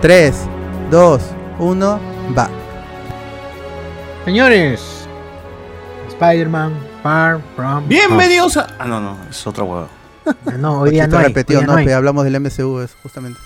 3, 2, 1, va. Señores, Spider-Man Far From Bienvenidos a. Ah, no, no, es otra hueá. Home. Ah, No, hoy día Chito no hay. repetido, hoy día no, no hay. pe, hablamos del MCU, es justamente.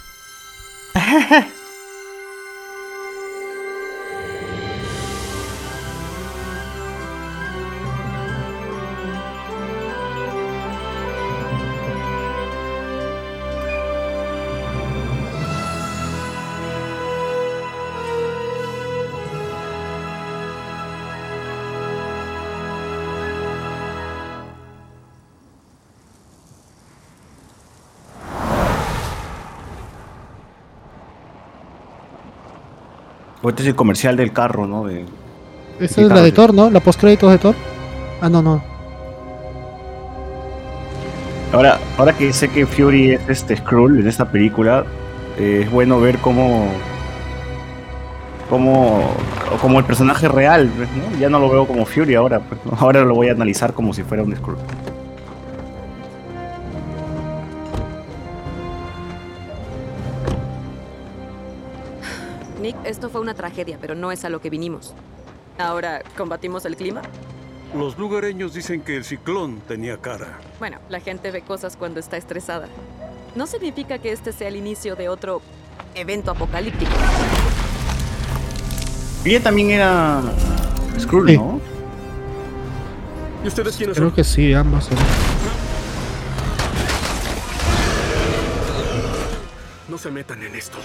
Este es el comercial del carro, ¿no? De... Esa es la de Thor, ¿no? La postcréditos de Thor. Ah, no, no. Ahora, ahora que sé que Fury es este Skrull en esta película, eh, es bueno ver cómo. Como, como el personaje real, pues, ¿no? Ya no lo veo como Fury ahora, pues, ¿no? ahora lo voy a analizar como si fuera un Skrull. Nick, esto fue una tragedia, pero no es a lo que vinimos. Ahora, ¿combatimos el clima? Los lugareños dicen que el ciclón tenía cara. Bueno, la gente ve cosas cuando está estresada. No significa que este sea el inicio de otro evento apocalíptico. Ella también era Skrull, Sí. ¿no? ¿Y ustedes quiénes Creo son? que sí, ambas son. No se metan en esto.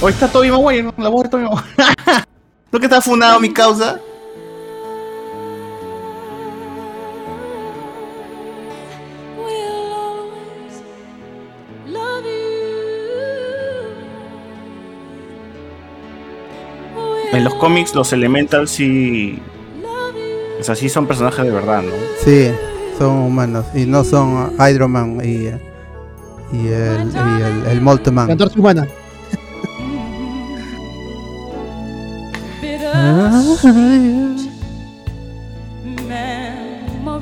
Hoy está Toby Maguire, ¿no? la voz de Toby Maguire. ¿No que está funado mi causa? En los cómics, los Elementals sí. O sea, sí son personajes de verdad, ¿no? Sí, son humanos y no son ah, Hydro Man y, eh, y el, y el, el Molten Man. La antorcha humana. Ah.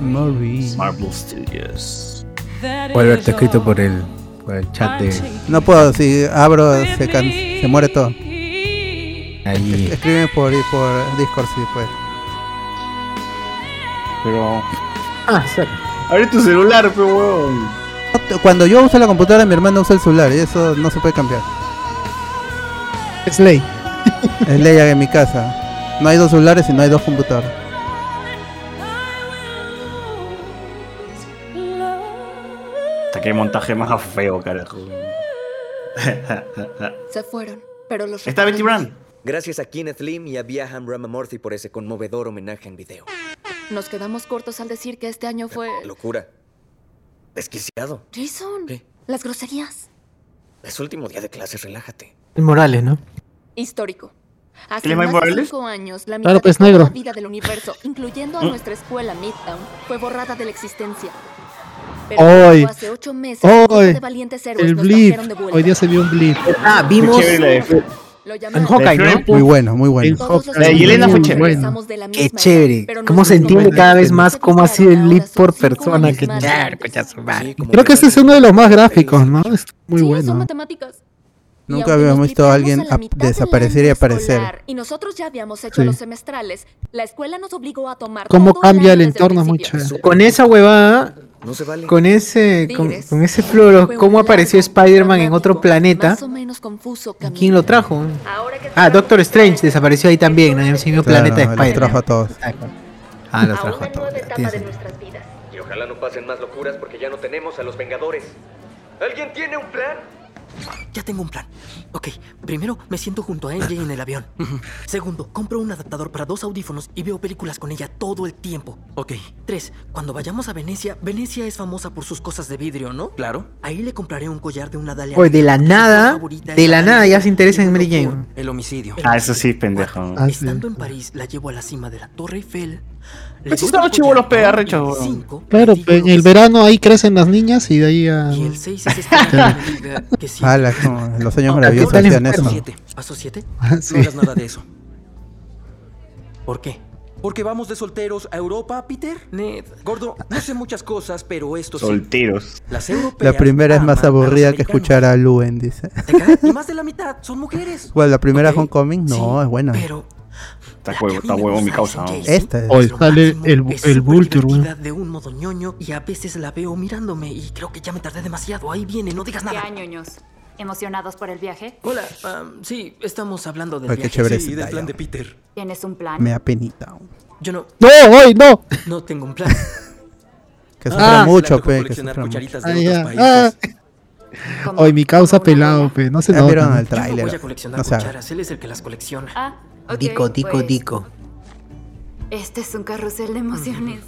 Marvel Studios. Puede haberte escrito por el, por el chat de No puedo, si abro se, can- se muere todo. ahí. Escriben por, por Discord si puedes. Pero. Ah, sí. Abre tu celular, pero weón. No te- Cuando yo uso la computadora, mi hermano usa el celular y eso no se puede cambiar. Es ley. Es ley en mi casa. No hay dos celulares y no hay dos computadoras. Hasta qué montaje más feo, carajo. Se fueron, pero los Está Betty recordamos. Brand. Gracias a Kenneth Lim y a Viaham Ramamurthy por ese conmovedor homenaje en video. Nos quedamos cortos al decir que este año fue. Locura. Desquiciado. Jason, Sí. las groserías. Es último día de clases, relájate. Morales, ¿no? Histórico. ¿Le Hace va más de Morales? Mm. cinco años, la mitad Claro, pues, de toda negro. la vida del universo, incluyendo a nuestra escuela Midtown, fue borrada de la existencia. Pero Hoy. luego, hace ocho meses, un grupo Hoy. de valientes héroes El nos blip. trajeron de vuelta. Hoy día se vio un blip. Ah, vimos Qué chévere la de Fury. Lo en llamaron. Hawkeye, La de ¿no? Flor- Muy bueno, muy bueno. Todos los La de demás Yelena fue chévere. regresamos de la Qué misma edad, chévere. pero ¿Cómo se nuestros entiende nombres cada vez se más cómo ha sido el separaron lead ahora, por son cinco persona años que... más Ya, grandes. coño, su Sí, madre. como Creo que este es uno de los más gráficos, ¿no? Es muy Sí, bueno. son matemáticas. Y Nunca aunque habíamos nos visto a libramos alguien la ap- mitad del desaparecer año y aparecer. escolar, Y nosotros ya habíamos hecho Sí. los semestrales. La escuela nos obligó a tomar. Cómo todo cambia el año desde entorno, principio. mucho. Con esa huevada, No se vale. con ese, con, Tigres. con ese floro, Fue un ¿cómo largo, apareció Spider-Man en otro dramático, planeta? más o menos confuso ¿Ah? ¿Y ¿Quién camino. lo trajo? Ahora que Ah, tenemos- Doctor Strange desapareció ahí también, ¿no? en el mismo Claro, planeta de los trajo a Spider-Man. todos. Ah, los a trajo una a todos. nueva ya, etapa tiene de sentido. nuestras vidas. Y ojalá no pasen más locuras porque ya no tenemos a los Vengadores. ¿Alguien tiene un plan? Ya tengo un plan. Ok, primero me siento junto a MJ en el avión. Segundo, compro un adaptador para dos audífonos y veo películas con ella todo el tiempo. Ok. Tres, cuando vayamos a Venecia, Venecia es famosa por sus cosas de vidrio, ¿no? Claro. Ahí le compraré un collar de una Dalia. Oye, Pues de la Su nada, favorita es de la nada ya Dalia. se interesa en Y Mary número Jane. four, El homicidio. Ah, eso sí, pendejo. ¿no? Ah, sí. Estando en París, la llevo a la cima de la Torre Eiffel. Le Pues sí doy estaban un chivolos, collar pe, y arrechos, el weón. cinco, le Claro, digo pe, en lo el que verano ahí crecen las niñas y de ahí a. sé. Y el 6 es este esta que me diga que sí. Ala, como los años Ah, maravillosos ¿qué tal hacían enfermo? eso. Siete. ¿Pasó siete? Ah, No sí. hagas nada de eso. ¿Por qué? Porque vamos de solteros a Europa, Peter. Ned. Gordo, no sé muchas cosas, pero esto sí. Solteros. Las europeas. La primera es aman más a los aburrida que americanos. escuchar a Luen, dice. Y más de la mitad son mujeres. Bueno, la primera Homecoming no, es buena. Está huevo, está huevo mi causa. ¿no? Esta es. Hoy Oh, sale el, Es el Vulture, divertida weón. de un modo ñoño y a veces la veo mirándome y creo que ya me tardé demasiado. Ahí viene, no digas nada. Ya, ñoños. ¿Emocionados por el viaje? Hola, am, sí, estamos hablando del Ay, qué viaje. chévere sí, ese del diálogo. plan de Peter. ¿Tienes un plan? Me apenita. Yo no, No, hoy no. no tengo un plan. Ah, Que sufra se la mucho, tocó pe. Que coleccionar sufra mucho. cucharitas de Ah, otros ya. países. Ah. Hoy mi causa pelado, pe. No se Ya vieron nota. el Yo no tráiler. voy a coleccionar No sabe. cucharas, él es el que las colecciona. Ah, ok, pues, Este es un carrusel de emociones.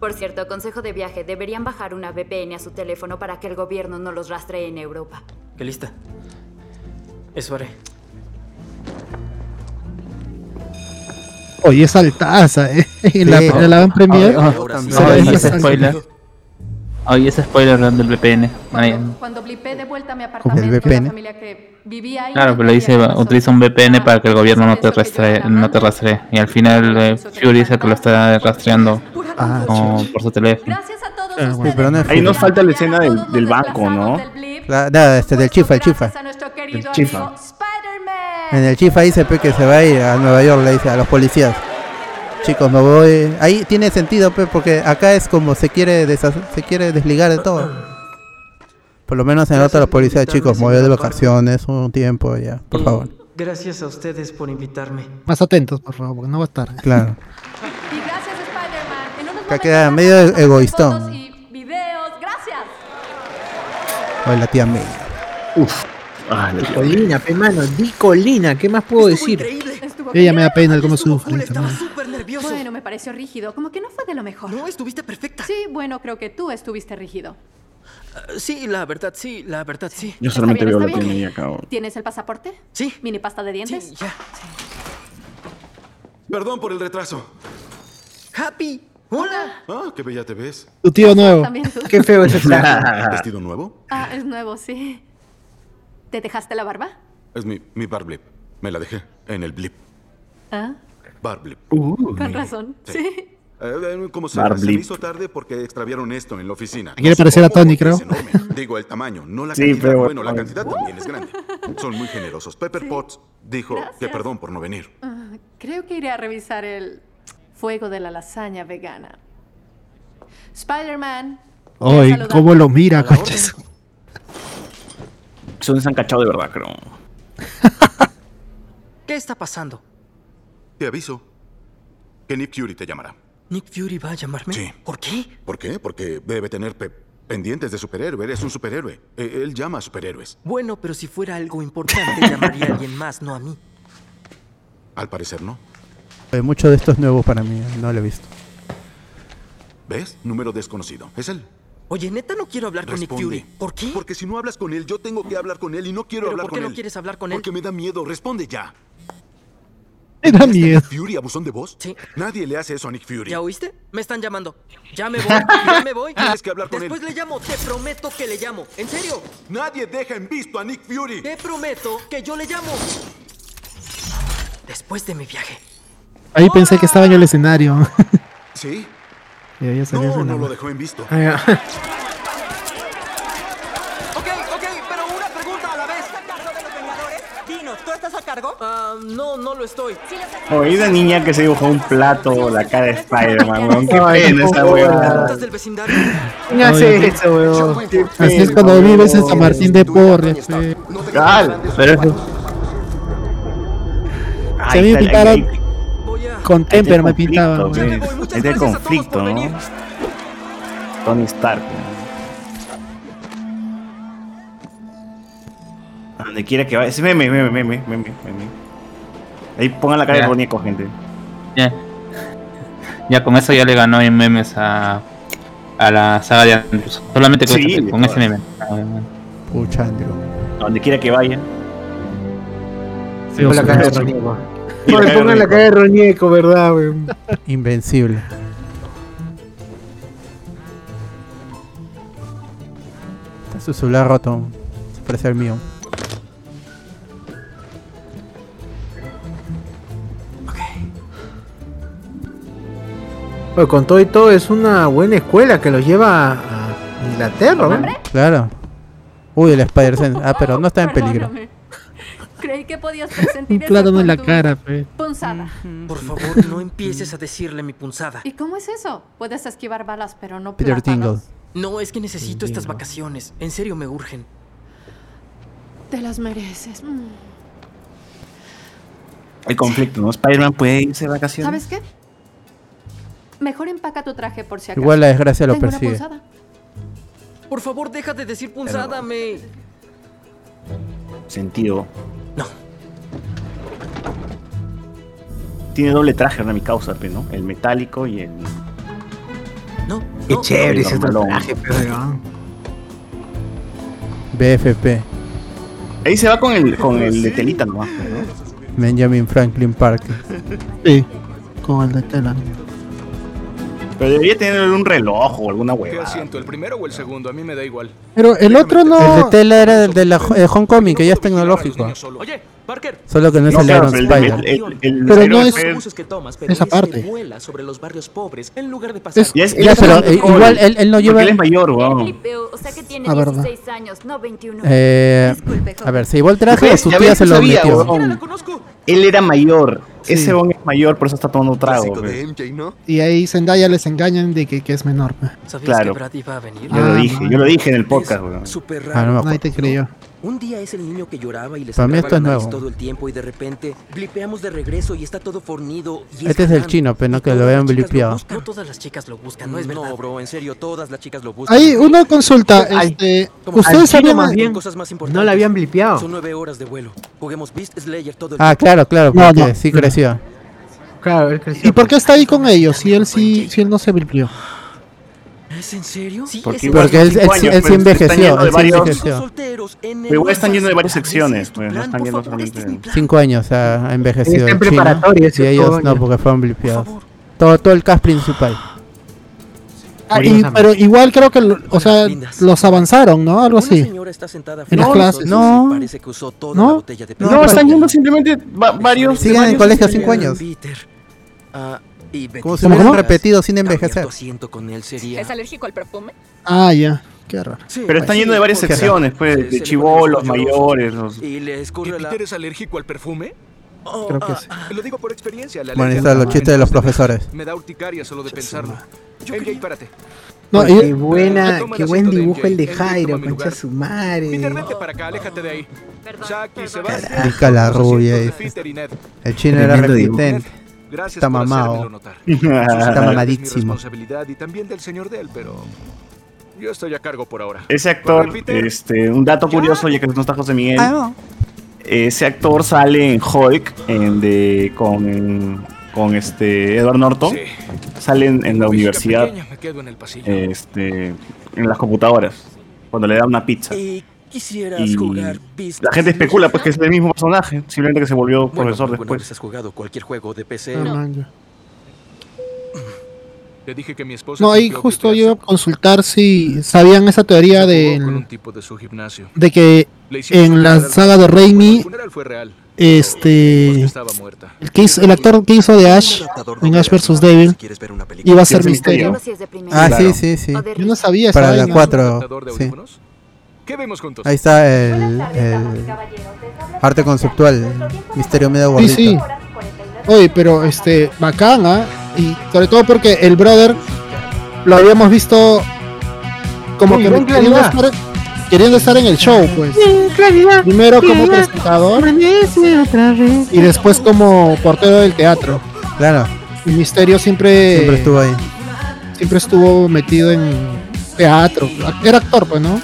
Por cierto, consejo de viaje, deberían bajar una VPN a su teléfono para que el gobierno no los rastree en Europa. ¿Qué lista? Eso haré. Hoy es altaza, eh. En la, Sí. en la van premier. Ahora- ah, ahora sí. se la Ahora sí hizo se alta. spoiler. Hoy es spoiler hablando del VPN. Ahí. Cuando blipé de vuelta a mi Como el apartamento, la VPN. familia que vivía ahí. Claro, no pero le dice, sabía qué pasó. Ah, utiliza un VPN para que el gobierno no te rastree, no te rastree. Y al final eh, Fury es el que lo está rastreando Ah, como por su teléfono. pero no es Ahí nos Fury. falta la escena del, del banco, ¿no? La- nada, este del chifa, el chifa. El chifa. En el chifa dice pe, que se va a ir a Nueva York, le dice a los policías. Chicos, me voy. Ahí tiene sentido, pe, porque acá es como se quiere deshacer- se quiere desligar de todo. Por lo menos en el otro los policías, chicos, me voy de vacaciones un tiempo ya, por Y favor. Gracias a ustedes por invitarme. Más atentos, por favor, porque no va a estar. Claro. Y gracias, Spider-Man. En unos Acá momentos queda medio fotos egoístón. y videos. Gracias. Ay, la tía May. Uf. Ah, Dicolina, pe mano, Dicolina, ¿qué más puedo decir? Estuvo Ella me da bien. pena el cómo sufre. esa Estaba madre. súper nervioso. Bueno, me pareció rígido. Como que no fue de lo mejor. No, estuviste perfecta. Sí, bueno, creo que tú estuviste rígido. Eh, sí, la verdad, sí, la verdad, sí. Yo solamente Está veo bien, lo está que bien. me acabo. ¿Tienes el pasaporte? Sí. ¿Mini pasta de dientes? Sí, ya. Perdón por el retraso. ¡Happy! ¡Hola! Ah, qué bella te ves. Tu tío nuevo. También tú. Qué feo ese ¿Vestido flaco. ¿Vestido nuevo? Ah, es nuevo, sí. ¿Te dejaste la barba? Es mi, mi bar blip. Me la dejé en el blip. Ah, Bar blip. Uh. Pues con razón. Sí. Eh, eh, como se, Bar se me blip. hizo tarde porque extraviaron esto en la oficina. Quiere parecer a Tony, creo. Digo, el tamaño, no la Sí, cantidad. pero- bueno, la cantidad también es grande. Son muy generosos. Pepper Potts dijo que perdón por no venir. Ah, creo que iré a revisar el fuego de la lasaña vegana. Spider-Man. Ay, saludar. cómo lo mira, conchas. Son se han cachado de verdad, creo. ¿Qué está pasando? Te aviso que Nick Fury te llamará. ¿Nick Fury va a llamarme? Sí. ¿Por qué? ¿Por qué? Porque debe tener pe- pendientes de superhéroe. Eres un superhéroe. Eh, él llama a superhéroes. Bueno, pero si fuera algo importante, llamaría a alguien más, no a mí. Al parecer no. Muchos mucho de estos nuevos para mí, ¿eh? no lo he visto. ¿Ves? Número desconocido. Es él. Oye, neta, no quiero hablar con Nick Responde. Fury. ¿Por qué? Porque si no hablas con él, yo tengo que hablar con él y no quiero ¿Pero hablar por qué con no él. quieres hablar con él? Porque me da miedo. Responde ya. Me da miedo. ¿Fury abusón de voz? Sí. Nadie le hace eso a Nick Fury. ¿Ya oíste? Me están llamando. Ya me voy, ya me voy. Tienes que hablar con él. Después le llamo, te prometo que le llamo. ¿En serio? Nadie deja en visto a Nick Fury. Te prometo que yo le llamo. Después de mi viaje. Ahí pensé que estaba en el escenario. ¿Sí? Y ahí ya No, salió el no escenario. lo dejó en visto. Ah, ya. Ok, ok, pero una pregunta a la vez. ¿Estás a cargo de los Vengadores? Dinos, ¿tú estás a cargo? Ah, no, no lo estoy. Oye, esa niña que se dibujó un plato la cara de Spider-Man, weón. Qué Ay, pena no. esa huevada. ¿Estás del vecindario? ¿Quién hace eso, weón? Así es cuando vives en San Martín de Porres. eh. fe. Cal, pero eso. Si a mí me pintaron con Este Temper, me pintaron. pintaban. weón. Es de Este conflicto, ¿no? Tony Stark. weón. A Donde quiera que vaya. Es meme, meme, meme, meme, meme. Ahí pongan la cara Ya. de Ronieco, gente. Ya. Ya con eso ya le ganó en memes a, a la saga de Andrews. Solamente con, Sí, ese- con de ese meme. Pucha, Andrew. A donde quiera que vaya. Con la cara de Ronieco. Oye, Pongan la cara de Ronieco, ¿verdad, weón? Invencible. Está su celular roto. Se parece al mío. Pero con todo y todo es una buena escuela que los lleva a a Inglaterra, ¿no? Claro. Uy, el Spider-Sense. Ah, pero no está en peligro. Creí que podías presentir plátano en la cara, pe. punzada. Por favor, no empieces a decirle mi punzada. ¿Y cómo es eso? Puedes esquivar balas, pero no Peter plátanos. Tingle. No, es que necesito estas vacaciones. En serio, me urgen. Te las mereces. Mm. Hay conflicto, ¿no? Spider-Man puede irse de vacaciones. ¿Sabes qué? Mejor empaca tu traje por si acaso. Igual la desgracia lo Tengo una persigue. punzada. Por favor, deja de decir punzada, me. Sentido. No. Tiene doble traje, ahora mi causa, pe, ¿no? El metálico y el. No. Qué chévere ese traje, pero. BFP. Ahí se va con el, con el de telita nomás, pe, ¿no? Benjamin Franklin Park. Sí, con el de tela. Pero debería tener un reloj o alguna Lo hueva. siento, el primero o el segundo, a mí me da igual. Pero el otro no. El de Tela era el de la el Homecoming, que ya es tecnológico. Solo que no es el claro, Iron pero Spider. el- el- el- Pero el no Iron es- Spider- Buses que tomas, pero Esa es que parte. vuela sobre los barrios pobres en lugar de pasar. Es- Ya es- ya, es pero, eh, alcohol, igual él- él no porque lleva- él es mayor, weón. Flipeo, o sea que tiene Ah, verdad. 16 años, no 21. Eh, a ver, ¿se llevó el traje o su Ya tía ves, se yo lo sabía, metió? huevón. Él era mayor. Ese bon es mayor, por eso está tomando trago. pe. Y ahí Zendaya les engañan de que, que es menor. pe. Claro. Yo Ah, lo dije, yo lo dije en el podcast, weón. Ah, no me Nadie acuerdo. te creyó. Un día es el niño que lloraba y le Para mí sangraba esto es la nariz nuevo. todo el tiempo y de repente blipeamos de regreso y está todo fornido. Y Este es el galán. chino, pero no Y que lo todas las hayan chicas blipeado. buscan. No todas las chicas lo buscan, no es verdad. No, bro, en serio, todas las chicas lo buscan. Ahí una consulta, este, ustedes sabían más de- bien cosas más importantes. No la habían blipeado. Son nueve horas de vuelo. Juguemos Beast Slayer todo el Ah, claro, claro, No, porque no. sí creció. Claro, él creció. ¿Y por qué está ahí con ellos si él sí, si él no se vivió? ¿Es en serio? Sí, Porque es en igual Porque son él- él cinco sí- él pero sí están envejeció, lleno de él sí varios- envejeció. Pero igual están lleno de varias secciones, pues, no están lleno solamente de- Cinco años ha, ha envejecido. Está en el chino, preparatoria, Y ese ellos coño. no, porque fueron blipeados. Todo, todo el cast principal. Ah, y- pero igual creo que, lo- o sea, los avanzaron, ¿no? Algo así. En las No, clases. no. ¿No? No, No, están yendo simplemente va- varios. Siguen en varios- el colegio cinco años. ah, Como si ¿Cómo, hubieran cómo? repetido sin envejecer. ¿Es alérgico al perfume? Ah, ya. Qué raro. Pero pues están yendo de varias Qué raro. secciones, pues, de chivolos, mayores, los. ¿Y Peter es alérgico al perfume? Oh, Creo que ah, sí. Lo digo por experiencia. la Bueno, alergia ahí están al los perfume. chistes de los profesores. Me da urticaria solo de pensarlo. MJ, párate. No, Oye, y- qué buena, qué buen dibujo el de MJ, Jairo, toma mi concha lugar. su madre. Peter, vete para acá, aléjate de ahí. Saki, Sebastián. Pica la rubia. dice. Peter y Ned. El chino era Tremendo dibujo. repitente. Gracias Está por mamado. hacérmelo notar. pues. Está Es mi mamadísimo. responsabilidad y también del señor Dell, pero yo estoy a cargo por ahora. Ese actor, Peter. este, un dato curioso, ya que no está José Miguel. Ah, no. Ese actor sale en Hulk en de, con, con este Edward Norton. Sale en, en la universidad. Me quedo en el pasillo. Este, en las computadoras. Cuando le da una pizza. Quisieras Y jugar Beast la gente especula pues que es el mismo personaje, simplemente que se volvió Bueno, pues, profesor ¿alguna después. vez has jugado cualquier juego de PC? Ah, manga. Te dije que mi esposa No, ahí sintió que justo te yo iba a consultar si sabían esa teoría jugó con de, un tipo de su gimnasio. de que Le hicieron en la funeral. saga de Raimi, este, Estaba muerta. el, que hizo- el actor que hizo de Ash en Ash vs. Devil iba a ser misterio. Ah, sí, sí, sí. Yo no sabía esa Para la vaina. 4. Sí. Ahí está el, el arte conceptual. Misterio medio Sí, gordito. sí. Oye, pero este, bacán, ¿ah? Y sobre todo porque el brother lo habíamos visto como Muy que bien, queriendo claridad. estar, queriendo estar en el show, pues. Primero como presentador y después como portero del teatro. Claro. Y Misterio siempre Siempre estuvo ahí. siempre estuvo metido en teatro. Era actor, pues, ¿no?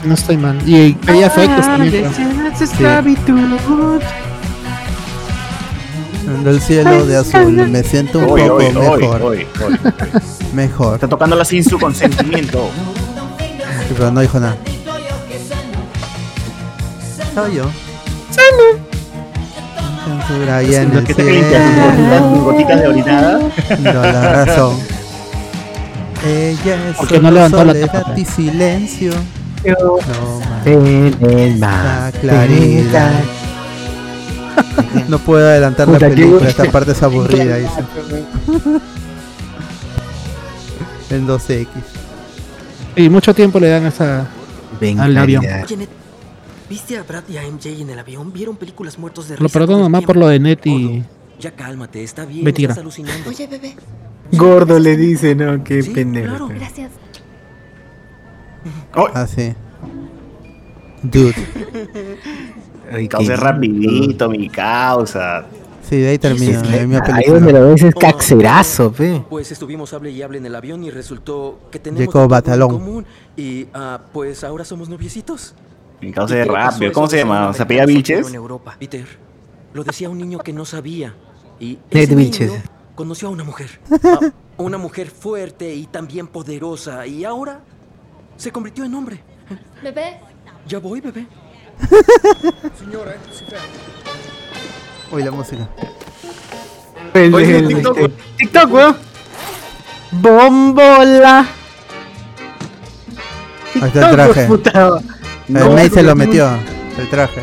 Si no estoy mal. Y Ah, pedía efectos también. creo. Ando el cielo de azul. Me siento un Oy, poco oy, oy, mejor. oy, oy. Mejor. Está tocándola sin su consentimiento. Sí, pero no dijo nada. Soy yo. Censura ya en Lo el que te limpias, cielo. tus gotitas de orinada. Doloroso. Ella es Porque no levantó la tapa. y silencio. No más. El, el La claridad. No puedo adelantar la Puta, qué película, bu- esta parte es aburrida. dice. en 12X. Y mucho tiempo le dan a esa, al avión. Oye, Ned, ¿viste a Brad y a MJ en el avión? ¿Vieron películas muertos de Lo risa perdono todo el más por lo de Net y Ya cálmate, Pues está bien. Mentira. Estás alucinando. Oye, bebé. Gordo le dice, no, qué pendejo. eh. Gracias. Ah, sí. Dude. Causé rapidito, mi causa. Sí, de ahí termina. eh. la misma Ahí película. donde lo ves Oh. es caxerazo, pe. Pues estuvimos hable y hable en el avión y resultó que tenemos Jacob algo en Batalón. común y ah, pues ahora somos noviecitos. Mi causa Y de creo que rápido. eso ¿Cómo es se algo llama? que ¿Se apellida americanos supieron Vilches? en Europa. Peter, lo decía un niño que no sabía y Ned ese Vilches. niño conoció a una mujer, a una mujer fuerte y también poderosa y ahora se convirtió en hombre. Bebé. Ya voy, bebé. Señora, Uy, la música. Oye, el- TikTok, el- TikTok, weón. Bombola. Ahí está el traje. puta. El No, May se no, lo no. metió, el traje.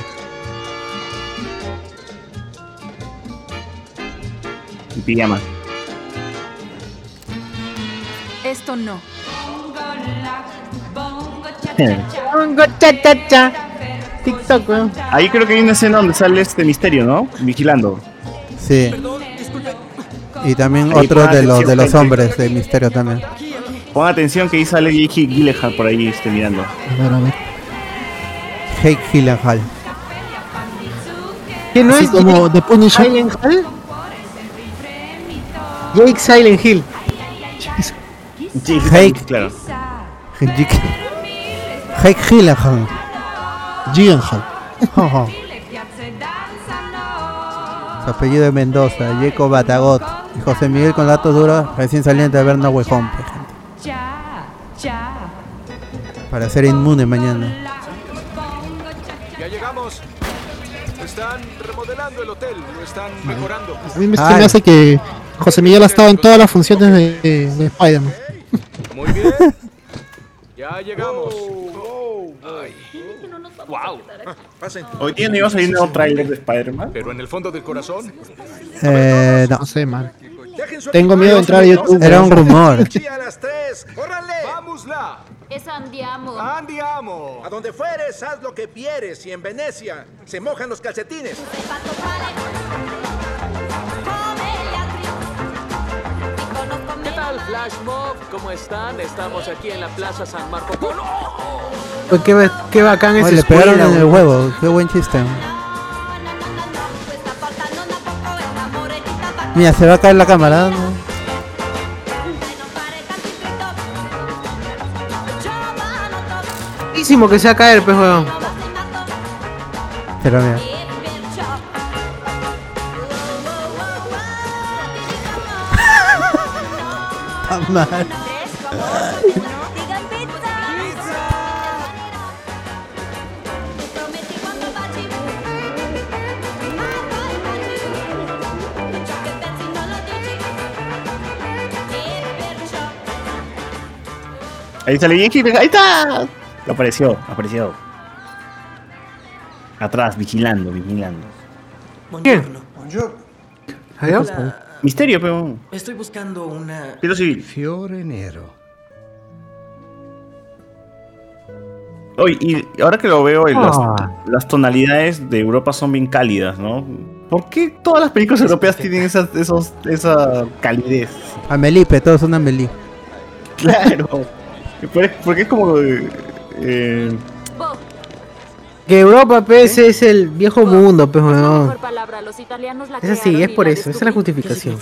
En pijama. Esto no. TikTok, weón. Ahí creo que hay una escena donde sale este misterio, ¿no? Vigilando. Sí. Y también Ahí otro pone de los atención, de los gente. hombres de misterio también. Pon atención que ahí sale Jake Gyllenhaal por ahí este, mirando. Jake Gyllenhaal. ¿Qué no es como The Punisher? Silent Hill. Jake Silent Hill. Jake. Claro. Jake. Jake Gyllenhaal. Gyllenhaal. Su apellido es Mendoza, Jacob Batagot y José Miguel con datos duros recién saliente de Berna Huejón, pues, gente, Ya, ya. para ser inmune mañana. Ya llegamos. Están remodelando el hotel, lo están mejorando. A mí me, se me hace que José Miguel ha estado en todas las funciones de, de- de Spider-Man. Muy bien. Ya llegamos. Ay. Wow. Hoy día no iba a salir un nuevo tráiler de Spider-Man. Pero en el fondo del corazón. Eh, no. sé, man. Tengo miedo de entrar a YouTube. Era un rumor. A las tres. ¡Órale! ¡Vámosla! Es Andiamo. ¡Andiamo! A donde fueres, haz lo que quieres. Y en Venecia se mojan los calcetines. ¿Qué tal, Flash Mob? ¿Cómo están? Estamos aquí en la Plaza San Marco ¡Oh! Polo. Pues qué, ba- qué bacán Oye, esa le escuela, pegaron en el weón. huevo, qué buen chiste. Mira, se va a caer la cámara. ¿no? Buenísimo que se va a caer, pues, weón. Pero mira. Está mal. Ahí sale Jake Gyllenhaal. Ahí está. Apareció, apareció. Atrás, vigilando, vigilando. Buongiorno. Adiós. Misterio, pero. Estoy buscando una... Pido civil. Fiore nero. Oye, y ahora que lo veo, eh, las, Ah. las tonalidades de Europa son bien cálidas, ¿no? ¿Por qué todas las películas europeas tienen esa, esos, esa calidez? Amelipe, todos son Amelie. Claro. Porque, porque es como. eh, eh, Que Europa, pues, es el viejo mundo, pues, Ah. weón. palabra, los italianos la Es así, es crearon y por la eso, esa es la descubrí. justificación.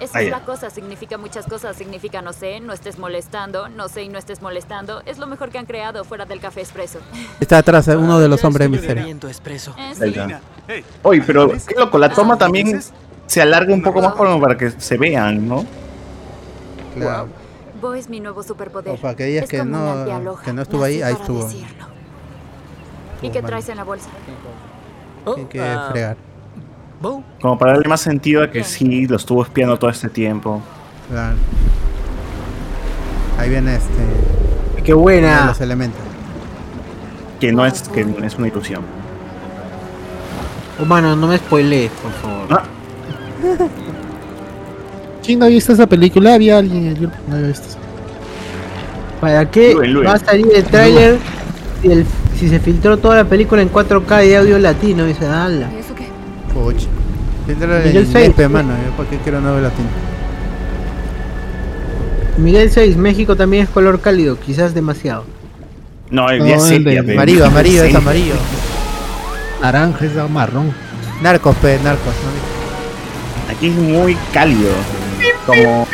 Es Ah, que ya. la cosa, significa muchas cosas. Significa no sé, no estés molestando, no sé y no estés molestando. Es lo mejor que han creado fuera del café expreso. Está atrás eh, uno de los hombres de misterio. ahí está. Oye, pero qué loco, la Ah, toma también se alarga un poco más como para que se vean, ¿no? Claro. Bo es mi nuevo superpoder. O para que digas Es que como una no, antialoja. que no estuvo ahí, ahí Nací para estuvo. decirlo. ¿Y qué traes en la bolsa? Tiene que fregar. Como para darle más sentido a que sí lo estuvo espiando todo este tiempo. Claro. Ahí viene este. Qué buena. los elementos. Que no es, que es una ilusión. Humano, no me spoilees, por favor. Ah, ¿Quién no ha visto esa película? Había alguien. Yo no había visto. ¿Para qué Luen, Luen. va a salir el tráiler si, el- si se filtró toda la película en 4K y audio latino? Dice, ala. Pucha. Tendrá Miguel en Face. inglés, pe, mano, yo porque quiero novela latina. Miguel 6, México también es color cálido, quizás demasiado. No, el No, día el sepia, del pe. amarillo, amarillo, es Sepia. amarillo. Naranja es marrón. Narcos, pe, narcos. Aquí es muy cálido. Como.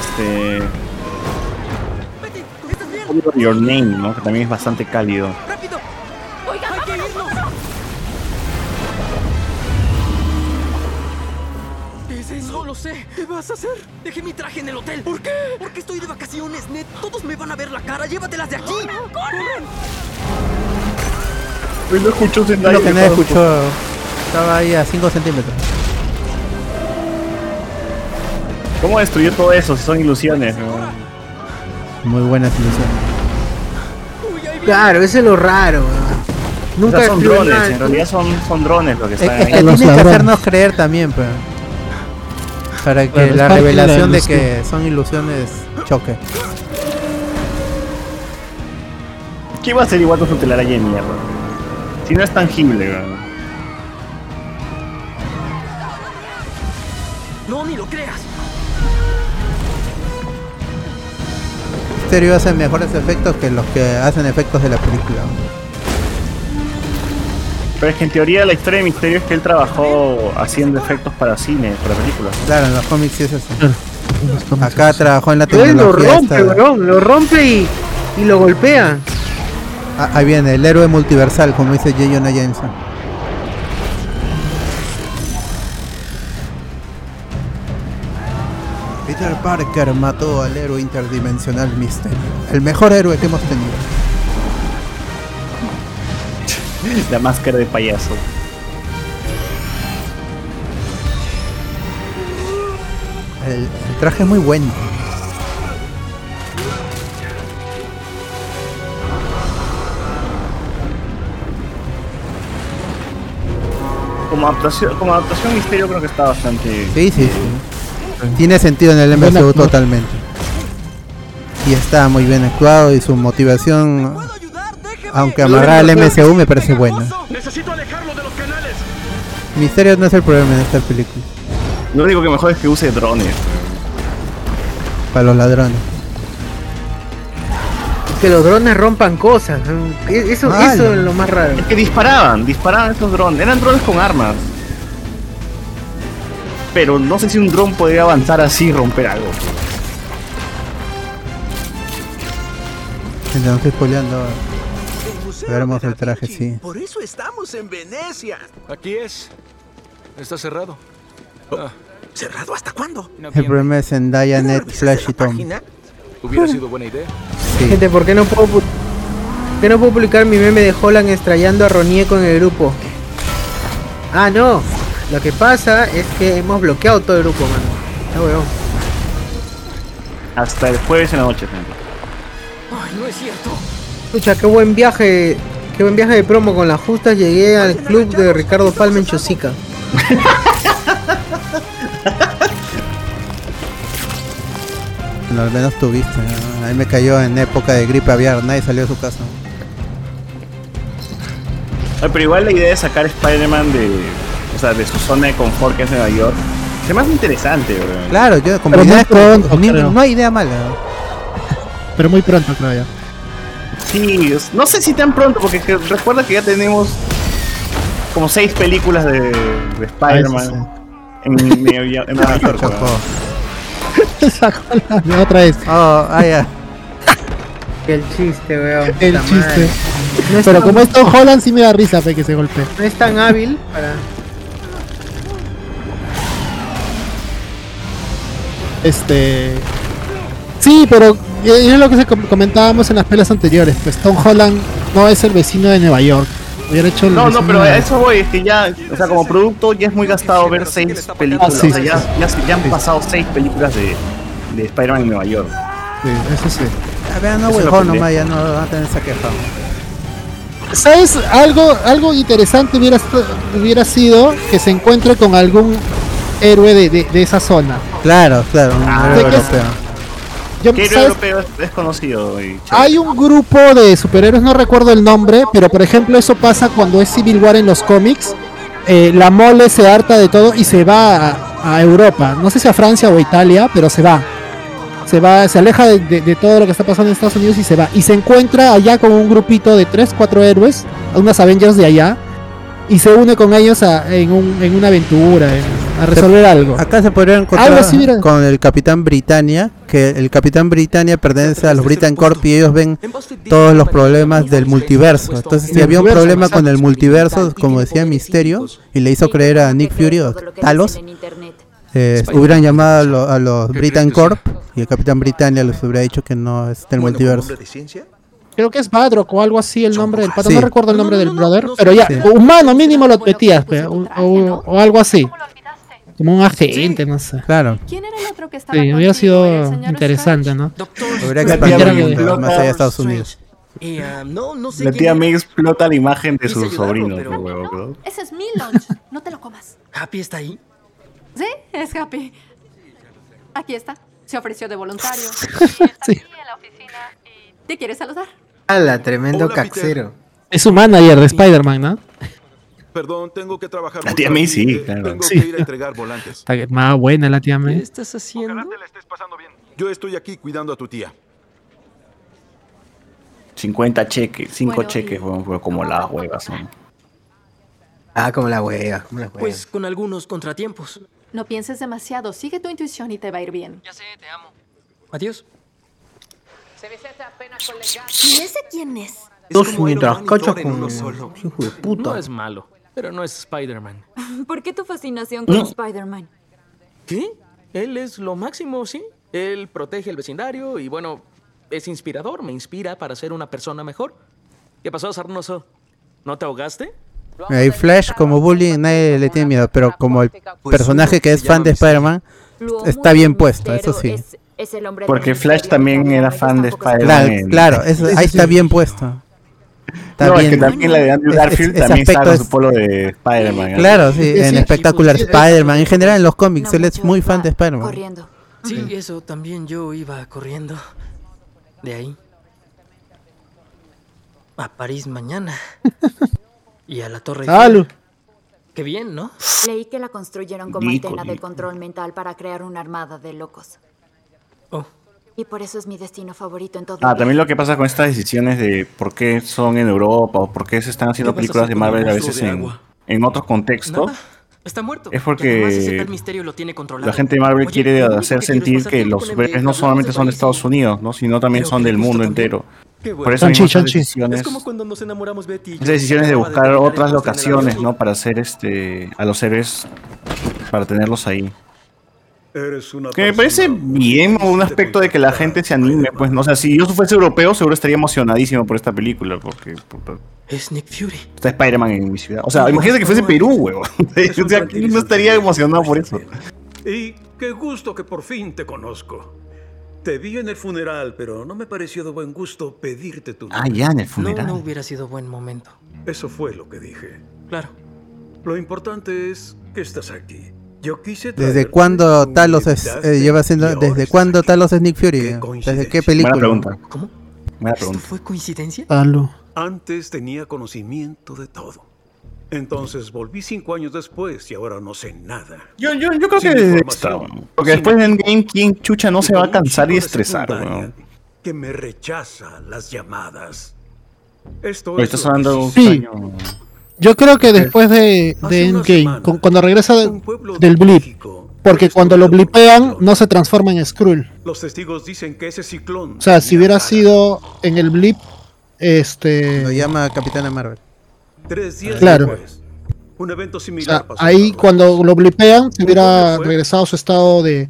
Este. Call Me Your Name, ¿no? Que también es bastante cálido. Es eso, lo sé. ¿Qué vas a hacer? Dejé mi traje en el hotel. ¿Por qué? Porque estoy de vacaciones, Ned. Todos me van a ver la cara. Llévatelas de aquí. ¡Corren! no escuchó Es lo que nadie escuchó. Estaba ahí a 5 centímetros. ¿Cómo destruyó todo eso? Si Son ilusiones. ¿no? Muy buenas ilusiones. Claro, ese es lo raro. weón. Nunca O sea, son destruye drones, nada. en realidad son, son drones lo que Es que, están es que ahí. tienen que hacernos creer también, pero para que Bueno, es la parte de la revelación de que ilusión. son ilusiones choque. ¿Qué iba a ser igual con su telaraña de mierda? Si no es tangible, weón. No, ni lo creas. Misterio Este hace mejores efectos que los que hacen efectos de la película. Pero es que en teoría la historia de Misterio es que él trabajó haciendo efectos para cine, para películas. Claro, en los cómics sí es así. Acá trabajó en la Pero él lo tecnología. rompe, esta- weón, lo rompe y, y lo golpea. Ah, ahí viene, el héroe multiversal, como dice J. Jonah Jameson. Peter Parker mató al héroe interdimensional Misterio, el mejor héroe que hemos tenido. La máscara de payaso. El, el traje es muy bueno. Como adaptación, como adaptación Misterio creo que está bastante... Sí, sí, sí. Tiene sentido en el MCU totalmente. Y está muy bien actuado y su motivación, aunque amarrada al MCU, me parece buena. Misterio no es el problema en esta película, Lo único que mejor es que use drones. para los ladrones. Que los drones rompan cosas. weón. E- Eso, Malo. eso es lo más raro. Es que disparaban, disparaban estos drones. Eran drones con armas. Pero no sé si un dron podría avanzar así y romper algo. Entonces, spoileando, veremos el traje, sí. Por eso estamos en Venecia. Aquí es. Está cerrado. Oh, ¿Cerrado hasta cuándo? El problema es Zendaya, Ned, Flash y Tom. Hubiera sido buena idea. Sí. Gente, ¿por qué no puedo, pu- por qué no puedo publicar mi meme de Holland estrellando a Ronieco en el grupo? Ah, no. Lo que pasa es que hemos bloqueado todo el grupo, mano. Ah, weón. Hasta el jueves en la noche, por ejemplo. Ay, no es cierto. Escucha, qué buen viaje. Qué buen viaje de promo. Con las justas llegué al club de Ricardo Palma en Chosica. Bueno, al menos tuviste. ¿no? A mí me cayó en época de gripe aviar, nadie salió de su casa. Ay, pero igual la idea de sacar Spider-Man de, o sea, de su zona de confort que es Nueva York es más interesante, bro. Claro, yo como Pero muy idea, pronto, ni- creo. no hay idea mala. Pero muy pronto, creo ya. Sí, es- no sé si tan pronto, porque que- recuerda que ya tenemos como seis películas de, de Spider-Man en, Nueva York- en Nueva York. bro. Sacó la- la otra vez. Oh, ah, ya. El chiste, weón. El puta chiste. madre. No es Pero tan- como es Tom Holland, sí me da risa fe, que se golpee. No es tan hábil para. Este. Sí, pero eh, es lo que se com- comentábamos en las pelas anteriores. Pues Tom Holland no es el vecino de Nueva York. Hubiera hecho el No, no, vecino pero de- a eso voy, es que ya, o sea, como producto ya es muy gastado ver seis películas. Ah, sí, o sea, sí, sí. ya, ya, se- ya han pasado seis películas de, de Spider-Man en Nueva York. Sí, eso sí. A ver, no, Eso lo huevón, aprendí. nomás ya no va a tener esa queja. ¿Sabes? Algo, algo interesante hubiera, st- hubiera sido que se encuentre con algún héroe de, de- de esa zona. Ah, Claro, claro, un héroe ¿de qué es? europeo. Yo- ¿Qué héroe ¿sabes? europeo es desconocido? Y Hay un grupo de superhéroes, no recuerdo el nombre, pero por ejemplo eso pasa cuando es Civil War en los cómics. Eh, la mole se harta de todo y se va a, a Europa. No sé si a Francia o a Italia, pero se va. Se va, se aleja de, de- de todo lo que está pasando en Estados Unidos y se va. Y se encuentra allá con un grupito de 3, 4 héroes, unas Avengers de allá, y se une con ellos a- en, un- en una aventura, en- a resolver algo. Acá se podría encontrar Algo así, mira. con el Capitán Britannia, que el Capitán Britannia pertenece a los Britain Corp y ellos ven todos los problemas del multiverso. Entonces, si Del había un multiverso, problema con el exacto. multiverso, como decía Misterio, y le hizo creer a Nick Fury o Talos, eh, hubieran llamado a, lo- a los Britain Corp y el Capitán Britannia les hubiera dicho que no es del multiverso. Creo que es Badrock o algo así el nombre del pato. Sí. No recuerdo el nombre del brother, pero ya, Sí. humano mínimo lo metías, pe, o, o- o algo así. Como un agente, no sé. Claro. ¿Quién era el otro que estaba Sí, hubiera sido interesante, ¿no? Me Hubiera expandido el dijeron que- mundo más allá de Estados Unidos. Y, ah, no, no sé La quién tía era. May explota la imagen de su Quise ayudarlo, sobrino. pero- pues, huevo, ¿no? Ese es mi lunch, no te lo comas. ¿Happy está ahí? Sí, es Happy. Aquí está. Se ofreció de voluntario. ¿Te quieres saludar? Ala, tremendo caxero. Es su manager de Spider-Man, ¿no? Perdón, tengo que trabajar. La muy tía tarde. May sí, Eh, claro. Tengo que Sí. ir a entregar volantes. Está que- más buena la tía May. estás haciendo? Yo estoy aquí cuidando a tu tía. 50 cheques, 5 Bueno, cheques, huevo, huevo, como las huevas. ¿no? Ah, como la hueva, como la hueva. Pues con algunos contratiempos. No pienses demasiado, sigue tu intuición y te va a ir bien. Ya sé, te amo. Adiós. ¿Y ese quién es? Dos mientras cacho en con. uno solo. Hijo de puta. No es malo, pero no es Spider-Man. ¿Por qué tu fascinación con No. Spider-Man? ¿Qué? Él es lo máximo, ¿sí? Él protege el vecindario y, bueno, es inspirador, me inspira para ser una persona mejor. ¿Qué pasó, Sarnoso? ¿No te ahogaste? Hay Eh, Flash como bullying, nadie le tiene miedo, pero como el personaje que es fan de Spider-Man, está bien puesto, eso sí. Es el hombre Porque Flash también era fan de Spider-Man. Claro, claro, eso- ahí está bien puesto. Está no, es bien. que también la de Andrew Es- es- Garfield ese también está aspecto con es- su polo de Spider-Man. ¿eh? Claro, sí, en Sí, espectacular Spider-Man, en general en los cómics, él es muy fan de Spider-Man. Corriendo. Sí, eso también yo iba corriendo. De ahí. A París mañana. y a la Torre Eiffel. ¡Salud! Qué bien, ¿no? Leí que la construyeron como Dico, antena de dico. control mental para crear una armada de locos. Oh. Y por eso es mi destino favorito en todo Ah, el también lo que pasa con estas decisiones de por qué son en Europa o por qué se están haciendo ¿Qué vas a películas hacer de con el Marvel a monstruo veces de en, agua? en otros contextos. Está muerto. Es Y además ese porque tal misterio lo tiene controlado. la gente de Marvel Oye, quiere lo único hacer que quiero es sentir pasar que tiempo los con el superhéroes que no hablamos solamente de son de París. Estados Unidos, ¿no? sino también son del mundo entero. Qué bueno. Por eso Chanchi, mismo esas chanchi. decisiones, Es como cuando nos enamoramos Betty. y yo. esas decisiones de Acaba buscar terminar otras el post en el avión. locaciones, ¿no? Para hacer este a los héroes, para tenerlos ahí. Eres una Que me parece bien un aspecto de que la gente se anime, pues, no sé, si yo fuese europeo seguro estaría emocionadísimo por esta película, porque puta, Es Nick Fury. está Spider-Man en mi ciudad. O sea, imagínate que fuese Perú, huevón. O sea, ¿quién no estaría emocionado por eso. Y qué gusto que por fin te conozco. Te vi en el funeral, pero no me pareció de buen gusto pedirte tu Ah, ya, en el funeral. No, no hubiera sido buen momento. Eso fue lo que dije. Claro. Lo importante es que estás aquí. Yo quise ¿Desde traerte cuándo tu Talos es, humildad eh, lleva siendo, desde cuándo Talos es Nick Fury? ¿Desde qué película? ¿Cómo? Buena ¿Esto pregunta. fue coincidencia? Antes tenía conocimiento de todo. Entonces volví cinco años después y ahora no sé nada. Yo, yo, yo creo que Sin desde información, esta, Porque después en Game King Chucha no se va a cansar y estresar, weón. Que me rechaza las llamadas. Esto Pero es está lo que sonando un Sí. sueño. Yo creo que después de, de Endgame, cu- cuando regresa de- del blip, porque cuando lo blipean no se transforma en Skrull. Los testigos dicen que ese ciclón. O sea, si hubiera sido en el blip, este... ah, Lo llama Capitana Marvel. Tres días Claro. después. Un evento O sea, similar pasó. ahí cuando lo blipean, se hubiera regresado a su estado de,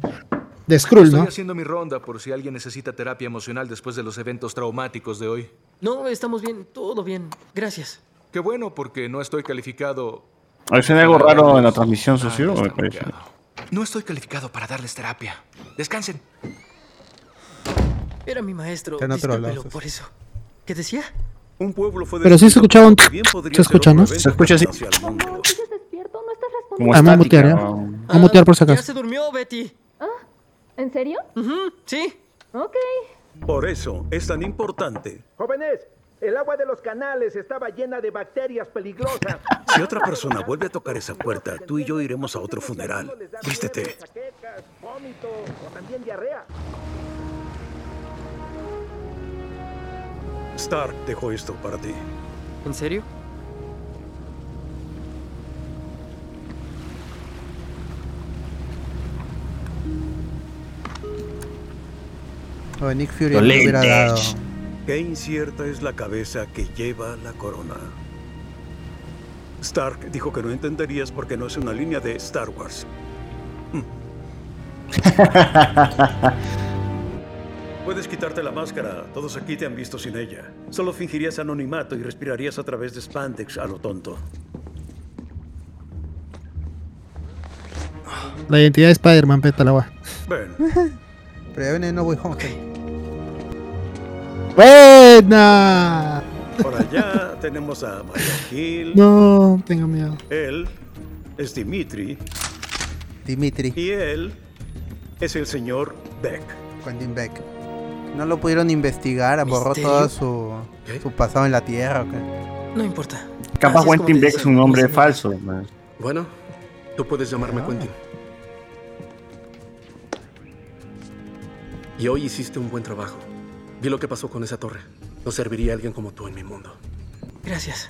de Skrull, Estoy ¿no? haciendo mi ronda por si alguien necesita terapia emocional después de los eventos traumáticos de hoy. No, estamos bien, todo bien. Gracias. Qué bueno, porque no estoy calificado. Hay suena algo raro en la transmisión, socio, me parece. No estoy calificado para darles terapia. Descansen. Era mi maestro. Está en otro discúlpelo lado. por eso. ¿Qué decía? Un pueblo fue Pero sí se escuchaba un... Se escucha, ¿no? Se escucha así. Como Ah, me voy a mutear, estática, ¿eh? weón. Voy a mutear por si Ya acaso. se durmió, Betty. ¿En serio? Ujú, sí. Ok. Por eso es tan importante. Jóvenes, el agua de los canales estaba llena de bacterias peligrosas. Si otra persona vuelve a tocar esa puerta, tú y yo iremos a otro funeral. Vístete. Saquecas, vómito o también diarrea. Stark dejó esto para ti. ¿En serio? O Oh, Nick Fury no hubiera dado. Qué incierta es la cabeza que lleva la corona. Stark dijo que no entenderías porque no es una línea de Star Wars. Puedes quitarte la máscara. Todos aquí te han visto sin ella. Solo fingirías anonimato y respirarías a través de spandex a lo tonto. La identidad de Spider-Man, peta la va. Bueno. Pero ya viene No Way Home. ¡Buena! Por allá tenemos a Mario Hill. No, tengo miedo. Él es Dimitri. Dimitri. Y él es el señor Beck. Quentin Beck. No lo pudieron investigar, borró ¿Misterio? todo su, su pasado en la tierra. ¿o qué? No importa. Así Capaz es como Quentin te Beck es dicen, un hombre dicen. falso. man. Bueno, tú puedes Ah. llamarme Quentin. Y hoy hiciste un buen trabajo. Vi lo que pasó con esa torre. No serviría alguien como tú en mi mundo. Gracias.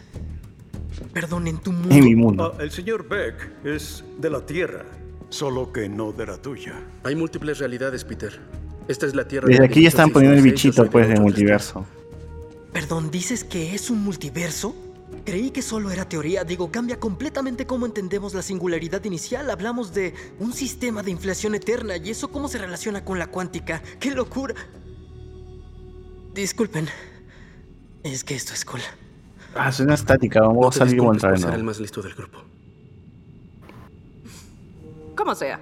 Perdón, en tu mundo. En mi mundo. Ah, el señor Beck es de la Tierra, solo que no de la tuya. Hay múltiples realidades, Peter. Esta es la tierra. Desde de aquí ya están poniendo el 1866. bichito, pues, del multiverso. Perdón, ¿dices que es un multiverso? Creí que solo era teoría, digo, cambia completamente cómo entendemos la singularidad inicial. Hablamos de un sistema de inflación eterna y eso cómo se relaciona con la cuántica. ¡Qué locura! Disculpen, es que esto es cool. Ah, suena estática. Vamos a salir disculpes contra por de ser el nuevo. más listo del grupo. Como sea.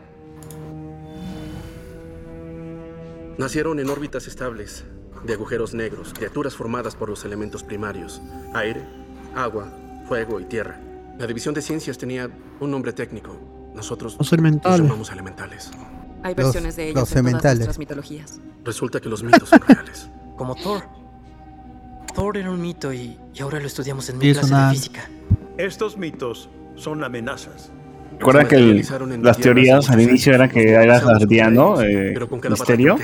Nacieron en órbitas estables, de agujeros negros, criaturas formadas por los elementos primarios, aire, agua, fuego y tierra. La división de ciencias tenía un nombre técnico. Nosotros Los elementales. los llamamos elementales. Hay Los- versiones de ellos los en todas sementales. nuestras mitologías. Resulta que los mitos son reales. Como Thor. Thor era un mito y, y ahora lo estudiamos en Y mi es clase una- de física. Estos mitos son amenazas. Recuerda que el- las teorías al inicio era que eras guardiano, eh, misterio.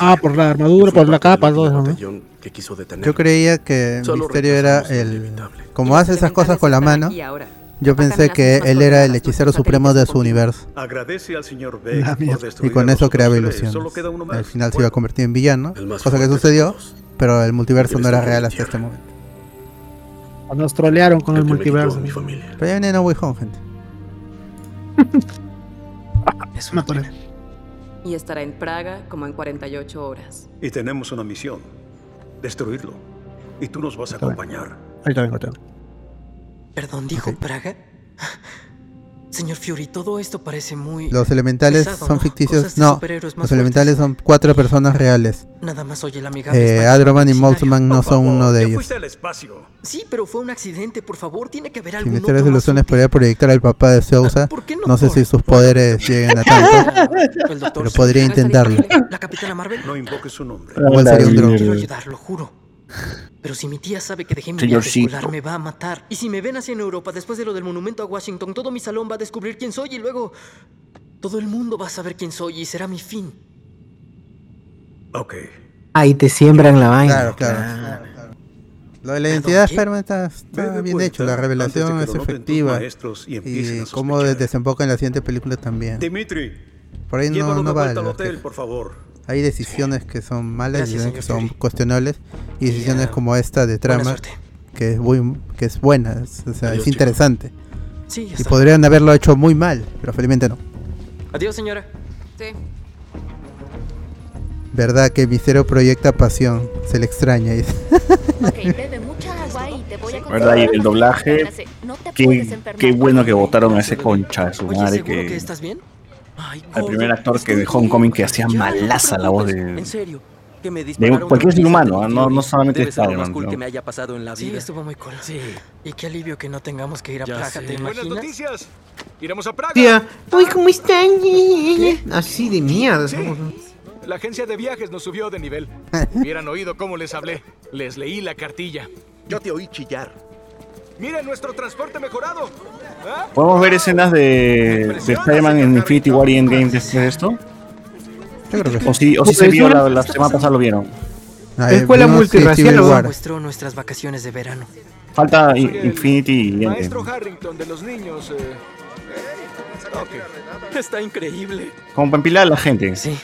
Ah, por la armadura, por la capa, todo eso, ¿no? Que quiso detener. Yo creía que Solo Misterio era el. Como hace esas cosas con la mano, ahora. yo pensé que él era el hechicero supremo de su universo. Agradece al señor La Beck mierda. por Y destruir con a eso los creaba otros tres. ilusiones. Solo queda uno más. Al final se iba a convertir en villano, El más cosa que fuerte sucedió, pero el multiverso no era real hasta este momento. Cuando Nos trolearon con el multiverso. Pero ya viene No Way Home, gente. Es una torre. Y estará en Praga como en 48 horas. Y tenemos una misión: destruirlo. Y tú nos vas a acompañar. Ahí también lo tengo. Perdón, dijo Praga. Señor Fury, todo esto parece muy. Los elementales pesado, son ¿no? Cosas ficticios. de No, superhéroes más los elementales son cuatro personas reales. Nada más soy el amigable Eh, Spider-Man Adroman y originario. Moltmann no son uno de ellos. fuiste al espacio. Sí, pero fue un accidente, por favor, tiene que haber Si algún Misterios otro más Ilusiones podría proyectar al papá de Sousa, no sé si sus poderes lleguen a tanto, El doctor pero podría Strange. intentarlo. La capitana Marvel. No invoques su nombre. Igual sería un dron. Eh. Quiero ayudar, lo juro. Pero si mi tía sabe que dejé mi Señor viaje Cito. escolar, me va a matar. Y si me ven así en Europa después de lo del monumento a Washington, todo mi salón va a descubrir quién soy y luego todo el mundo va a saber quién soy y será mi fin. Ok. Ahí te siembran la vaina. Claro, claro. Lo de la identidad de Spider-Man está, está Ve de bien vuelta hecho, la revelación antes es de que lo noten tus efectiva. maestros y empiecen Y a cómo desemboca en la siguiente película también. Dimitri, Por ahí llévalo no, de no vuelta vale. al hotel, por favor. Hay decisiones que son malas, Gracias, decisiones que señor son cuestionables y decisiones como esta de trama suerte. que es muy, que es buena, es, o sea, Adiós, es interesante. Sí, ya y está. podrían haberlo hecho muy mal, pero felizmente no. Adiós, señora. Sí. Verdad que el misterio proyecta pasión, se le extraña. dice. Ok, bebe mucha agua y te voy a contar. ¿Verdad? Y el doblaje. No te puedes Qué, enfermar. qué bueno que votaron a ese concha de su madre que. al primer actor que de Homecoming que hacía malaza la voz de. En serio, que me De dispararon. cualquier ser humano, ¿ah? no, no solamente Debe ser lo más Spider-Man. cool ¿no? que me haya pasado en la Sí, vida. estuvo muy cool. Sí. Y qué alivio que no tengamos que ir a Praga, ¿te Buenas imaginas? noticias. Iremos a Praga. Tía, uy, ¿cómo están? Así de mierda. somos. La agencia de viajes nos subió de nivel. Hubieran oído cómo les hablé. Les leí la cartilla. Yo te oí chillar. Miren nuestro transporte mejorado. ¿Ah? ¿Podemos ver escenas de, de Spider-Man en Infinity War y Endgame después de esto? Yo creo que Pues O si, o si se vio la, la semana pasada, lo vieron. Escuela multirracial. Nos Mostró nuestras vacaciones de verano. Falta I- Infinity y Endgame. Maestro Harrington de los niños. eh. Ok. Está increíble. Como para empilar a la gente. Sí,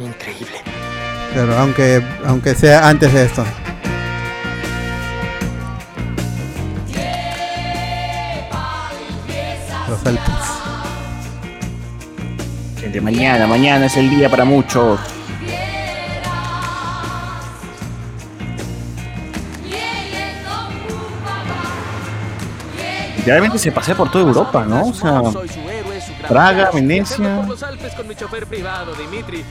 increíble. Claro, aunque, aunque sea antes de esto. Los Alpes. Gente, mañana, mañana es el día para muchos. Literalmente se pasea por toda Europa, ¿no? O sea, Praga, Ah. Venecia. Por los Alpes con mi chofer privado, Dimitri.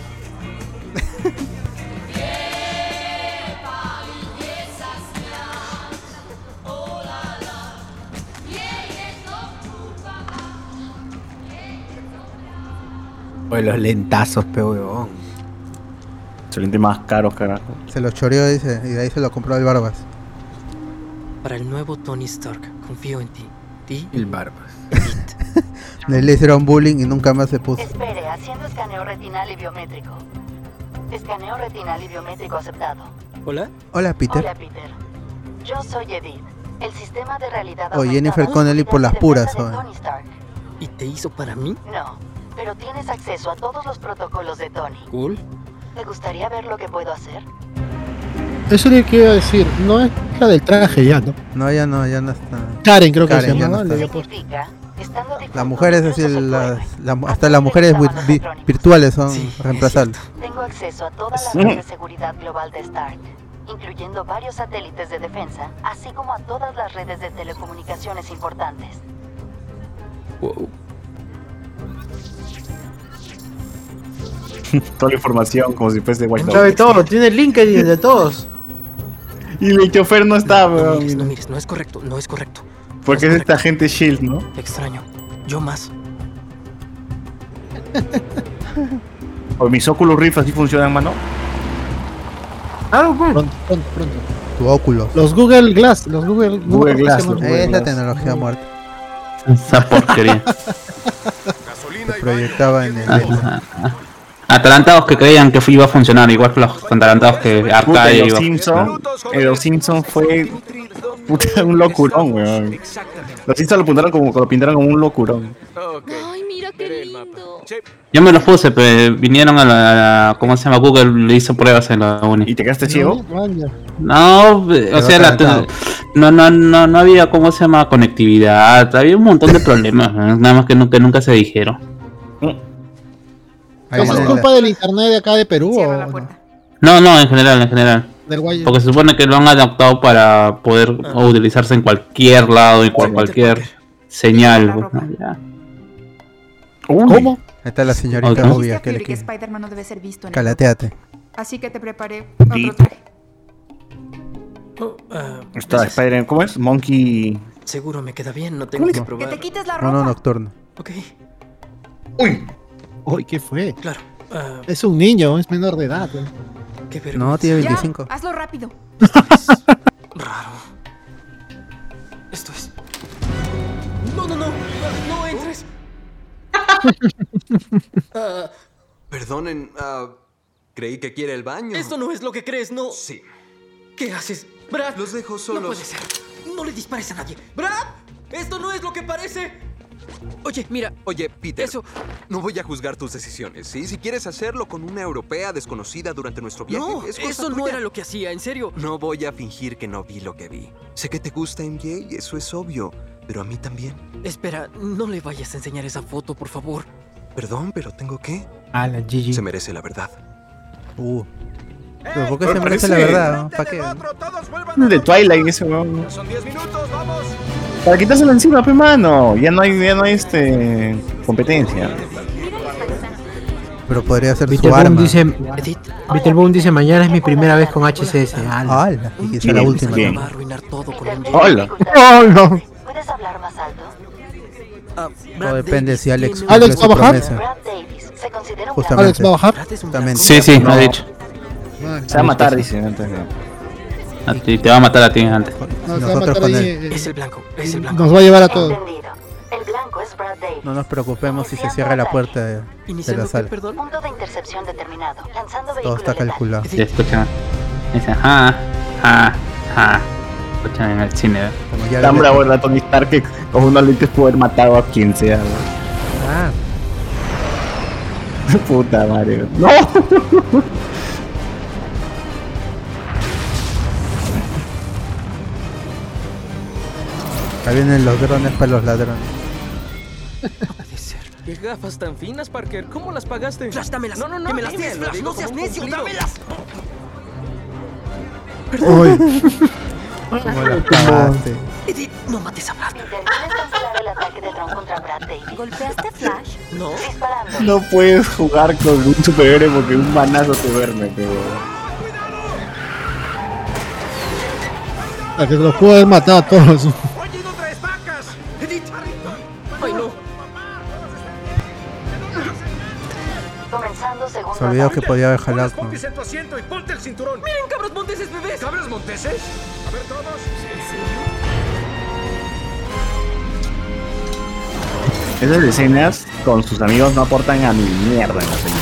Oye, los lentazos, pe huevón. Excelente más caros, carajo. Se los choreó, dice, y de ahí se lo compró el Barbas. Para el nuevo Tony Stark, confío en ti. Ti. El Barbas. Le le hicieron bullying y nunca más se puso. Espere, haciendo escaneo retinal y biométrico. Escaneo retinal y biométrico aceptado. Hola. Hola, Peter. Hola, Peter. Yo soy Edith, el sistema de realidad O aumentada Oh, Jennifer Connelly por las puras, de oye. Tony Stark. ¿Y te hizo para mí? No, pero tienes acceso a todos los protocolos de Tony. Cool. ¿Te gustaría ver lo que puedo hacer? Eso es lo que iba a decir. No es la del traje ya, ¿no? No, ya no, ya no está. Karen, creo que Karen, se ya llamaba, no le está. había puesto. Las mujeres, así, las, la- hasta las mujeres vi- vi- virtuales son reemplazables. Tengo acceso a toda la red de seguridad global de Stark, incluyendo varios satélites de defensa, así como a todas las redes de telecomunicaciones importantes. toda la información como si fuese White Sabe House. todo, tiene LinkedIn de todos. Y el chofer no está, weón. No mires, no es correcto, no es correcto. Porque es esta gente Shield, ¿no? Te extraño. Yo más. O mis Oculus Rift así funcionan, mano. Claro, pues. Pronto, pronto, pronto. Tu óculo. Los Google Glass, los Google, Google Glass, ¿cómo se llaman? Esa tecnología muerta. Esa porquería. Se proyectaba en el. Ajá. Atalantados que creían que iba a funcionar, igual que los atalantados que Puta, acá en los iba. Simpsons. En los Simpsons fue. Puta, un locurón, weón. Los Simpsons lo pintaron como, lo pintaron como un locurón. Ay, mira qué lindo. Yo me los puse, pero vinieron a la, a la- ¿Cómo se llama? Google le hizo pruebas en la uni. ¿Y te quedaste ciego? Vaya. No, eh, o Quedó sea, la- atalantado. no, no, no, no había, ¿cómo se llama? Conectividad, había un montón de problemas, ¿no? nada más que nunca, nunca se dijeron. Mm. Ahí Pues ¿Es está. culpa del internet de acá de Perú o no? No, no, en general, en general. del guay? Porque se supone que lo han adaptado para poder Ah. utilizarse en cualquier lado y por cualquier señal. pues, ¿no? Ya. ¿Cómo? Ahí está la señorita Ok. rubia que Fury le que quiere. Spider-Man no debe ser visto en el- Calateate. Así que te preparé Sí. otro traje. eh, Está Spider-Man, ¿cómo es? Monkey. Seguro me queda bien, no tengo que probar. Que te quites la ropa. Mono nocturno. Ok. Uy, ¿qué fue? Claro. ah, Es un niño, es menor de edad. ¿eh? qué vergüenza. No, tiene 25. Ya, hazlo rápido. Raro. Esto es. No, no, no. No entres. Ah, Perdonen, ah, creí que quiere el baño. esto no es lo que crees, no. Sí. ¿Qué haces? Brad. Los dejo No puede solos. ser. No le dispares a nadie. ¡Brad! ¡Esto no es lo que parece! Oye, mira. Oye, Peter, no voy a juzgar tus decisiones, ¿sí? Si quieres hacerlo con una europea desconocida durante nuestro viaje, No, es cosa eso no tuya. era lo que hacía, en serio. No voy a fingir que no vi lo que vi. Sé que te gusta MJ, eso es obvio, pero a mí también. Espera, no le vayas a enseñar esa foto, por favor. Perdón, pero tengo que. Ah, la GG. Se merece la verdad. Uh. Eh, Pero ¿por qué me se parece- merece la verdad? ¿Para qué? De Twilight ese weón. Son 10 minutos, vamos. Para quitárselo encima, pe mano. Ya no hay, ya no hay este competencia. Pero podría ser su Beetleboom arma. dice, Beetleboom dice, mañana es mi primera vez con HCS. Ah, Ala. Ala, y que sea la última. Bien. Va a arruinar todo con MJ. Hola. Ah, ¿Puedes hablar más alto? Ah, Todo depende si Alex tiene- cumple su promesa. Brad Davis, Se considera un Justamente. blanco. Justamente. Sí, sí, me ha No. dicho. Se va a matar, dice. Antes. A ti, Ah, te va a matar a ti antes. Nosotros con él. Eh, Es el blanco, es el blanco. Nos va a llevar a todos. El blanco es Brad Davis. No nos preocupemos si se cierra la puerta de, de la sala. Punto de intercepción determinado. Lanzando Todo vehículo está calculado. Sí, escucha. Dice, ja, ja, ja. Escuchan en el cine. ¿eh? Tan bravo era Tony Stark que con unos lentes pudo haber matado a quien sea. ¿no? Ah, Puta madre. No. Ahí vienen los drones para los ladrones. ¿Qué gafas tan finas, Parker? ¿Cómo las pagaste? dámelas. No, no, no. Que me las dímelo, des, Flash, digo no seas como un necio, cumplido. dámelas. Como este. la cagaste. Edith, no mates a Brad. Intenciones cancelar el ataque de Tron contra Brad Davis. ¿Golpeaste a Flash? No. Disparando. No puedes jugar con un superhéroe porque un manazo te duerme, pero. A que los pudo haber matado a todos. Ay, no. Comenzando segundo Se olvidó que podía haber jalado. con- en tu asiento y ponte el cinturón. Miren, cabros monteses, bebés. ¿Cabros monteses? A ver todos. Esas escenas con sus amigos no aportan a mi mierda en la película.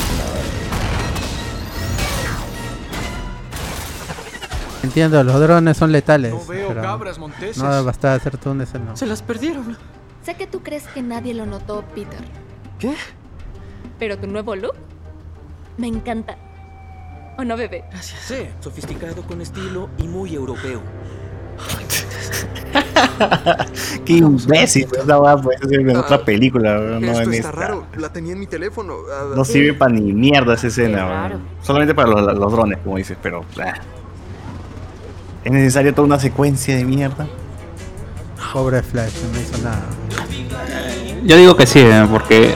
Entiendo, los drones son letales. No veo pero cabras monteses. No basta hacer tú un escena. Se las perdieron. Sé que tú crees que nadie lo notó, Peter. ¿Qué? Pero tu nuevo look me encanta. ¿O no, bebé? Gracias. Sí, sofisticado con estilo y muy europeo. Qué imbécil, pues, esa weá puede ser en otra película, weón, no Ah, Esto en está esta. raro. La tenía en mi teléfono. Ah, No sirve para ni mierda esa escena, raro. weón. solamente para los, los drones, como dices, pero. ah. Es necesaria toda una secuencia de mierda. Pobre Flash, no hizo nada. Yo digo que sí, ¿eh? porque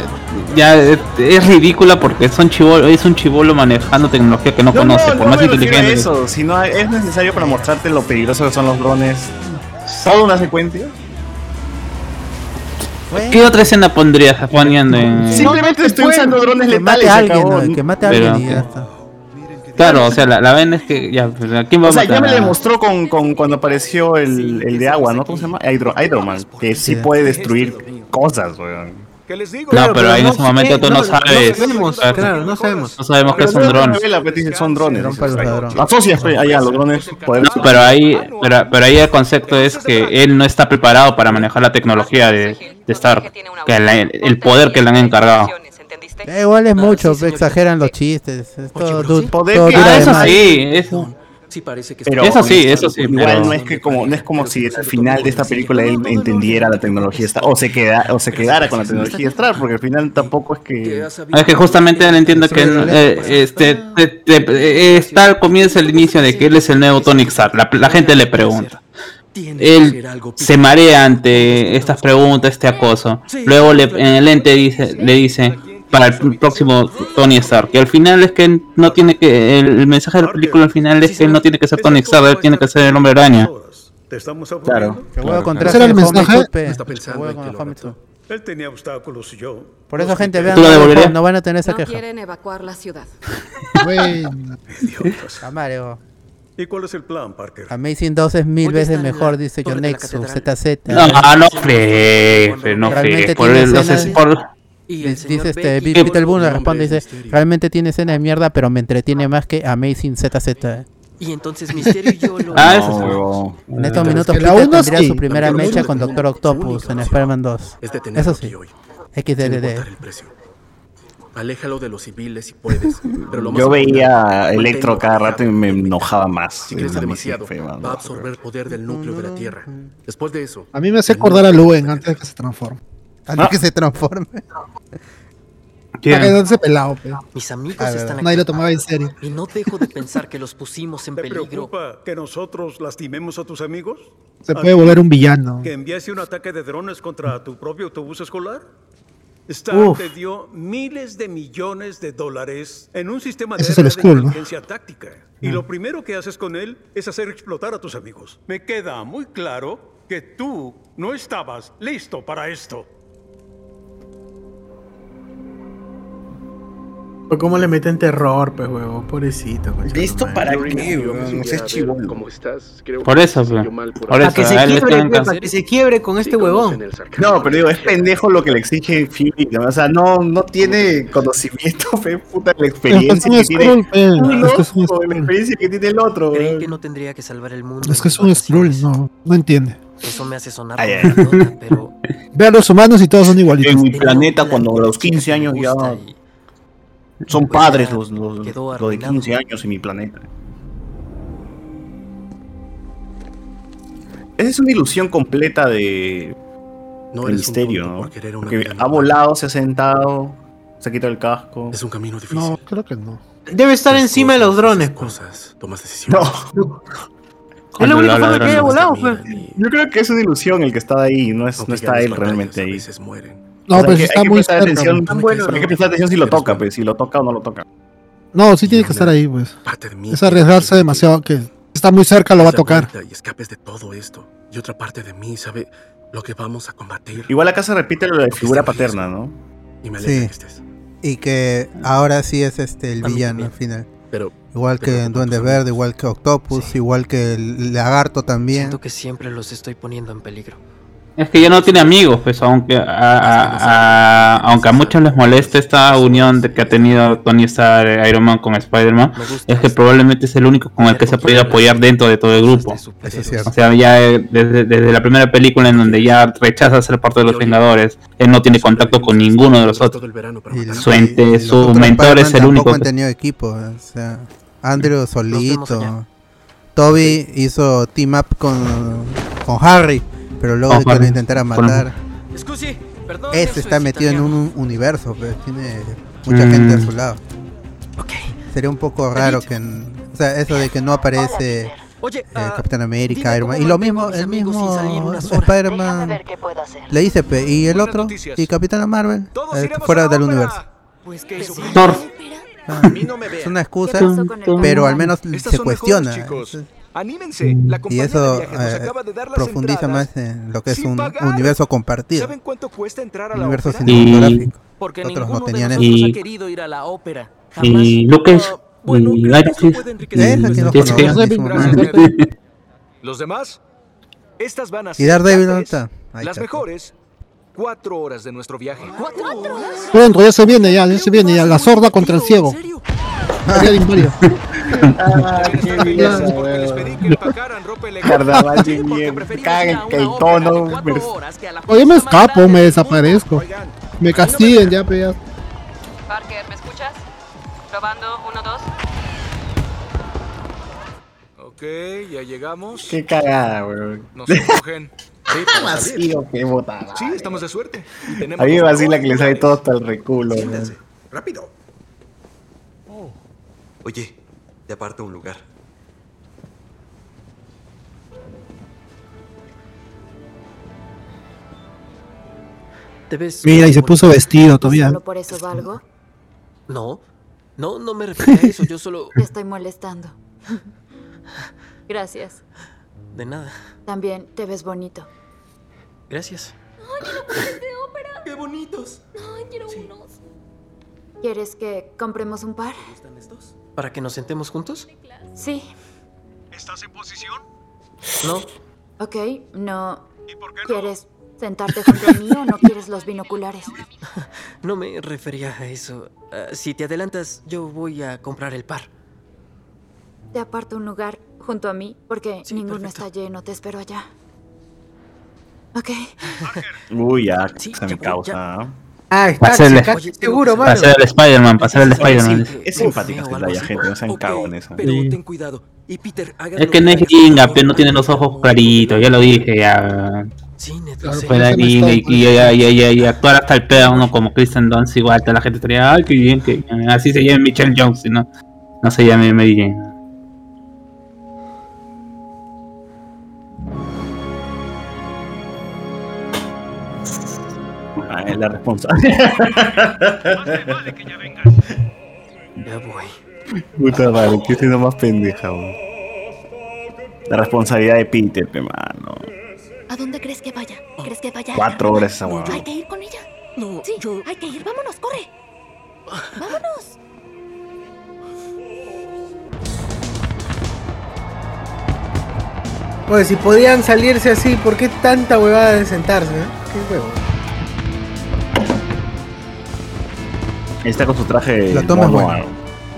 ya es, es ridícula porque son chivolo, es un chivolo manejando tecnología que no, conoce, por más me refiero inteligente. a eso, sino a- es necesario para mostrarte lo peligroso que son los drones. Solo una secuencia. ¿Qué otra escena pondrías poniendo en Simplemente estoy usando drones Que mate letales. a se alguien, acabó. ¿no? que mate a Pero- alguien y ya está. Claro, o sea, la, la vaina es que ya pues, ¿a quién va a O sea, ya matar? me lo demostró con, con cuando apareció el, el de agua, ¿no? ¿Cómo se llama? Hydro, Hydro Man, que sí puede destruir cosas, weón. No, pero ahí en ese momento tú no, sabes. Claro. sabemos. No sabemos que Pero son no drones. revela, pues, dice, son drones. dice. Asocias, pues, allá, los drones. poder- No, pero ahí, pero, pero ahí el concepto es que él no está preparado para manejar la tecnología de, de Stark, que la- el, el poder que le han encargado. Eh, igual Ah, es mucho, exageran los chistes. Es todo, du- Poder todo que- dura Ah, de eso más. Sí, eso. Sí, parece que Pero eso sí, eso sí, Igual pero- no es que como no es como si al final de esta película él entendiera la tecnología esta o se queda o se quedara con la tecnología Star, porque al final tampoco es que Ah, Es que justamente él entiende que eh, este te- te- eh, está al comienzo el inicio de que él es el nuevo Tony Stark. La, la gente le pregunta. Él se marea ante estas preguntas, este acoso. Luego le, en el ente dice, le dice para el próximo Tony Stark. Y al final es que él no tiene que el, el mensaje de la película al final es que él no tiene que ser Tony Stark, él tiene que ser el hombre araña. Te estamos Claro. Que huevo con Claro. traje ¿Ese era el de Homie mensaje? Tupe. Está Que pensando huevo en con que lo Homie Tupe. Él tenía obstáculos y yo. Por eso, los gente, quité. vean, no, no van a tener esa no queja. quieren evacuar la ciudad. Bueno. Amario. ¿Y cuál es el plan, Parker? Amazing 2 es mil veces mejor, dice yo Nexus, ZZ. No, ah, no, no fregues, no Realmente fregues, por tiene el- los escenas- espor- Dice este, Peter Boone responde, dice, realmente tiene escena de mierda, pero me entretiene más que Amazing ZZ. eh". Y entonces Misterio y yo lo... Ah, eso sí. En estos Ah. minutos Es que la Peter uno tendría sí. su primera Pero mecha es con la Doctor Octopus en Spider-Man 2. Es detenerlo Eso aquí sí. hoy. Sin importar el XDD. precio. Aléjalo de los civiles si puedes. Pero lo más yo veía importante, Electro manténlo cada rato y me enojaba más. eh, Si crece Era demasiado, feo, va a absorber poder del núcleo de la Tierra. Después de eso, A mí me hace acordar a Luen antes de que se transforme. Antes Ah. que se transforme. ¿Quién? Para quedarse pelado, pe. Mis amigos Ah, están verdad. aquí. Nadie lo tomaba en serio. Y no dejo de pensar que los pusimos en ¿Te peligro. preocupa que nosotros lastimemos a tus amigos? Se puede volver un villano. ¿Que enviase un ataque de drones contra tu propio autobús escolar? Stark Uf. te dio miles de millones de dólares en un sistema Ese de es el red de school, ¿no? Ah. inteligencia táctica. Y lo primero que haces con él es hacer explotar a tus amigos. Me queda muy claro que tú no estabas listo para esto. Pero ¿Cómo le meten terror, pues, huevo? Pobrecito. pues, ¿Listo para qué, huevo? No seas chivolo. ¿Cómo estás? Creo Por que eso, se sintió pues. mal por Por ahí. eso, que se a él le quiebre, están pues, cansa- Para que se quiebre con este huevón. No, pero digo, es pendejo lo que le exige Fury. ¿no? O sea, no, no tiene conocimiento, fe, puta, la experiencia Es que que es tiene un Skrull, pe. uno Es que es un o la experiencia que tiene el otro. Creen que no tendría que salvar el mundo. Es que es un Skrull, no, no entiende. Eso me hace sonar como una nota, pero Ve a los humanos y todos son igualitos. En mi planeta, cuando a los 15 años ya. Son pues padres los, los, los de 15 años en mi planeta. Esa es una ilusión completa de. No del eres un misterio, tonto ¿no? por querer una Porque vida ha volado, se ha sentado, se ha quitado el casco. Es un camino difícil. No, creo que no. Debe estar encima de los drones. pues. Cosas, tomas decisiones. Es la única forma que haya volado, pues. Yo creo que es una ilusión el que está ahí, no, es, no está él realmente ahí. No, O sea, pero que- está hay que muy prestar cerca, atención, ¿no? Tan porque bueno, hay que prestar atención si lo toca, pues, si lo toca o no lo toca. No, sí tiene que estar ahí, pues. Es arriesgarse demasiado que está muy cerca, lo va a Esa tocar. vuelta Y escapes de todo esto. Y otra parte de mí sabe lo que vamos a combatir. Igual acá se repite lo de figura paterna, ¿no? Y me alegra Sí. que estés. Y que ahora sí es este el villano al final. Pero- igual que pero- Duende Verde, igual que Octopus, igual que el Lagarto también. siento que siempre los estoy poniendo en peligro. Es que ya no tiene amigos, pues, aunque a, a- a- aunque a muchos les moleste esta unión de que ha tenido Tony Stark, Iron Man con Spider-Man, es que probablemente es el único con el que se ha podido apoyar dentro de todo el grupo. Eso es cierto. O sea, ya eh, desde, desde la primera película en donde ya rechaza ser parte de los Vengadores, él no tiene contacto con ninguno de los otros. Su, ente- Los su otros mentor Spider-Man es el tampoco único. han que- tenido equipo, o sea, Andrew solito. Toby hizo team up con, con Harry, pero luego Con de que lo Harry. intentara Con- matar. Scusi, perdón, Este soy está metido en un universo, pero tiene mucha Mm. gente a su lado. Sería un poco raro que, n- o sea, eso de que no aparece eh, Capitán América, Iron Man. Y lo mismo, el mismo Spider-Man le dice, pe, y el otro, y Capitana Marvel, eh, fuera del universo. Pues que eso. Thor. Ah, Ah, es una excusa, ¿Qué pasó con el Capitán? pero al menos Estas se son mejores, cuestiona. ¿eh? chicos. Anímense, la y compañía eso de viaje nos eh, acaba de dar las profundiza entradas más en lo que es sin un pagar. universo compartido. ¿Saben cuánto cuesta entrar a Un la universo ópera? cinematográfico. Porque Otros ninguno no de tenían eso. nosotros Y- ha querido ir a la ópera. Y Lucas y Iron Man, y es que- Los demás, estas van a Y Daredevil, ¿dónde está? Ahí las está. mejores cuatro horas de nuestro viaje. Dentro, ya se viene, ya, ya se viene, ya la sorda contra el ciego. Pelea de inválido. Carnaval de mierda. Caga el, el tono. O yo me escapo, me desaparezco. Me castiguen ya, pe, ya. Parker, ¿me escuchas? Probando, uno, dos. Ok, ya llegamos. Qué cagada, weón. Nos cogen. Sí, Ah, vacío, qué botada. eh. Sí, estamos de suerte. Y tenemos A mí me dos vacila horas. que le sale todo hasta el reculo. weón. ¡Rápido! Oye, te aparto un lugar. ¿Te ves Mira, y se bonito? puso vestido todavía. ¿Solo por eso valgo? No, no, no me refería a eso. Yo solo. Te estoy molestando. Gracias. De nada. También te ves bonito. Gracias. ¡Qué bonitos! ¡Ay, quiero unos! ¿Quieres que compremos un par? ¿Para que nos sentemos juntos? Sí. ¿Estás en posición? No. Ok, no. ¿Quieres sentarte junto a mí o no quieres los binoculares? No me refería a eso. Ah, si te adelantas, yo voy a comprar el par. Te aparto un lugar junto a mí porque ninguno está lleno. Te espero allá. Ok. Uy, ya, se me causa. Ah, está Pásenle. chica- seguro, Va a ser el Spider-man, va a ser el Spider-Man. Es simpática esta playa, gente, no sean cagones. ¿eh? Sí. Cuidado. Y Peter, haga Es que no es gringa, pero no tiene los ojos claritos, ya lo dije, ya. Fuera pero gringa y, eso no y, y, y- y- y actuar hasta el pedo uno como Kristen Dunst igual, toda la gente estaría, ay, qué bien, que así se llama Michelle Jones, y no, no se llame Mary Jane. Ah, es la responsable. Ya voy. Puta madre, que estoy más pendeja, weón. La responsabilidad de Peter, pe, mano. ¿A dónde crees que vaya? ¿Crees que vaya? Cuatro horas esa Hay weón. Ah. que ir con ella. No, sí, hay que ir. Vámonos, corre. Vámonos. Oye, si podían salirse así, ¿por qué tanta huevada de sentarse? eh? Qué huevo. Está con su traje La toma es mono, buena.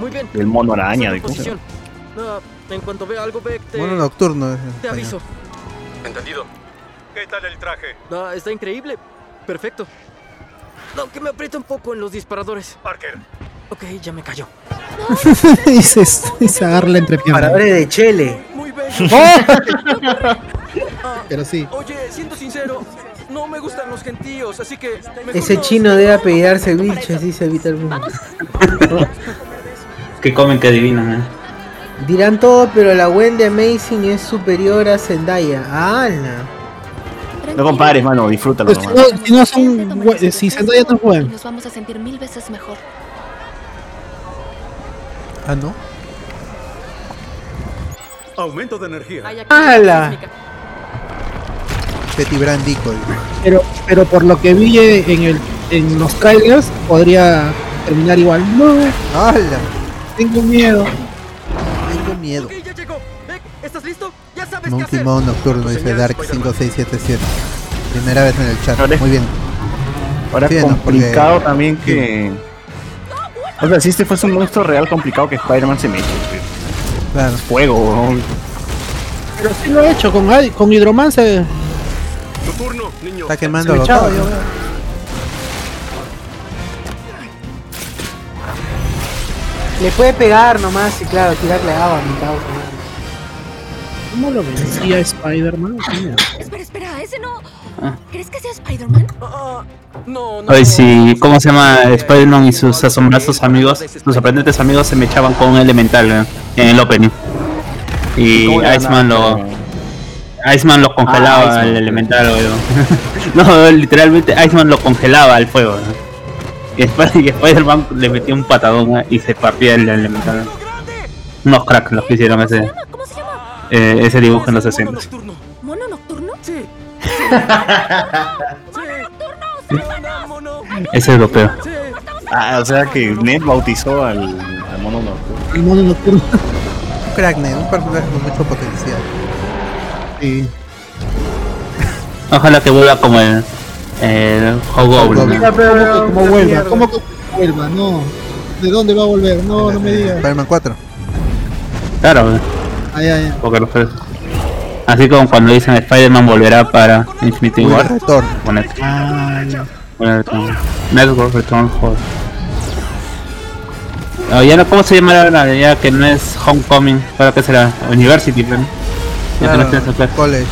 Muy bien. el mono araña. Sobre De cómo se llama. posición. Ah, en cuanto vea algo, Beck, te, Mono nocturno. eh, es en te español. aviso. Entendido. ¿Qué tal el traje? Ah, está increíble. Perfecto. Aunque me aprieta un poco en los disparadores. Parker. Ok, ya me cayó. y se, y se agarra la entrepierna. Paradores de chele. Muy Pero sí. Ah, Oye, siendo sincero, no me gustan los gentíos, así que... mejor Ese no. chino debe apellidarse bichos, dice Vital Mundo. Que comen que adivinan, ¿eh? Dirán todo, pero la Gwen de Amazing es superior a Zendaya. ¡Ala! No compares, mano, disfrútalo. Pues, nomás. no, si no son hue- si Zendaya no es Y buena. nos vamos a sentir mil veces mejor. Ah, no. Aumento de energía. ¡Hala! Betty Brandico. Pero, pero por lo que vi en, el, en los trailers, podría terminar igual. No, ¡Hala! tengo miedo. Tengo miedo. Ok, ya llegó. Beck, ¿estás listo? Ya sabes qué hacer. Último nocturno, dice Dark5677. Primera vez en el chat. Muy bien. Ahora Sí, es no, porque- complicado también que. O sea, si este fuese un monstruo real complicado que Spider-Man se mete. Claro. Fuego, weón. Pero sí lo he hecho, con, Ad- con Hidroman se... Está quemando Se lo me echaba, todo, yo ¿no? veo. Le puede pegar nomás y claro, tirarle agua a mi causa. ¿Cómo lo vencía Spider-Man? Espera, espera, ese no. Ah. ¿Crees que sea Spider-Man? no, Ay, sí, ¿cómo se llama? Spider-Man y sus asombrosos amigos, sus sorprendentes amigos se me echaban con un elemental ¿eh? en el opening. Y ¿Cómo le Iceman lo. Iceman lo Ah, congelaba Iceman. al elemental, weón. no, literalmente Iceman lo congelaba al fuego. ¿no? Y Sp- y Spider-Man le metía un patadón ¿eh? y se partía el elemental. Unos cracks los que hicieron ese, eh, ese dibujo en los 60. ¿Mono nocturno? Sí. Ese europeo. Ah, o sea que Ned bautizó al, al mono nocturno. El mono nocturno. Un Crackney, un personaje con mucho potencial. Sí. Ojalá que vuelva como el. El Hobgoblin. ¿no? ¿Cómo que vuelva? ¿Cómo que vuelva? No. ¿De dónde va a volver? No, no me digas. Spider-Man 4. Claro, ¿eh? Ay, ay, ay. Porque los tres- Así como cuando dicen Spider-Man volverá para Infinity War. Bueno, es- Ah. bueno, retorno. Network Return Home. Ah, ya no, ¿Cómo se llama ahora? Ya que no es Homecoming. ¿Para qué será? University, ¿no? Ya que no Claro, tienes que hacer. college.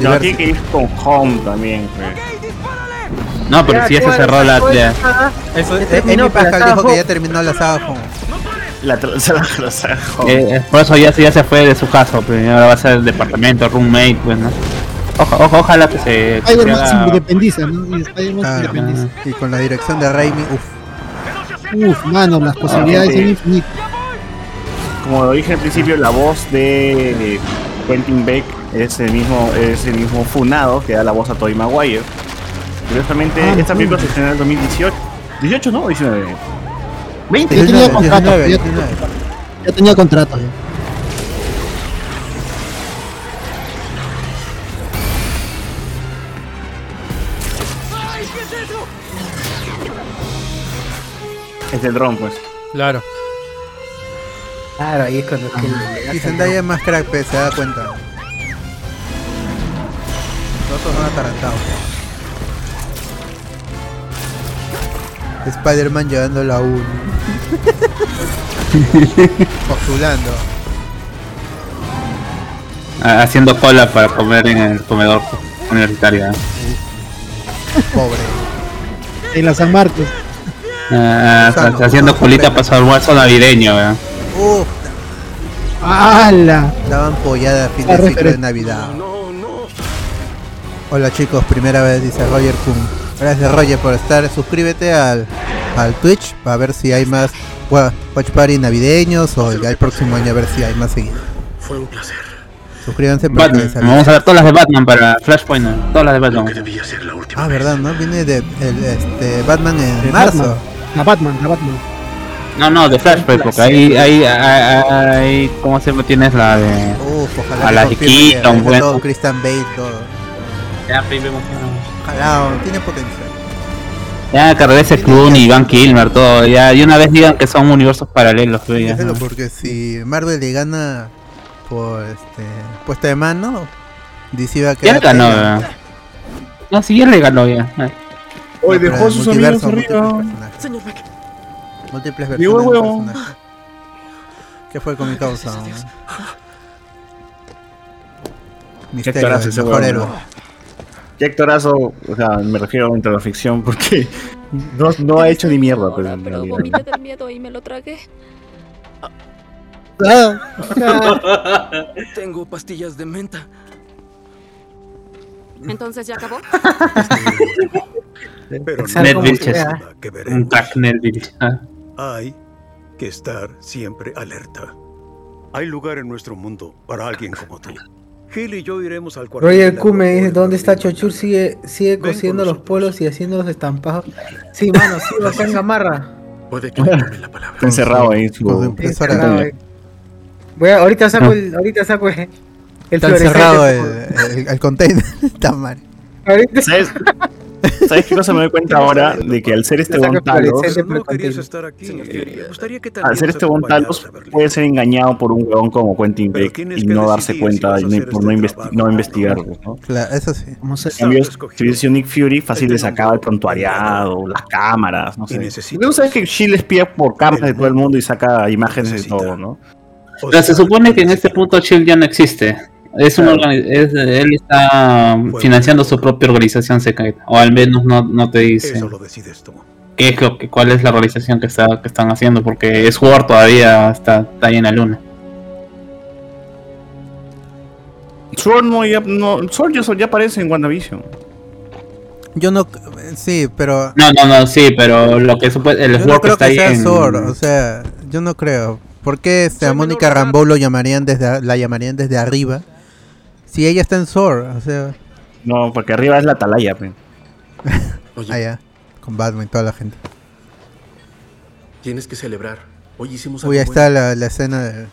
No, tiene que ir con Home también, pues. No, pero si ya se cerró la. la- Ah, Eso es. Amy Terminó para Pascal cada dijo que juego. ya terminó la saga con. La tra- se la- la saga Home. eh, eh, por eso ya, se- ya se fue de su casa. Pero ahora va a ser el departamento, roommate, pues, ¿no? Oja- oja- ojalá que se. que se Spider-Man se haga- independiza, ¿no? Y Spider-Man se Claro. independiza. Y con la dirección de Raimi, uff. Uf, mano, las posibilidades sí. son infinitas. Como lo dije al principio, la voz de Quentin Beck es el mismo, es el mismo funado que da la voz a Tobey Maguire. Curiosamente, Ah, esta película se estrenó en el 2018. 18 no, 19. 20. Yo tenía 19, contrato. 19, yo- 19. Yo tenía contrato. ya. Es del dron, pues. Claro. Claro, ahí es cuando es que le Y das al Zendaya Ah, es más crack, pues, se da cuenta. Los otros son atarantados. Spider-Man llevando la 1. Postulando. Ah, haciendo cola para comer en el comedor universitario. ¿no? Pobre. En la San Marcos. Ah, ah, Gusano, haciendo gusano colita completo. para su almuerzo navideño. eh. ¿verdad? Uf, ¡Hala! daban pollada a fin La de ciclo de referencia. Navidad. Hola chicos, primera vez dice Roger Kun. Gracias Roger por estar. Suscríbete al, al Twitch para ver si hay más wa- Watch Party navideños o ya el próximo año a ver si hay más seguido. Fue un placer. Suscríbanse para que Batman. les avise. Vamos a ver todas las de Batman para Flashpoint. ¿no? Todas las de Batman. Ah, verdad, ¿no? Viene de el, este, Batman en De marzo. Batman. La Batman, la Batman. No, no, de Flashback, porque ahí, ahí, ahí, como siempre tienes la de. Uf, ojalá a la de confirmen que Keaton, regrese bueno. todo Christian Bale, todo. Ya, primero. Ojalá, tiene potencial. Ya que regrese Clooney, Van Kilmer, todo. Ya, y una vez digan que son universos paralelos, pero ya. Déjalo, porque si Marvel le gana por este, puesta de mano, DC va a Ya quedar. le ganó, ahí. ya. No, si ya le ganó, ya. Ah. Oye, dejó Pero a sus multiverso, amigos arriba. multiverso. Señor Beck. Múltiples Llegó versiones el del huevo. personaje. ¿Qué fue con mi causa? Misterio, actorazo el ese mejor huevón, héroe. ¿no? Qué actorazo, o sea, me refiero dentro de la ficción porque no, no ha hecho ni mierda. Pero, en Pero realidad. vomité del miedo y me lo tragué. Ah. Tengo pastillas de menta. Entonces ya acabó. Pero no Ned como Vilches. sea que Un veremos. crack Ned Vilches. Ah. Hay que estar siempre alerta. Hay lugar en nuestro mundo para alguien como tú. Gil y yo iremos al cuartel. Roger de Q me Europol dice, ¿dónde está Berlín. Chochur? Sigue, sigue con cosiendo los polos y haciendo los estampados. Sí, mano, sí, va a ser gamarra. Puede que le tome la palabra. Está encerrado ahí. su- Encerrado, eh. Voy a- ahorita saco Ah. el, ahorita saco el, el Está fluorescente. encerrado el, el, el container. Está mal. Ahorita- ¿Sabes? ¿Sabes qué cosa me doy cuenta ahora? De que al ser este Saca Von Talos, fluorescente, No querías estar aquí, señor Fury. Me gustaría que también al ser nos este Von Talos, puede ser engañado por un huevón como Quentin Beck y no darse cuenta, y no, por este no, investi- no investigarlo. ¿no? Claro, eso sí. En cambio, si hubiese sido Nick Fury, fácil le sacaba el prontuariado, las cámaras, no Y sé. necesito- ¿No sabes que Shield espía por cámaras de todo el mundo y saca imágenes de todo, no? Pero se supone que en este punto Chill ya no existe. Es un organi- es- él está um, financiando su propia organización secreta, o al menos no, no te dice Eso lo decides tú. qué es lo que, cuál es la organización que está que están haciendo, porque Sword todavía está, está ahí en la luna. Sword no, ya, no, Sword ya, ya aparece en WandaVision. Yo no. Sí, pero. No, no, no, sí, pero lo que supone el Yo no Sword creo está que ahí sea en Zor, o sea, yo no creo. ¿Por qué este, a Mónica Rambeau lo llamarían desde, a- la llamarían desde arriba? Si ella está en Zor, o sea, No, porque arriba es la atalaya, pues, pe. allá, con Batman y toda la gente. Tienes que celebrar. Hoy hicimos Uy, algo ahí está la, la escena de...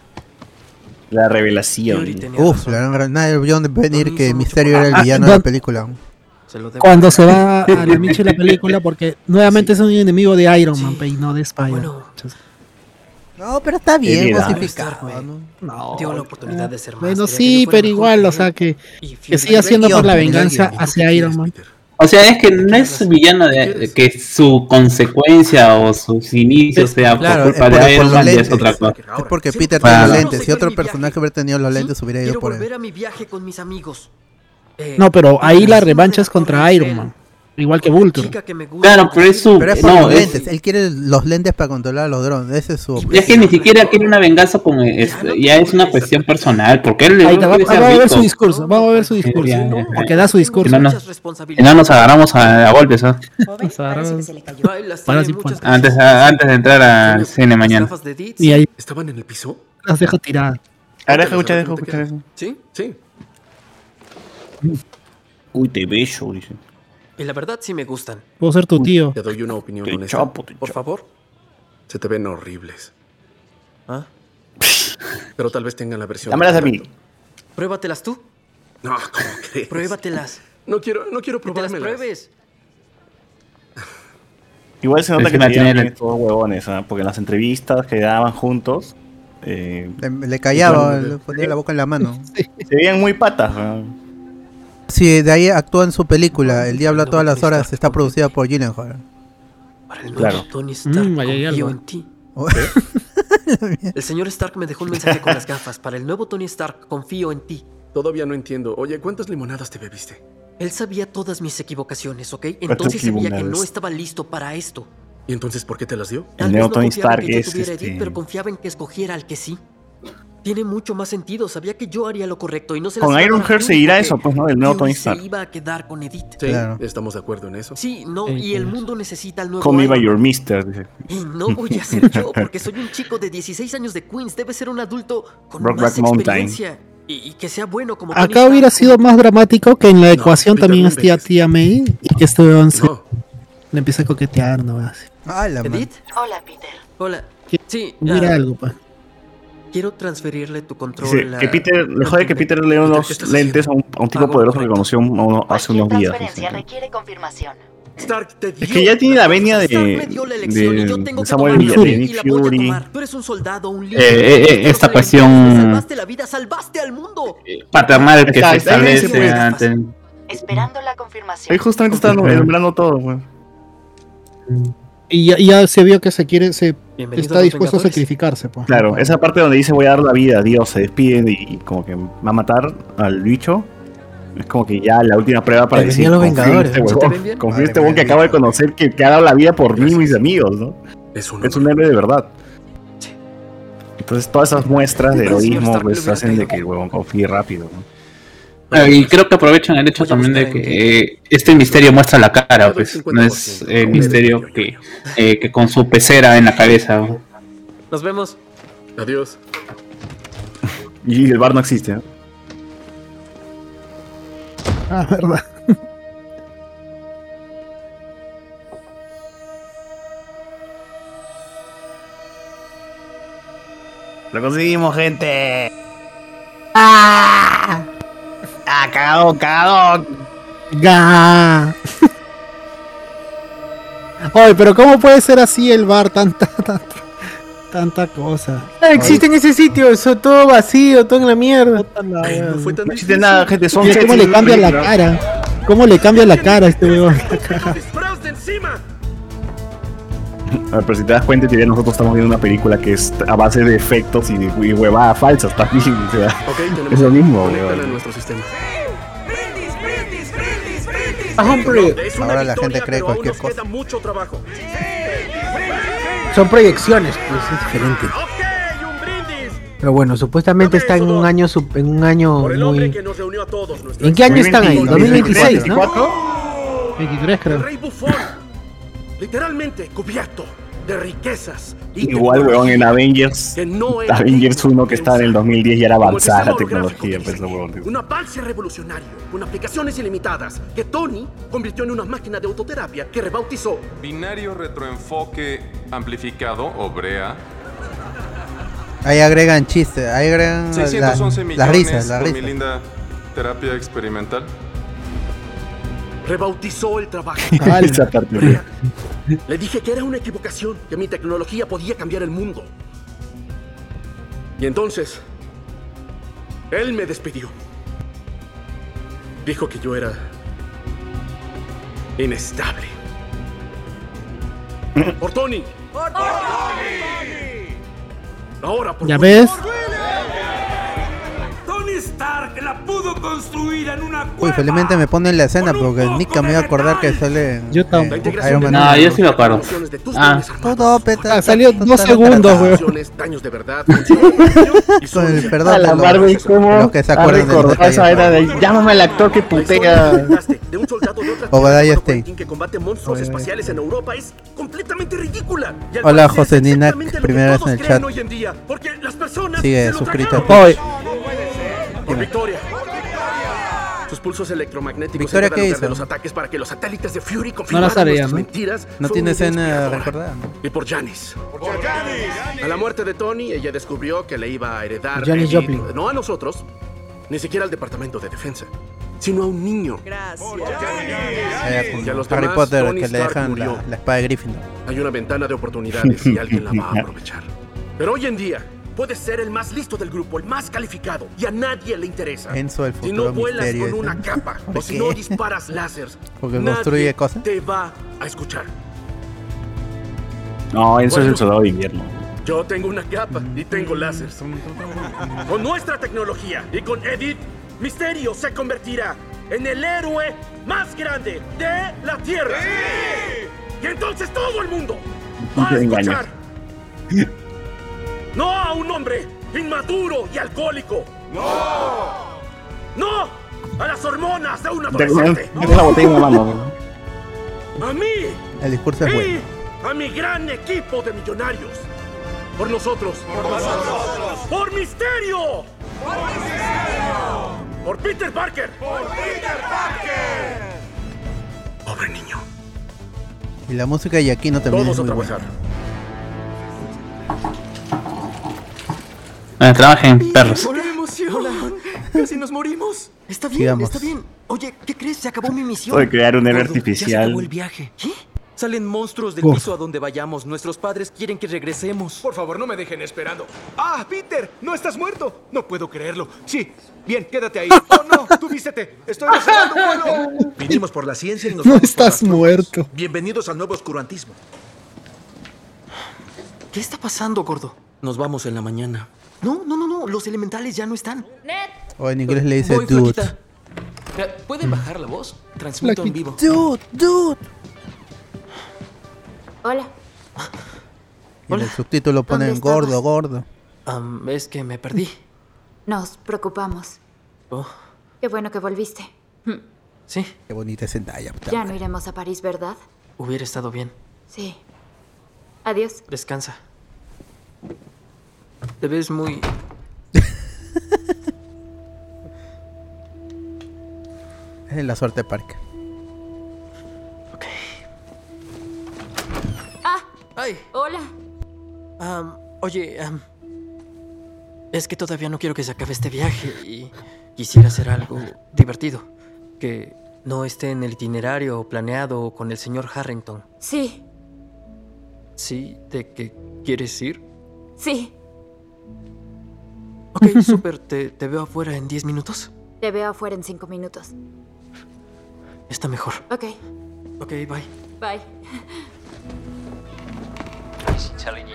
La revelación. Uf, la gran- gran- nadie vio venir que Misterio era el Ah, villano de la don- película. Cuando se va a la micha la película, porque nuevamente es un enemigo de Iron Man, pe, y no de Spider. No, pero está bien bien Herida. justificado. ¿no? Dio la oportunidad de ser Bueno, más. sí, pero igual, o sea, que, que siga siendo por la venganza hacia Iron Man. O sea, es que no es villano de, que su consecuencia o sus inicios sea Claro, por es culpa por- de por Iron los Man, ya es lentes. otra cosa. Es porque Peter Claro. tiene los lentes. Si otro personaje hubiera tenido los lentes, hubiera ido Quiero por él. volver a mi viaje con mis amigos. Eh, No, pero ahí la revancha es contra Iron Man, igual que Vulture. Claro, pero es su. Pero es por no, los es- lentes. Él quiere los lentes para controlar a los drones. Ese es su Es objetivo. que ni siquiera quiere una venganza con es- ya es una cuestión personal, porque él Ahí él está, no va- quiere ser vamos a ver rico. su discurso, vamos a ver su discurso, Ya, ya, ya. porque da su discurso. Si no, nos- si no nos agarramos a, a golpes, ¿ah? Nos agarramos. Bueno, sí, pues. Antes, a- antes de entrar al cine mañana. Y ahí ¿Estaban en el piso? las deja tiradas. Ahora deja escuchar, deja escuchar eso. Sí, sí. Uy, te beso, dice. Y la verdad sí me gustan. Puedo ser tu tío. Te doy una opinión Te honesta. chapo, Por favor. Se te ven horribles. ¿Ah? Pero tal vez tengan la versión. Dámelas a mí. mí. Pruébatelas tú. No, ¿cómo crees? Pruébatelas. No quiero, no quiero Que te las probármelas. pruebes. Igual se nota que Encima tenían tiene la- bien estos huevones, ¿ah? porque en las entrevistas que daban juntos. eh, Le, le callaba, Sí. le ponía la boca en la mano. Se veían muy patas. ¿ah? Sí, de ahí actúa en su película. El Diablo a todas las horas está producida por Gyllenhaal. Para el Claro. nuevo Tony Stark Mm, ahí hay confío algo. en ti. Oh. El señor Stark me dejó un mensaje con las gafas. Para el nuevo Tony Stark confío en ti. Todavía no entiendo. Oye, ¿cuántas limonadas te bebiste? Él sabía todas mis equivocaciones, ¿ok? Entonces sabía que equivocaciones. no estaba listo para esto. ¿Y entonces por qué te las dio? Tal vez no confiaba en que yo tuviera este Edith, pero confiaba en que escogiera al que sí. Tiene mucho más sentido. Sabía que yo haría lo correcto y no se las Con iba a Iron dar a Heart June se irá porque eso, pues, ¿no? El nuevo June Tony Stark. Se iba a quedar con Edith. Sí, estamos de acuerdo en eso. Sí, no, y el mundo necesita al nuevo Call me by Iron your mister. dice. Y no voy a ser yo, porque soy un chico de 16 años de Queens. Debe ser un adulto con Brokeback más Mountain. experiencia. Y, y que sea bueno como Tony Acá hubiera sido más dramático que en la ecuación Peter también no esté a tía May y que este weón se- le empieza a coquetear nomás. Ah, la Hola, Peter. Hola. Sí, Mira ah, algo, pa. quiero transferirle tu control. Dice a- que Peter, le jode que Peter le dio unos lentes a un, a un tipo poderoso que conoció un- a uno- hace unos días. Transferencia requiere confirmación. Stark te Es que ya tiene la venia de, de- de Samuel tomar la Villar, de elección y Nick la voy a Fury. tomar. Tú eres un soldado, un Eh, líder. eh, eh, esta cuestión Salvaste la vida, salvaste al mundo. paternal que Está- se está en ese establece punto. ante- Esperando la confirmación. Ahí justamente está nombrando todo, weón. Y ya, y ya se vio que se quiere, se Bienvenidos está los dispuesto a Vengadores. sacrificarse, pues. Claro, esa parte donde dice voy a dar la vida a Dios, se despiden y, y como que va a matar al bicho. Es como que ya la última prueba para Te decir. venían los confío en Vengadores, este ¿no? huevón, ¿Te ven bien? confío en Madre este weón que mía. acabo de conocer, que, que ha dado la vida por mí y mis amigos, ¿no? Es un, héroe de verdad. Entonces todas esas muestras de El señor heroísmo Stark pues hacen de que el huevón confíe rápido, ¿no? Eh, Y creo que aprovechan el hecho también pues, de que eh, este misterio muestra la cara, pues no es el misterio que, eh, que con su pecera en la cabeza. Nos vemos. Adiós. Y el bar no existe, ¿no? Ah, verdad. Lo conseguimos, gente. ¡Ah! ¡Ah, cagado, cagado! Ah. Ga. Oye, pero ¿cómo puede ser así el bar? Tanta, tanta, tanta cosa. No Ah, existe en ese sitio, eso todo vacío, todo en la mierda. No fue tan existe nada, gente, son Mira cómo sets le cambia la películas. cara. ¿Cómo le cambia la cara a este weón? ¡Disparos de encima! A ver, pero si te das cuenta, en teoría nosotros estamos viendo una película que es a base de efectos y, y huevadas falsas también. o sea, Ok, tenemos es lo mismo, Conéctala a weón. nuestro sistema. Ahora la gente cree cualquier cosa. Son proyecciones, pues es diferente. Pero bueno, supuestamente está en un año sup- en un año muy ¿En qué año están ahí? 2026, ¿no? 23 creo. Rey bufón. Literalmente cubierto de riquezas. y Igual, weón, en Avengers. Que no es Avengers 1 que estaba en el 2010 ya era Como el avanzada la sistema holográfico tecnología, pues, weón. Un avance revolucionario con aplicaciones ilimitadas que Tony convirtió en una máquina de autoterapia que rebautizó. Binario retroenfoque amplificado o BREA. Ahí agregan chistes, ahí Ah, agregan la- 611 las millones risas, las por mi risas. linda terapia experimental. Rebautizó el trabajo. Esa parte, weón. Le dije que era una equivocación, que mi tecnología podía cambiar el mundo. Y entonces, él me despidió. Dijo que yo era inestable. Por Tony. Ahora por ¿Ya ves? Tony Stark la pudo construir en una Uy, felizmente me ponen la escena porque nunca me iba a acordar que sale. Yo eh, tampoco. Iron Man. No, yo sí me acuerdo. Ah, Todo peta. salió todo- dos todo- segundos, weón. Acciones, daños de verdad. funciones, Con el A perdón la de Marvel, los, ¿cómo? los que se ha acuerdan del recordado esa detalle. era de llámame al actor que putea. Obadiah Stane. que combate monstruos espaciales en Europa es completamente ridícula. Y al Hola, parecer es José Nina, exactamente lo que primera vez todos en el creen chat. hoy en día, porque las personas Sigue se lo suscrito a tragaron. Twitch. Por Victoria. Sus pulsos electromagnéticos Victoria, en cada ¿qué lugar de hizo? los ataques para que los satélites de Fury la confirmaran sabía, nuestras ¿no? mentiras. No fue tiene una escena inspiradora. recordada, ¿no? Y por Janis. A la muerte de Tony, ella descubrió que le iba a heredar Janis el- Joplin. no a nosotros, ni siquiera al Departamento de Defensa, sino a un niño. Era como Y a los Harry demás, Potter Tony que le Stark dejan murió. la, la espada de Gryffindor. Hay una ventana de oportunidades y alguien la va a aprovechar. Pero hoy en día, puedes ser el más listo del grupo, el más calificado, y a nadie le interesa. Enzo, el si futuro no vuelas misterio. con una capa, o ¿Por si qué? no disparas láseres, Porque nadie construye cosas. te va a escuchar. No, eso es el soldado de invierno. Yo tengo una capa y tengo láseres. Con nuestra tecnología y con Edith, Misterio se convertirá en el héroe más grande de la Tierra. Y entonces todo el mundo va a Engaño. escuchar. No a un hombre inmaduro y alcohólico. No. No a las hormonas de un adolescente. Tengo la botella en la mano, weón. A mí El discurso es bueno. y a mi gran equipo de millonarios. Por nosotros. Por nosotros. Por Misterio. Por Misterio. Por Peter Parker. Por Peter Parker. Pobre niño. Y la música de Yaquino también Todos es a muy buena. trabajar. Donde trabajen perros. ¡Por la emoción! ¡Casi nos morimos! Está bien, Sigamos. está bien. Oye, ¿qué crees? Se acabó mi misión. Puede crear un héroe Gordo, Ya se acabó artificial. el viaje. ¿Qué? Salen monstruos del Uf. piso a donde vayamos. Nuestros padres quieren que regresemos. Por favor, no me dejen esperando. ¡Ah, Peter! ¡No estás muerto! No puedo creerlo. Sí, bien, quédate ahí. ¡Oh, no! ¡Tú vístete! ¡Estoy reservando un vuelo! Vinimos por la ciencia y nos No vamos por estás muerto. Bienvenidos al nuevo oscurantismo. ¿Qué está pasando, gordo? Nos vamos en la mañana. No, no, no, no. Los elementales ya no están. O Oh, en inglés le dice Voy, dude. Mm. Flaquita. Eh, ¿Pueden bajar la voz? Transmito en vivo. Dude, dude. Hola. Y en el subtítulo ponen ¿Dónde estabas? gordo, gordo. Am, es que me perdí. Nos preocupamos. Oh, Qué bueno que volviste. sí, Qué bonita es Zendaya. puta Ya madre. no iremos a París, ¿verdad? hubiera estado bien. Sí. Adiós. Descansa. Te ves muy... Es la suerte parca. Ah, ¡Ay! hola. Am, oye, am, es que todavía no quiero que se acabe este viaje y quisiera hacer algo divertido. Que no esté en el itinerario planeado o con el señor Harrington. Sí, ¿Sí? ¿De qué quieres ir? sí. Ok, súper, te, te veo afuera en 10 minutos. Te veo afuera en cinco minutos. Está mejor. Ok, Ok, bye. bye. Tisíce lidí.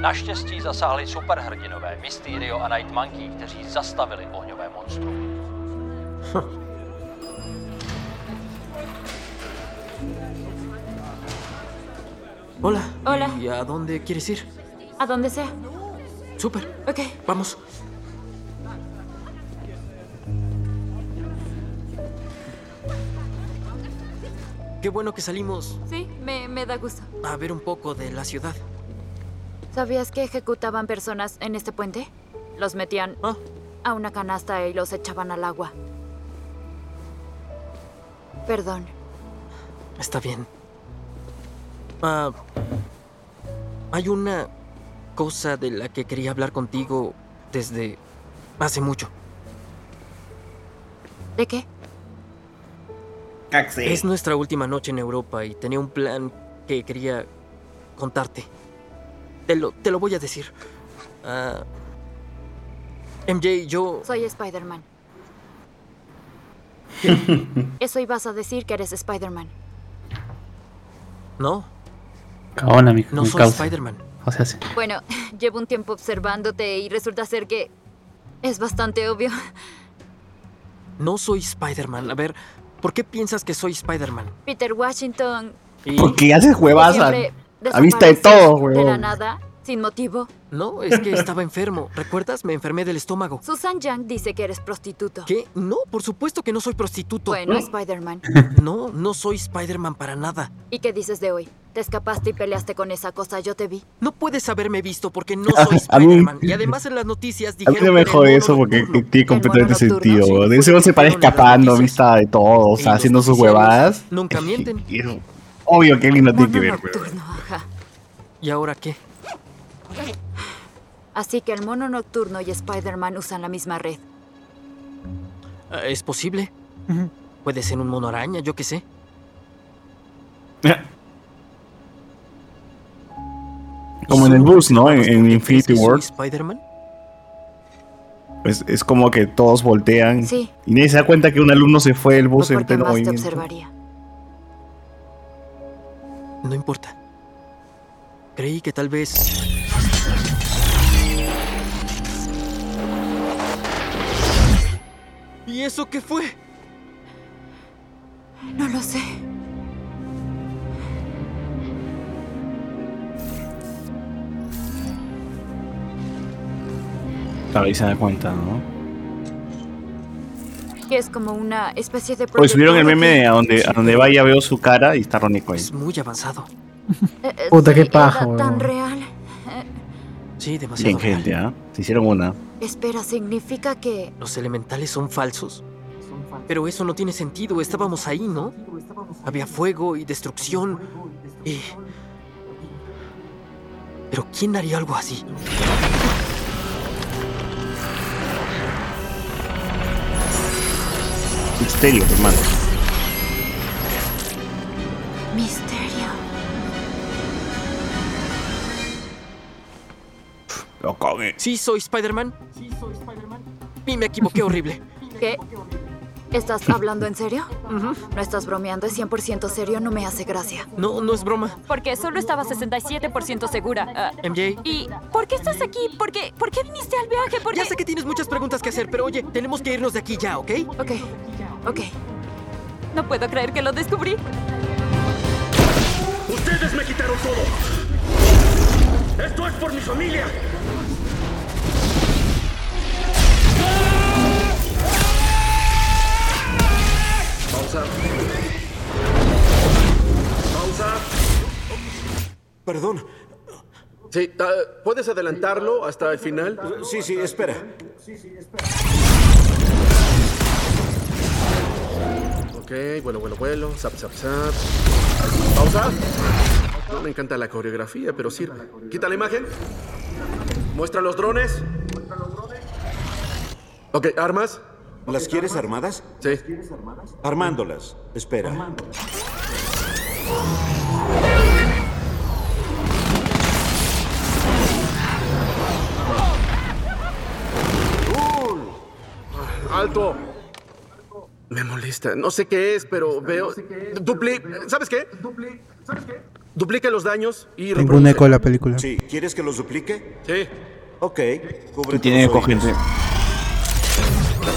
Naštěstí zasáhli superhrdinové Mysterio a Night Monkey, kteří zastavili ohňové monstrum. Hm. Hola. Hola. ¿Y a dónde quieres ir? A donde sea. Súper. Ok. Vamos. Qué bueno que salimos Sí, me, me da gusto. a ver un poco de la ciudad. ¿Sabías que ejecutaban personas en este puente? Los metían a una canasta y los echaban al agua. Perdón. Está bien. Ah, hay una cosa de la que quería hablar contigo desde hace mucho. ¿De qué? Es nuestra última noche en Europa y tenía un plan que quería contarte. Te lo, te lo voy a decir. Ah, MJ, yo... Soy Spider-Man. Eso ibas a decir que eres Spider-Man. No, Cagón, Ah, amigo. No me soy causa. Spider-Man. O sea, sí. Bueno, llevo un tiempo observándote y resulta ser que es bastante obvio. no soy Spider-Man. A ver, ¿por qué piensas que soy Spider-Man? Peter Washington Y- Porque haces huevas a, siempre a vista de desaparece todo, de la huevón. nada, sin motivo. No, es que estaba enfermo. ¿Recuerdas? Me enfermé del estómago. Susan Yang dice que eres prostituto. ¿Qué? No, por supuesto que no soy prostituto. Bueno, Spider-Man. No, no soy Spider-Man para nada. ¿Y qué dices de hoy? Te escapaste y peleaste con esa cosa, yo te vi. No puedes haberme visto porque no soy A mí- Spider-Man. Y además en las noticias A dijeron mí no me que jode eso porque tiene completamente sentido. weón. Ese weón se para escapando, vista de todo, o sea, haciendo sus huevadas. nunca mienten. Y es obvio que él no tiene que ver, weón. Nocturno, ajá. ¿Y ahora qué? Así que el mono nocturno y Spider-Man usan la misma red. Ah, ¿Es posible? Ujú. Puede ser un mono araña, yo qué sé. Como en el bus, ¿no? En, en Infinity War. ¿Spider-Man? Es, es como que todos voltean. Sí. Y nadie se da cuenta que un alumno se fue del bus en porque pleno más te movimiento. observaría. No importa. Creí que tal vez... ¿Y eso qué fue? No lo sé. Claro, ahí se da cuenta, ¿no? Que es como una especie de... Pues subieron el proyector meme de a donde, a donde vaya veo su cara y está Ronnie Cohen. Muy avanzado. aquí. Eh, eh, Puta, qué sí, era paja, tan weón. real. Sí, Bien, demasiado. gente, ¿ah? Se hicieron una. Espera, significa que... Los elementales son falsos. Pero eso no tiene sentido. Estábamos ahí, ¿no? Había fuego y destrucción. Y... Pero ¿quién haría algo así? Misterio, hermano. Misterio. Lo come. Sí, soy Spider-Man. Sí, soy Spider-Man. Y me equivoqué horrible. ¿Qué? ¿Estás hablando en serio? No estás bromeando, es 100% serio, no me hace gracia. No, no es broma. Porque solo estaba 67% segura. Ah, MJ. ¿Y por qué estás aquí? ¿Por qué, por qué viniste al viaje? ¿Por qué? Ya sé que tienes muchas preguntas que hacer, pero oye, tenemos que irnos de aquí ya, ¿ok? Ok, ok. No puedo creer que lo descubrí. Ustedes me quitaron todo. Esto es por mi familia. Pausa. Pausa. Perdón. Sí, ah, ¿puedes adelantarlo hasta el final? Sí, sí, espera. Ok, vuelo, vuelo, vuelo. Zap, zap, zap. Pausa. No me encanta la coreografía, pero sirve. Quita la imagen. Muestra los drones. Ok, armas. ¿Las quieres armadas? Sí. Armándolas. Espera. Alto. Me molesta. No sé qué es, pero veo. Dupli. ¿Sabes qué? ¿Sabes qué? Duplica los daños y Ningún eco de la película. Sí. ¿Quieres que los duplique? Sí. Ok. Cubre Tiene tus oídos. cogiente.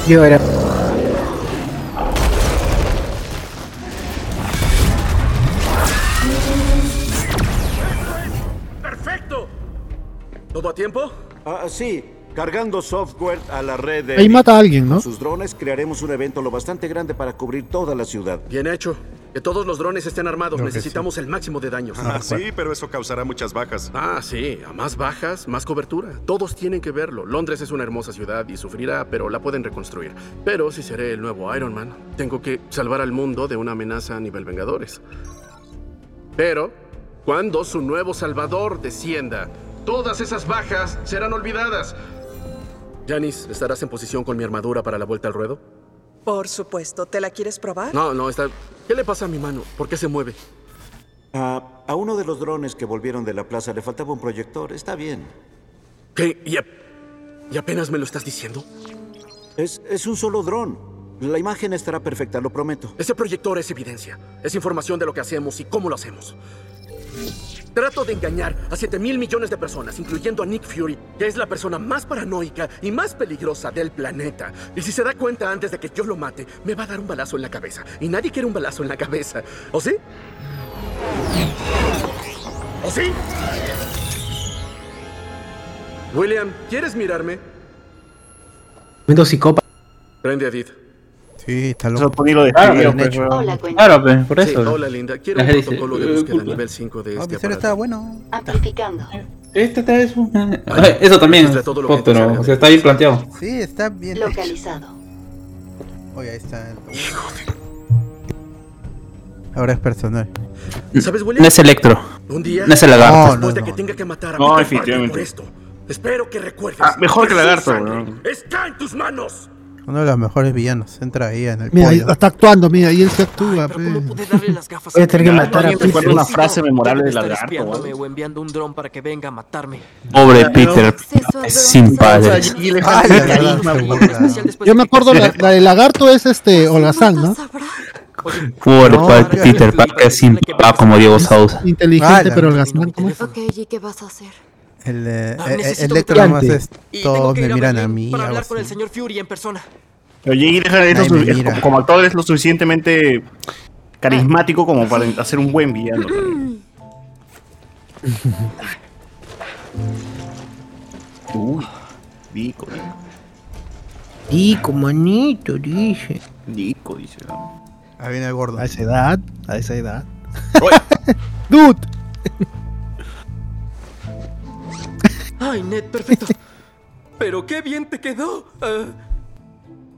Yo era. ¡Perfecto! ¿Todo a tiempo? Ah, sí. Cargando software a la red de... Ahí mata a alguien, ¿no? Con sus drones crearemos un evento lo bastante grande para cubrir toda la ciudad. Bien hecho. Que todos los drones estén armados. Creo que Necesitamos el máximo de daños. Ah, sí, pero eso causará muchas bajas. Ah, sí. A más bajas, más cobertura. Todos tienen que verlo. Londres es una hermosa ciudad y sufrirá, pero la pueden reconstruir. Pero si seré el nuevo Iron Man, tengo que salvar al mundo de una amenaza a nivel Vengadores. Pero, cuando su nuevo salvador descienda, todas esas bajas serán olvidadas. Janice, ¿estarás en posición con mi armadura para la vuelta al ruedo? Por supuesto, ¿te la quieres probar? No, no, está. ¿Qué le pasa a mi mano? ¿Por qué se mueve? Ah, a uno de los drones que volvieron de la plaza le faltaba un proyector. Está bien. ¿Qué? ¿Y, ap- y apenas me lo estás diciendo? Es, es un solo dron. La imagen estará perfecta, lo prometo. Ese proyector es evidencia. Es información de lo que hacemos y cómo lo hacemos. Trato de engañar a 7 mil millones de personas, incluyendo a Nick Fury, que es la persona más paranoica y más peligrosa del planeta. Y si se da cuenta antes de que yo lo mate, me va a dar un balazo en la cabeza. Y nadie quiere un balazo en la cabeza. ¿O sí? ¿O sí? William, ¿quieres mirarme? Momento psicópata. Prende a Edith. Sí, está Eso loco. por lo de Claro, Javier, bien pues, hecho. weón. Claro, pues, por Sí, eso. hola, linda. Quiero un La gente protocolo de dice, búsqueda "Eh, nivel 5 de Ah, este mi cero aparato. está bueno. Amplificando. Este está es un- Oye, Eso también, Muestra todo lo que te pero salga. o sea, está bien planteado. Sí, está bien. hecho. Localizado. Oye, ahí está. el- Ahora es personal. ¿Sabes, William? No es Electro. Un día, No es el lagarto. No, después no, de que no, tenga que matar a No, Peter Parker definitivamente. por esto. Espero que recuerdes. Ah, mejor que su lagarto, sangre weón. Está en tus manos. Uno de los mejores villanos. Entra ahí en el Mira, ahí pollo. está actuando, mira, ahí él se actúa. pe. Pude darle las gafas. Voy a tener que matar a Alguien Peter. me Una felicitó. frase memorable Debe de estar lagarto, espiándome ¿vale? o enviando un dron para que venga a matarme. Pobre Peter, sin padre. Ah, la verdad, Carisma, se brillo burla. especial después Yo de me que- acuerdo, la, la del lagarto es este Olazán, ¿no? Pobre No, padre ya. Peter Parker sin papá como Diego Sousa. Ah, Inteligente, la- pero holgazán. ¿cómo es? Ok, ¿y qué vas a hacer? El, eh, Ah, eh, necesito Electro que- nomás es. Y tengo Todos que ir me a miran a Berlín mí. Para algo hablar con el así. señor Fury en persona. Pero Jay Gyllenhaal es lo Ay, su- me es mira. como, como actor es lo suficientemente carismático como para hacer un buen villano. Uy, Dico, Dico, manito, dije. Dico, dice. Ahí viene el gordo. A esa edad, a esa edad. Oye. Dude, Ay, Ned, perfecto. Pero qué bien te quedó. Ah,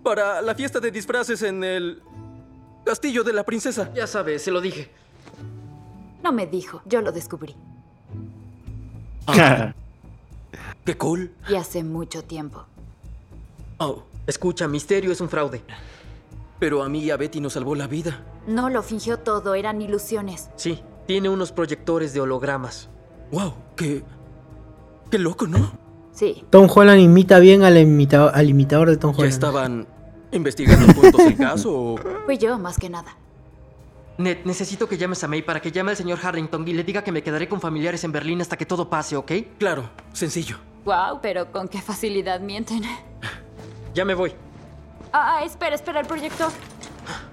para la fiesta de disfraces en el castillo de la princesa. Ya sabes, se lo dije. No me dijo, yo lo descubrí. Qué cool. Y hace mucho tiempo. Oh, escucha, misterio es un fraude. Pero a mí y a Betty nos salvó la vida. No, lo fingió todo, eran ilusiones. Sí, tiene unos proyectores de hologramas. ¡Wow! ¡Qué. ¡Qué loco, ¿no? Sí. Tom Holland imita bien al, imita al imitador de Tom ¿Ya Holland. estaban investigando juntos el caso o.? Fui yo, más que nada. Ned, necesito que llames a May para que llame al señor Harrington y le diga que me quedaré con familiares en Berlín hasta que todo pase, ¿ok? Claro, sencillo. Wow, pero con qué facilidad mienten. Ya me voy. Ah, ah, espera, espera, el proyector.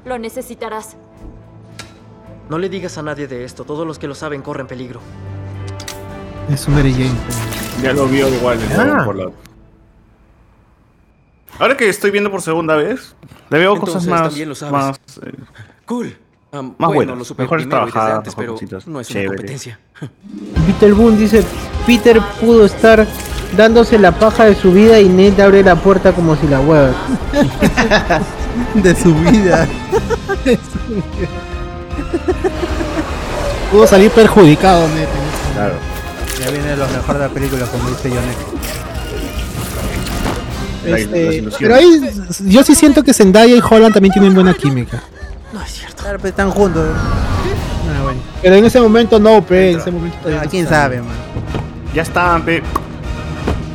Lo necesitarás. No le digas a nadie de esto. Todos los que lo saben corren peligro. Es un Mary Jane. Ya lo vio igual. el Ah. cabrón por la- Ahora que estoy viendo por segunda vez, le veo cosas Entonces, más. también lo sabes. más eh, Cool. Am, Más bueno, buenas, lo supe mejores primero y desde trabajadas, antes, pero mejorcitas. no es Chévere. una competencia. Peter Boone dice, Peter pudo estar dándose la paja de su vida y Ned abre la puerta como si la hueva. de su vida. Pudo salir perjudicado, Ned. Claro. Ya viene lo mejor de la película, como dice Yoneco. la- las Este, ilusiones. pero ahí yo sí siento que Zendaya y Holland también tienen buena química. Claro, pues están juntos. Ah, bueno. Pero en ese momento no, pe, en ese momento todavía Ah, no ¿Quién se sabe. sabe, man? Ya estaban, pe.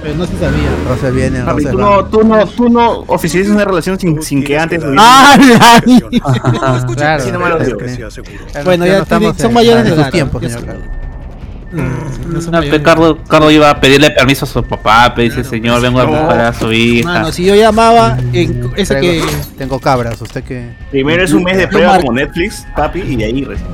Pero no se sabía. Ah, Rosas vienen, Papi, rosas tú van. no, tú no, tú no oficializas una relación sin, sin que antes. lo- ¡Ah, la Ah, Claro, sí, no me lo es digo. que- Bueno, no ya estamos tienen- son en- mayores de en sus edad, tiempos, ya señor. Carlos. Mm, No, que Carlos, Carlos iba a pedirle permiso a su papá, pero dice, pues, señor, vengo a buscar a su hija. Mano, si yo llamaba, en- ese que. Mm. Traigo- Tengo cabras, usted que. Primero es un mes de Yo prueba marco. como Netflix, papi, y de ahí recién.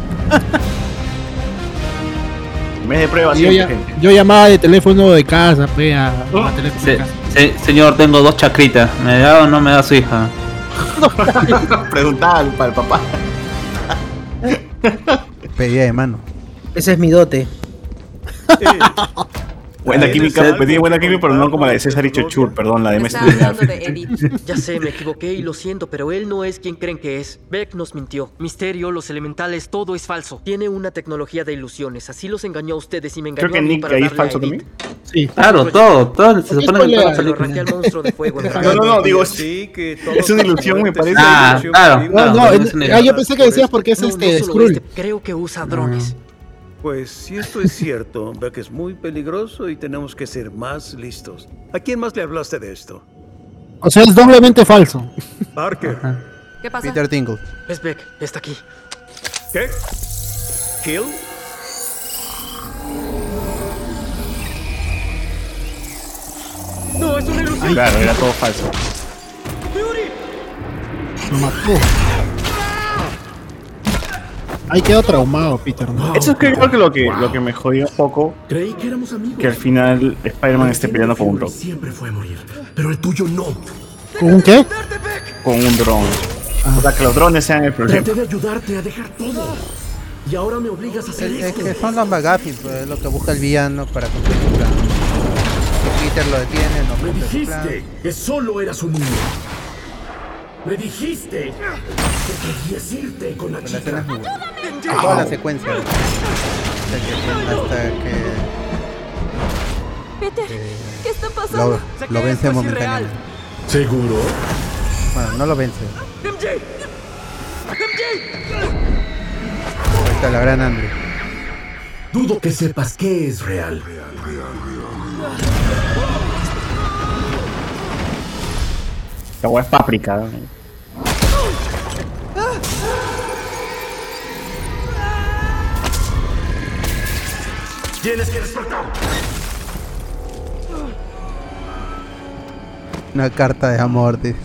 Un mes de prueba, Yo, siempre, ya- gente. yo llamaba de teléfono de casa, pe, a, a teléfono de Se- casa. se- señor, tengo dos chacritas. ¿Me da o no me da su hija? Preguntaba para el papá. Pedía de mano. Ese es mi dote. Buena química, pues tiene buena química, pero no como la de César y Chochur, perdón, la de Messi. Ya sé, me equivoqué y lo siento, pero él no es quien creen que es. Beck nos mintió. Misterio, los elementales, todo es falso. Tiene una tecnología de ilusiones. Así los engañó a ustedes y me engañó Creo que a mí Nick para ahí es darle falso a Edith. también. Claro, todo, todo. Se ¿Por qué supone que todas las spoileas? Lo arranqué películas. al monstruo de fuego. en No, no, no, digo, sí, que es una ilusión, me parece. Ah, claro, No, claro. no, es es- una ah, idea. yo pensé que decías porque es este Skrull. Ah. Creo que usa drones. Pues si esto es cierto, Beck es muy peligroso y tenemos que ser más listos. ¿A quién más le hablaste de esto? O sea, es doblemente falso. Parker. ¿Qué pasa? Peter Tingle. Es Beck, está aquí. ¿Qué? ¿Kill? No, es una ilusión. Claro, era todo falso. Lo mató. Ahí quedó traumado, Peter. ¿no? Eso es que creo que lo que, lo que me jodió un poco, Creí que éramos amigos. que al final Spider-Man esté peleando con un dron. Siempre fue morir, pero el tuyo no. ¿Con un qué? Con un dron. O sea, que los drones sean el problema. Traté de ayudarte a dejar todo. Y ahora me obligas a hacer Es, es esto. que son los McGuffins, pues, es lo que busca el villano para cumplir su plan. Que Peter lo detiene, no Me cumple su plan. dijiste que solo eras un niño. Me dijiste que querías irte con la La escena chica. es muy buena. Toda la secuencia. Hasta que, hasta que Peter, Eh, ¿qué está pasando? lo, lo vence momentáneamente. ¿Seguro? Bueno, no lo vence. MJ, Ahí está la gran Andrew. Dudo que sepas qué es real. La agua es páprica. ¿no? Tienes que despertar. Una carta de amor, dice.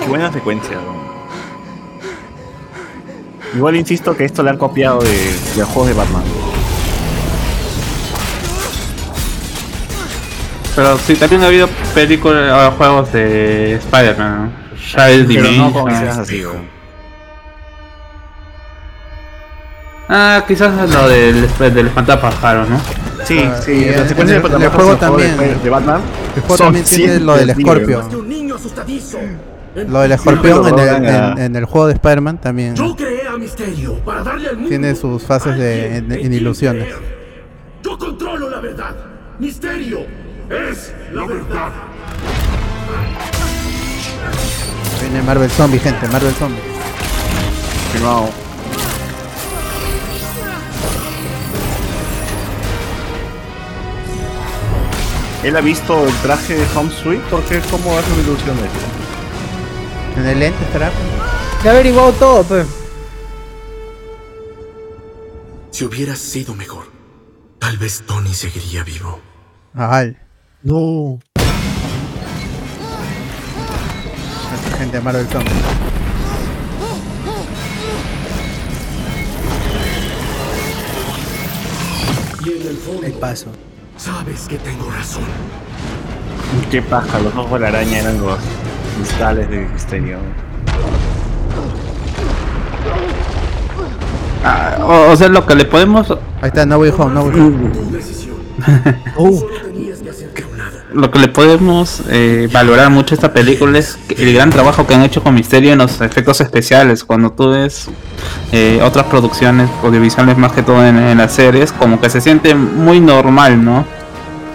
Qué buena secuencia. ¿no? Igual insisto que esto le han copiado de, de los juegos de Batman. Pero sí, también ha habido películas, o juegos de Spider-Man. ¿no? Shadow Pero no Dimension. con escenas así, ¿no? Ah, quizás lo del, del espantapájaros, ¿no? Sí, sí, y Ah, la en- secuencia en de el- en el juego también. de, de Batman. El juego son también tiene lo del 100 niveles. escorpio. Más que un niño asustadizo. Lo del escorpión en el, en- en el juego de Spider-Man también Yo creé a Misterio para darle al mundo. tiene sus fases de, en, en ilusiones. Yo controlo la verdad. Misterio es la verdad. Viene Marvel Zombie, gente, Marvel Zombie. Firmado. ¿Él ha visto el traje de Home Sweet? ¿Por qué? ¿Cómo hace una ilusión de eso? ¿En el lente estará? Se ha averiguado todo, pues. Si hubiera sido mejor, tal vez Tony seguiría vivo. Ay. No. Esta gente de Marvel Zombie. El paso. Sabes que tengo razón. Qué paja, los ojos de la araña eran los cristales de misterio. Ah, o, o sea, lo que le podemos. Ahí está, no way home, no way home. Uh. Lo que le podemos eh, valorar mucho a esta película es el gran trabajo que han hecho con Misterio en los efectos especiales. Cuando tú ves eh, otras producciones audiovisuales, más que todo en, en, las series, como que se siente muy normal, ¿no?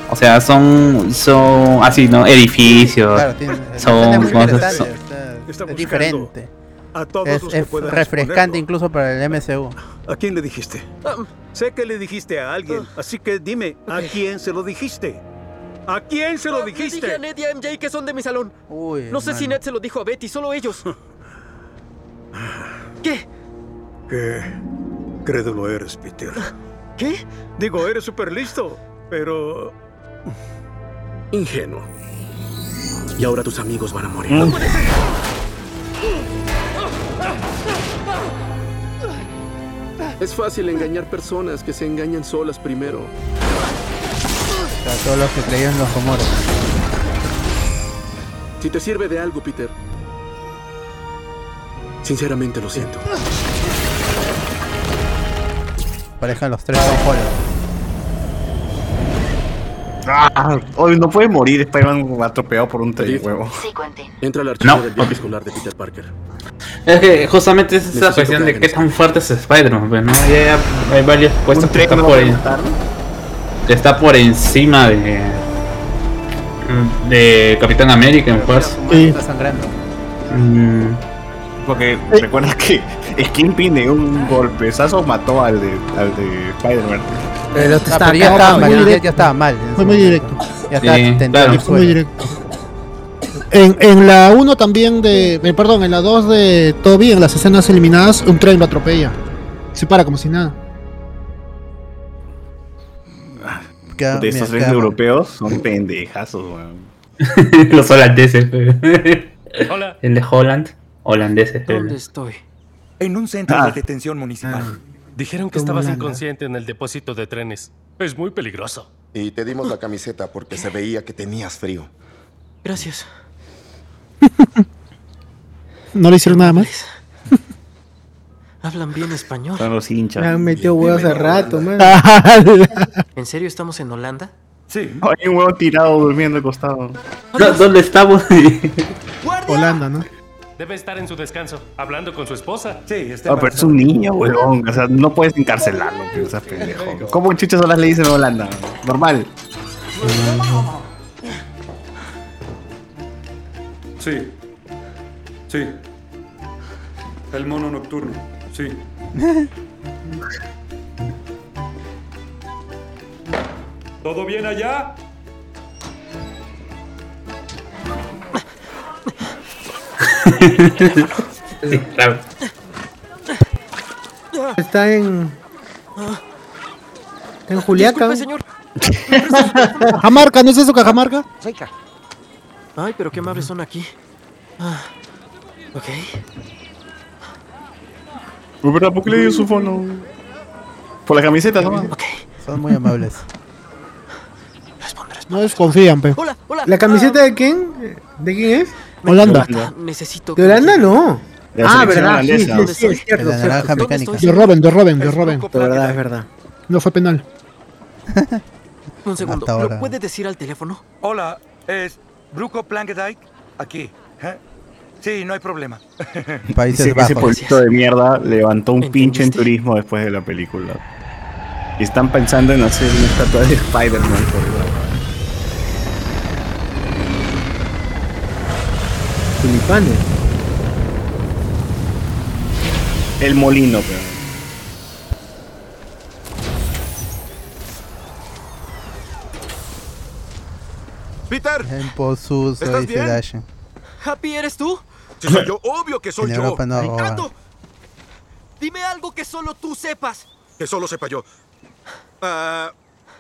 O sea, son, son así, ¿no? Edificios, Claro, tiene- no son tenemos que cosas. detalles, son- o sea, Está Es buscando diferente. a todos Es, los que es puedan refrescante incluso para el MCU. ¿A quién le dijiste? Ah, sé que le dijiste a alguien, Ah. así que dime, ¿a quién se lo dijiste? ¿A quién se lo Ah, le dije a dijiste? Ned y a MJ que son de mi salón. Uy, no sé si hermano. Ned se lo dijo a Betty, solo ellos. ¿Qué? Qué crédulo eres, Peter. ¿Qué? Digo, eres súper listo, pero... Ingenuo. Y ahora tus amigos van a morir. Es fácil engañar personas que se engañan solas primero. Para todos los que creían en los rumores. Si te sirve de algo, Peter. Sinceramente lo siento. Pareja los tres son polos. Ah, hoy no puede morir Spider-Man atropellado por un tren, Edith. huevo. Entra al archivo No. del viaje escolar de Peter Parker. Es que justamente es esa Necesito cuestión que de qué tan fuerte es Spider-Man, pues, ¿no? Ya- ya hay varios puestos que están por, en- que está por encima de, de Capitán América, en fuerza. Está sangrando. Mm, Porque recuerda que Kingpin de un golpezazo mató al de, al de Spider-Man. Ah, pero ya estaba mal, ya, ya estaba mal. en Fue su muy momento. directo. Ya estaba Sí, tentado claro. al Fue muy suelo. directo. En, en la 1 también de. eh, Perdón, en la 2 de Toby, en las escenas eliminadas, un tren lo atropella. Se para como si nada. Queda- de mira, estos tres queda mal. europeos son pendejazos, weón. Los holandeses. pues. Hola. El de Holland, holandeses. pues. ¿Dónde estoy? En un centro Ah. de detención municipal. Ah. Dijeron que Como estabas Holanda. inconsciente en el depósito de trenes. Es muy peligroso. Y te dimos la camiseta porque se veía que tenías frío. Gracias. No le hicieron nada más. Hablan bien español. Son los hinchas. Me Ah, han metido huevos hace rato, man. ¿En serio estamos en Holanda? Sí. Hay un huevo tirado durmiendo al costado. No, ¿Dónde estamos? Holanda, ¿no? Debe estar en su descanso, hablando con su esposa. Sí, está No, Ah, pero es un niño, huevón. O sea, no puedes encarcelarlo, tío, o sea, pendejo. ¿Cómo chuchas son las leyes en Holanda? Normal. Sí. Sí. El mono nocturno. Sí. ¿Todo bien allá? Sí, claro. Está en. Está en Juliaca. Ah. Disculpe, señor. Cajamarca, ¿no es eso Cajamarca? Ay, pero qué amables son aquí. Ah, ok. ¿Pero por qué le dio su fono? Por la camiseta, ¿no? Son muy amables. No desconfían, pe. Hola, hola. ¿La camiseta de quién? ¿De quién es? Holanda. Necesito. ¿De Holanda no? De la ah, selección verdad, sí, holandesa. sí, sí, es cierto. De la es cierto. naranja mecánica. De Robin, de Robin, de Robin. De verdad, es verdad. No fue penal. Ah, Un segundo. Hasta ahora. ¿Lo puede decir al teléfono? Hola, es Bruco Plankedike aquí. ¿eh? Sí, no hay problema. Países Dice que ese Bajos. pueblito de mierda levantó un pinche en turismo después de la película. Y están pensando en hacer una estatua de Spider-Man. por el lado. tulipanes. El molino, pero. Peter. En posuso, dice bien? Dash. ¿Happy eres tú? Si soy yo, oh, obvio que soy yo. En Pues Europa no Me roban. encanta. Dime algo que solo tú sepas. Que solo sepa yo. Ah,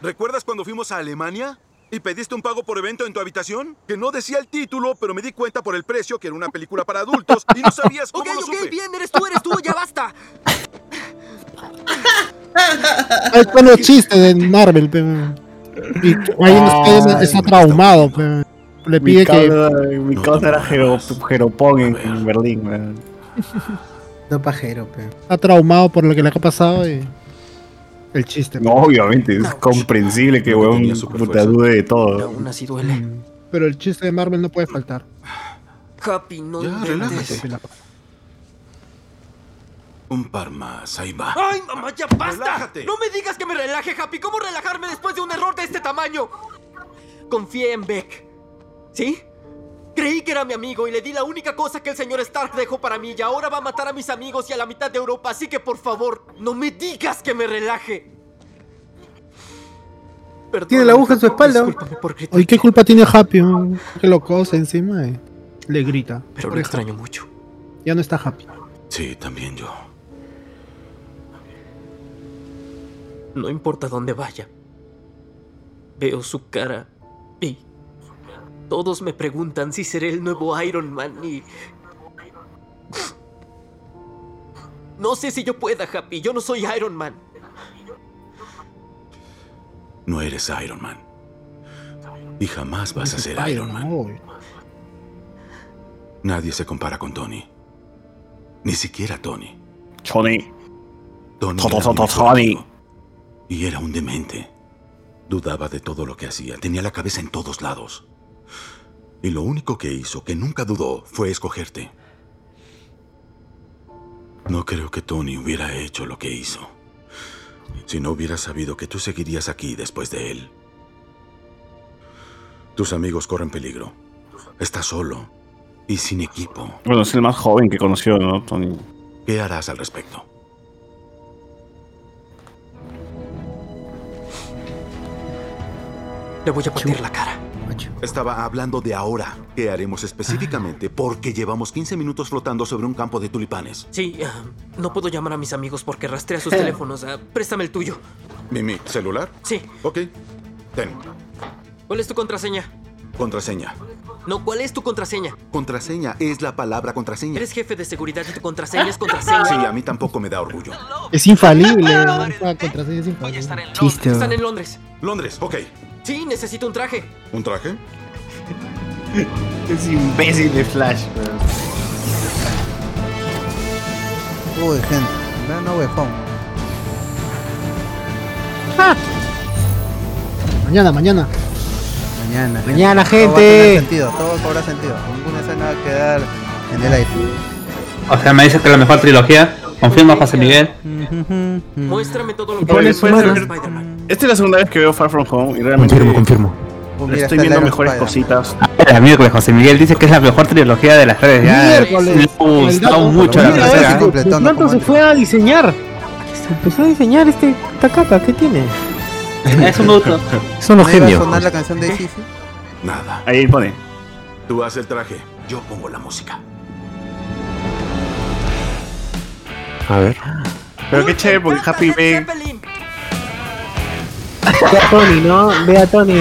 ¿Recuerdas cuando fuimos a Alemania? ¿Y pediste un pago por evento en tu habitación? Que no decía el título, pero me di cuenta por el precio que era una película para adultos y no sabías cómo Ok, lo ok, supe. bien, eres tú, eres tú, ya basta. ah, Hay buenos chistes de Marvel, pe. Y ahí Ay, está, está traumado, pe. Le Mi pide causa, que. mi causa era Jero- Jeropón en, en Berlín, weón. No pajero, pero. Está traumado por lo que le ha pasado y. El chiste. pues. pe. No, obviamente, es comprensible que weón puta dude de todo. Aún así duele. Mm. Pero el chiste de Marvel no puede faltar. Happy, no inventes. Un par más, ahí va. ¡Ay, mamá, ya basta! ¡No me digas que me relaje, Happy! ¿Cómo relajarme después de un error de este tamaño? Confié en Beck. ¿Sí? Creí que era mi amigo y le di la única cosa que el señor Stark dejó para mí y ahora va a matar a mis amigos y a la mitad de Europa, así que por favor, no me digas que me relaje. Tiene la aguja en su espalda. Oye, ¿qué culpa tiene Happy? man? Que lo cosa encima y le grita. Pero lo Por extraño mucho. Ya no está Happy. Sí, también yo. No importa dónde vaya. Veo su cara y todos me preguntan si seré el nuevo Iron Man y... No sé si yo pueda, Happy. Yo no soy Iron Man. No eres Iron Man. Y jamás vas a ser Iron Man. Nadie se compara con Tony. Ni siquiera Tony. Tony. Tony. Todo, era todo, mi mejor Tony. amigo. Y era un demente. Dudaba de todo lo que hacía. Tenía la cabeza en todos lados. Y lo único que hizo, que nunca dudó, fue escogerte. No creo que Tony hubiera hecho lo que hizo. Si no hubiera sabido que tú seguirías aquí después de él. Tus amigos corren peligro. Estás solo y sin equipo. Bueno, es el más joven que conoció, ¿no, Tony? ¿Qué harás al respecto? Le voy a partir la cara. Estaba hablando de ahora. ¿Qué haremos específicamente? Porque llevamos 15 minutos flotando sobre un campo de tulipanes. Sí, ah, no puedo llamar a mis amigos porque rastrea Eh. sus teléfonos. Ah, préstame el tuyo. Mimi, ¿celular? Sí. Ok. Ten. ¿Cuál es tu contraseña? Contraseña. No, ¿cuál es tu contraseña? Contraseña es la palabra contraseña. Eres jefe de seguridad y tu contraseña es contraseña. Sí, a mí tampoco me da orgullo. Oh, Es infalible. la contraseña es infalible. Chiste. Están en Londres. Londres, ok. Sí, necesito un traje. Eh. ¿Un traje? Es imbécil de Flash, weón. Uy, gente. No, no, huevón. Ah. Mañana, mañana. Mañana. Mañana, Todo va a tener gente. sentido, todo cobra sentido. Ninguna escena va a quedar en el aire. O sea, me dices que la mejor trilogía. Confirma José Miguel. Muéstrame todo lo que Puede- puedes puede hacer, ser- Spider-Man. Esta es la segunda vez que veo Far From Home y realmente. Confirmo, confirmo. Pues Mira, está Estoy el viendo Iron mejores Spider-Man. cositas. Ah, miércoles, José Miguel dice que es la mejor trilogía de las redes. Ya, Miércoles. le ha gustado mucho la Mira, ese tercera. completón, ¿no? ¿Cuánto se fue a diseñar? Se empezó a diseñar este tacata, ¿qué tiene? Es un auto. Son los ¿No iba a genios. sonar la canción Eh. de Sisi? Nada. Ahí pone. Tú haz el traje, yo pongo la música. A ver. Pero qué chévere, porque Happy Big. Ve a Tony, ¿no? Ve a Tony.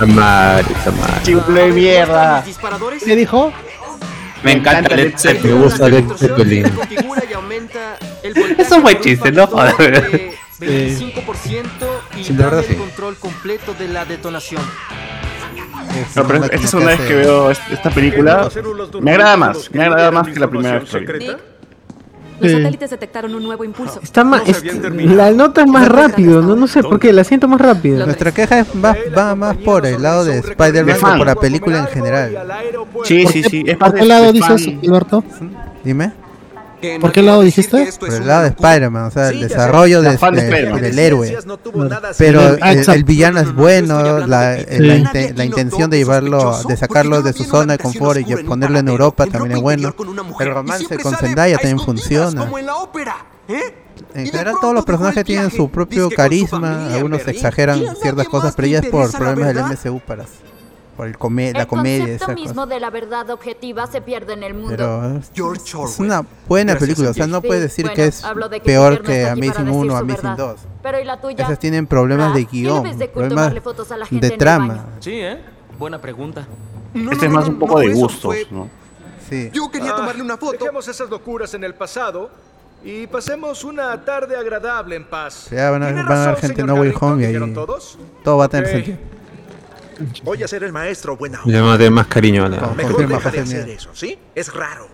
Amar, amar. Chimple de mierda. ¿Qué dijo? Me encanta Led Zeppelin. Me gusta Led Zeppelin. Es un buen chiste, ¿no? Joder. 25% y Sí, la dame verdad, el sí. control completo de la detonación. No, pero esta es la segunda vez que veo est- esta película. Me agrada más, me agrada más que la primera vez que la vi. Los Sí. satélites detectaron un nuevo impulso. Está más, la nota es más rápido, no, no sé por qué, la siento más rápido. Nuestra queja es más, va más por el lado de Spider-Man De fan. que por la película en general. Sí, ¿Por sí, qué- sí. Es ¿Por parte qué lado de dice fan. eso, Alberto? Dime. ¿Por qué lado dijiste? Por el lado de Spider-Man, o sea, el desarrollo de, de- del héroe. Pero Ah, el, exacto. el villano es bueno, la, eh, la inte- la intención de llevarlo, de sacarlo de su zona de confort y ponerlo en Europa también es bueno. El romance con Zendaya también funciona. En general todos los personajes tienen su propio carisma, algunos exageran ciertas cosas, pero ya es por problemas del MCU para por el come- la comedia, El esa concepto cosa. mismo de la verdad objetiva se pierde en el mundo. Pero es, es una buena película, o sea, no Sí, puedes decir bueno, que es hablo de que peor Hitler no que está aquí para Amazing decir 1 o su Amazing verdad. 2. Pero ¿y la tuya? Ah, Esas tienen problemas de guión, debes de culto problemas tomarle fotos a la gente de en el trama. Sí, ¿eh? Buena pregunta. Este es más un poco de gustos, ¿no? Sí. Yo quería tomarle una foto. Ah, Dejemos esas locuras en el pasado y pasemos una tarde agradable en paz. Ya van a, Tiene van a ver razón, gente señor No Way Carrington, Home y ¿dijeron ahí todos? todo va a tener Ok. sentido. Voy a ser el maestro, buena Le onda. mandé más cariño a la. Mejor deja de hacer eso, ¿sí? Es raro.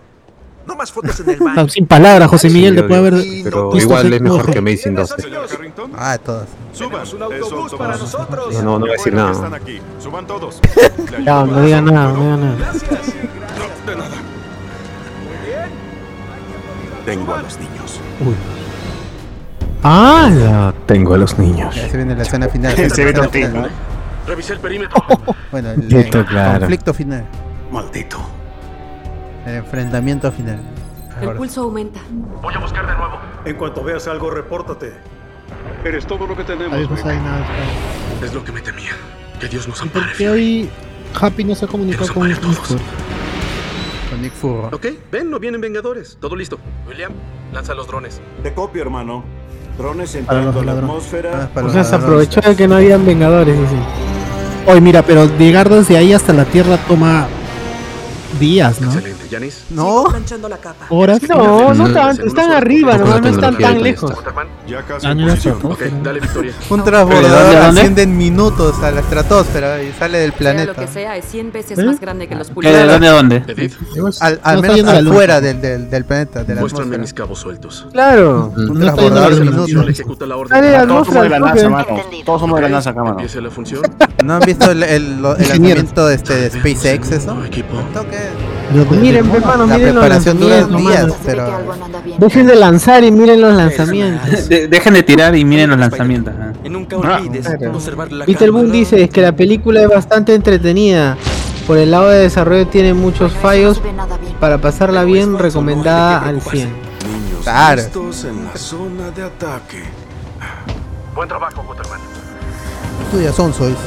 No más fotos en el baño. Sin palabras, José Miguel, Sí, después de obvio. haber Pero pues, visto igual ese es mejor ojo. que Amazing 12. Ah, todas. Suban, un autobús para nosotros. No, no, no voy a decir Están nada. aquí. Suban todos. Ya, no diga nada, no diga nada. Tengo a los niños. Uy. Ah, Ah, tengo a los niños. Ya se viene la escena final. Se la ve escena contigo, final. Revisé el perímetro. Oh, Bueno, el Esto, claro. conflicto final, Maldito. el enfrentamiento final. El pulso aumenta. Voy a buscar de nuevo. En cuanto veas algo, repórtate. Eres todo lo que tenemos. Ahí no Rick. sabe nada. Es lo que me temía. Que Dios nos ampare. ¿Por qué hoy Happy no se ha comunicado con Discord? Con Nick oh. Furro. Ok, ven, no vienen Vengadores. Todo listo. William, lanza los drones. Te copio, hermano. Drones Para los entrando a la ladrones. atmósfera. O sea, se aprovechó de que no habían Vengadores, dice. Oye, mira, pero llegar desde ahí hasta la Tierra toma días, ¿no? Excelente, Janis. No. Manchando la capa. Horas. No, no tan- están arriba, nomás no están tan lejos. Ya casi. Ah, no era cierto. Ok, dale victoria. Un ¿Dónde, transbordador dónde? asciende en minutos a la estratosfera y sale del Sea lo planeta. que sea, es 100 veces ¿Eh? más grande que los ¿De pulgares. dónde a dónde? Edith, Al, No al está menos yendo a la luna. afuera del, del, del planeta, de la muéstrame atmósfera. mis cabos sueltos. Claro. Un No está yendo a la transbordador en luna. minutos. Ejecuta la orden. Dale, Todos somos de la atmósfera, NASA, profe. mano. Todos somos de la NASA, cámara. Empieza la función. ¿No han visto el, el, lo- el lanzamiento de, este, de SpaceX eso? Miren, pues, hermano, La miren los preparación dura lanzamientos, días, mano. pero... Dejen de lanzar y miren los lanzamientos. De- dejen de tirar y miren los lanzamientos. ah. Nunca olvides Claro. conservar la Peter calma. Boone dice que la película es bastante entretenida. Por el lado de desarrollo tiene muchos fallos. Para pasarla bien, Ah, recomendada al 100. Niños Claro. listos en la zona de ataque. Buen trabajo, Waterman. Tú ya son sois.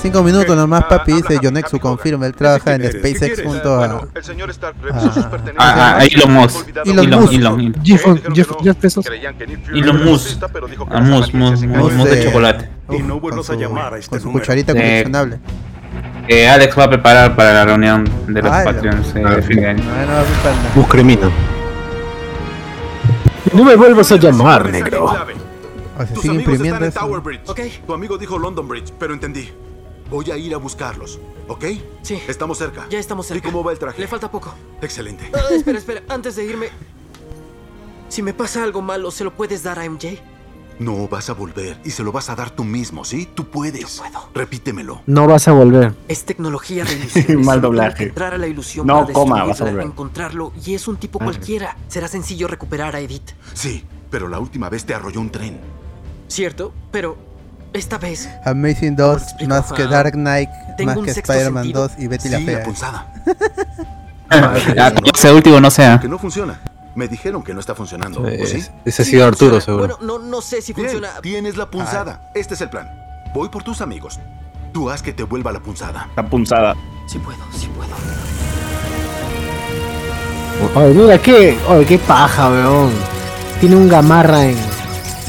Cinco minutos nomás, papi, dice Yonexu, confirma, él trabaja en SpaceX junto a... Ah, ah, Elon Musk. Elon Musk. Elon, Jeff, Jeff, Jeff Bezos. Elon Musk. Ah, Musk, Musk, Musk, Musk de Este, chocolate. Y no vuelvas a llamar a este Con su cucharita Sí. coleccionable. Eh, Alex va a preparar para la reunión de los Ah, Elon. Patreons eh, de fin de año. Bueno, papi, panda. Bus cremina. No me vuelvas a llamar, negro. O se Tus sigue amigos están imprimiendo en eso. Tower Bridge. Tu amigo dijo London Bridge, pero entendí. Voy a ir a buscarlos, ¿ok? Sí. Estamos cerca. Ya estamos cerca. ¿Y cómo va el traje? Le falta poco. Excelente. Ah, espera, espera, antes de irme. Si me pasa algo malo, ¿se lo puedes dar a MJ? No vas a volver y se lo vas a dar tú mismo, ¿sí? Tú puedes. puedo. Repítemelo. No vas a volver. Es tecnología de ilusiones. Mal Solo doblaje. tengo que Entrar a la ilusión No, para coma, vas a destruirla, volver. encontrarlo y es un tipo Ah. cualquiera. Será sencillo recuperar a Edith. Sí, pero la última vez te arrolló un tren. Cierto, pero esta vez Amazing 2, más que Dark Knight, Tengo más un que sexto Spider-Man sentido. 2 y Betty la Sí, Fea. Ah, ese último no sea. Que no funciona. Me dijeron que no está funcionando. ¿o Eh, sí? ese ha sido Arturo, Bueno, seguro. no, no sé si Bien, funciona. tienes la punzada. Este es el plan. Voy por tus amigos. Tú haz que te vuelva la punzada. Está punzada. Si puedo, si puedo. Oye, mira qué, oye, qué paja, weón. Tiene un gamarra en,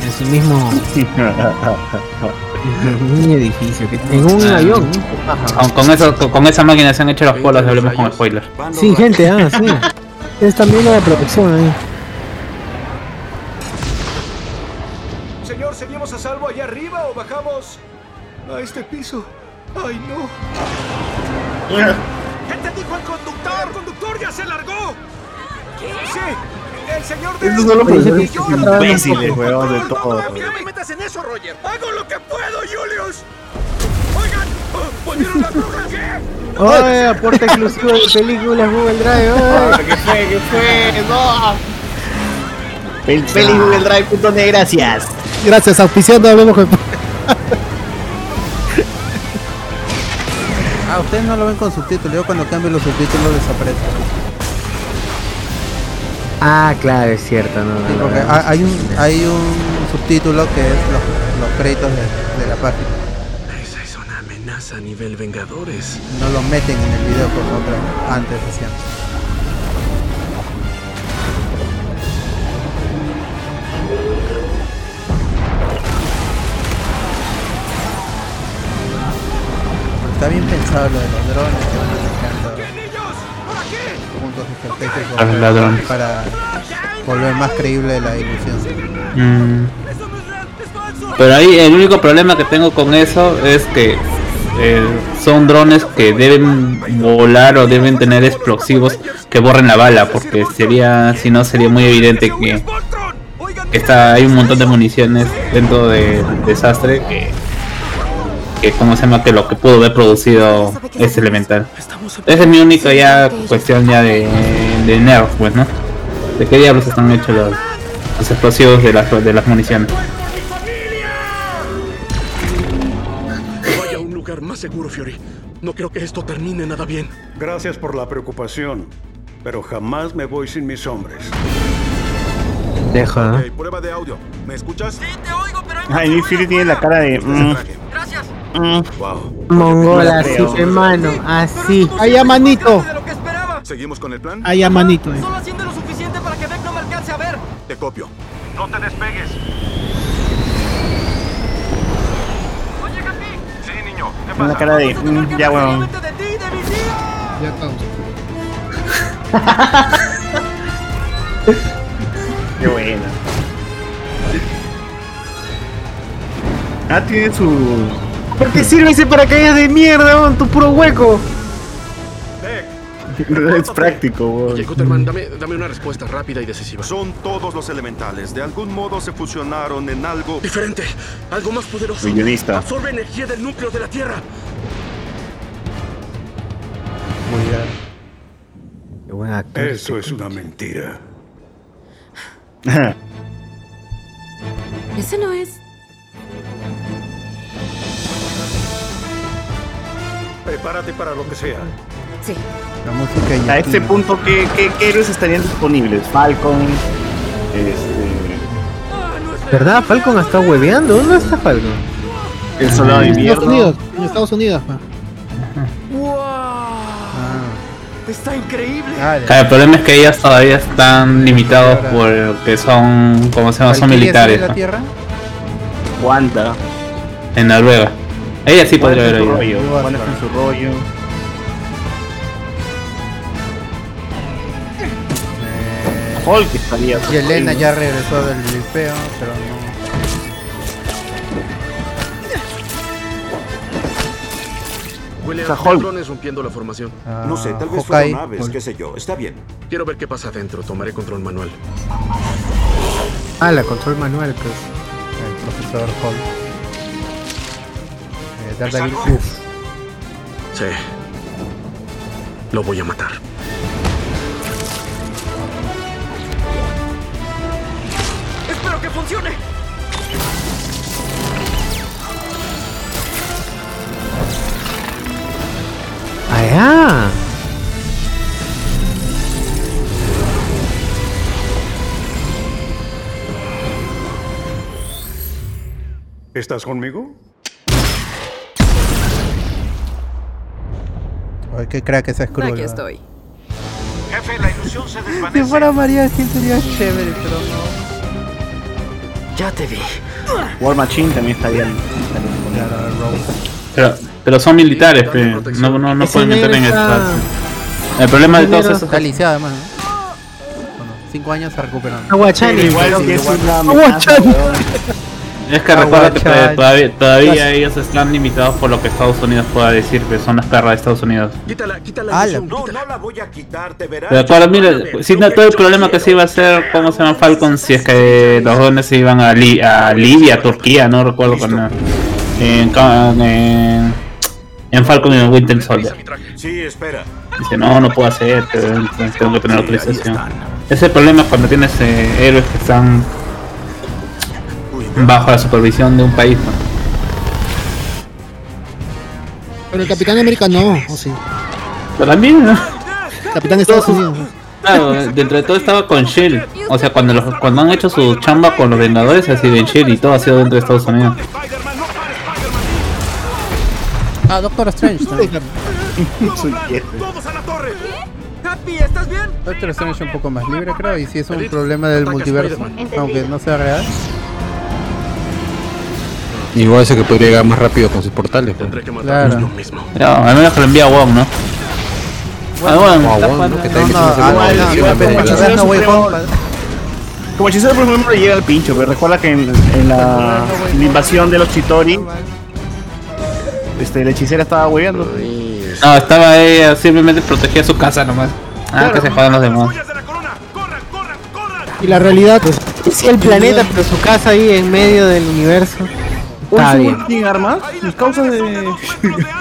en su mismo en un edificio, que- Ah. en un avión. ¿no? Qué paja. Ah, Con, con eso, con, con esa máquina se han hecho los polos, hablemos con spoiler. Sí, gente, ah, sí. Es también la de protección ahí. Señor, ¿seguimos a salvo allá arriba o bajamos a este piso? ¡Ay, no! ¿Qué te dijo el conductor? ¡El conductor ya se largó! ¿Qué? Sí, el señor de... Estos son los Y profesores yo imbéciles, weón, de todo. no, no me metas en eso, Roger. Hago lo que puedo, Julius. Oigan, ¿volvieron las brujas? ¿Qué? ¡Oye, aporte exclusivo de películas Google Drive! oye. ¿Qué fue? ¿Qué fue? ¡No! Pel- Feliz Google Drive, punto de gracias. Gracias, auspiciando hablemos con... Ah, ustedes no lo ven con subtítulos. Yo cuando cambio los subtítulos desaparece. Ah, claro, es cierto. No, Sí, no, porque no, no. ha- hay un, hay un subtítulo que es los, los créditos de, de la página. Esa es una amenaza a nivel Vengadores. No lo meten en el video como otra- antes decían. Pero Está bien pensado lo de los drones que van atacando puntos estratégicos A los ladrones. para volver más creíble la ilusión. Mm. Pero ahí el único problema que tengo con eso es que eh, son drones que deben volar o deben tener explosivos que borren la bala, porque sería, si no, sería muy evidente que, que está, hay un montón de municiones dentro del desastre que, que como se llama, que lo que pudo haber producido es elemental. Esa es mi única ya cuestión ya de, de nerf, pues, ¿no? ¿De qué diablos están hechos los, los explosivos de las, de las municiones? Vaya a un lugar más seguro, Fiori. No creo que esto termine nada bien. Gracias por la preocupación, pero jamás me voy sin mis hombres. Deja, ¿no? Prueba de audio. ¿Me escuchas? Ay, Infinity tiene la cara de. mm, Gracias. ah. mm. Wow. Mongola, No así, creo. hermano, así. Allá manito. ¿Seguimos con el plan? Allá manito. eh. Te copio. No te despegues. Con la cara de. mm, ya, weón. Ya estamos. Qué bueno. Ah, tiene su. ¿Por qué sirve ese paracaídas de mierda, weón? Tu puro hueco. es práctico, weón. Oye, Guterman, dame, dame una respuesta rápida y decisiva. Son todos los elementales. De algún modo se fusionaron en algo diferente. Algo más poderoso. Guionista. Absorbe energía del núcleo de la Tierra. Eso es una mentira. Ese no es. Prepárate para lo que sea. Sí. La música y A este punto, ¿qué, qué, qué héroes estarían disponibles? Falcon. Este. ¿Verdad? Falcon está hueveando. ¿Dónde está Falcon? El soldado de En Estados invierno. Unidos. En Estados Unidos, pa. Está increíble. Claro, el problema es que ellos todavía están limitados por que son, como se llama, son militares ¿La ¿no? tierra? Wanda. en Noruega. Ella sí podría haber Wanda oído. en su rollo, Wanda está en su rollo. Hulk estaría. Y Elena ya regresó del gripeo, pero no. Huele a Está Hulk. drones rompiendo la formación. No sé, tal vez Ah, Hawkeye, pues. fueron aves, Hulk. qué sé yo. Está bien. Quiero ver qué pasa adentro. Tomaré control manual. Ah, la control manual, pues. El profesor Hall. Eh, Daredevil, uf. Sí. Lo voy a matar. ¡Espero que funcione! Allá. ¿Estás conmigo? Ay, qué crack esa Skrull. Aquí ¿verdad? estoy. Jefe, la ilusión se Si fuera María, sí sería chévere, pero no. Ya te vi. War Machine también estaría. estaría disponible. Pero, pero son militares, pe, no, no, no Ese pueden meter en negro está- espacio. El problema de todos esos Está lisiado, además, ¿no? Bueno, cinco años se recuperan. Aguachani. Pero igual Aguachani. que es una Aguachani. es que recuerda que Aguachai. todavía, todavía- todavía Las- ellos están limitados por lo que Estados Unidos pueda decir, que son las perras de Estados Unidos. Quítala, quítala. Ah, ilusión, No, quítala. no la voy a quitar, te verás. Pero para mí, si no, todo el problema que se iba a hacer, ¿cómo se llama Falcon? Si es que los dones se iban a, Li- a Libia, Turquía, no recuerdo cuándo. En, ca- en, en Falcon y en Winter Soldier. Sí, espera. Dice, no, no puedo hacer, pero entonces tengo que tener autorización. Es el problema cuando tienes eh, héroes que están bajo la supervisión de un país. ¿no? Pero el Capitán América no, o sí. Pero también, ¿no? Capitán de Estados Unidos. Claro, dentro de todo estaba con Shield. O sea, cuando, los, cuando han hecho su chamba con los Vengadores, ha sido en Shield y todo ha sido dentro de Estados Unidos. Ah, Doctor Strange también. ¡Todos a la torre! ¿Happy, estás bien? Doctor Strange un poco más libre, creo, y si es un problema del multiverso, aunque no sea real. Igual ese que podría llegar más rápido con sus portales. pues. Tendré que claro. mismo. No, al menos que lo envía a Wong, ¿no? Ah, bueno, ah, bueno, no, no, no, como hechicero, por ejemplo, llega al pincho, pero recuerda que en, en la, en la invasión de los Chitori, este, la hechicera estaba hueveando. Ah, No, estaba ella, simplemente protegía su casa nomás. Ah, que se jodan los demás. Y la realidad, sí, Pues, el planeta, pero su casa ahí en medio del universo. Está bien. Tienen armas, los causas de.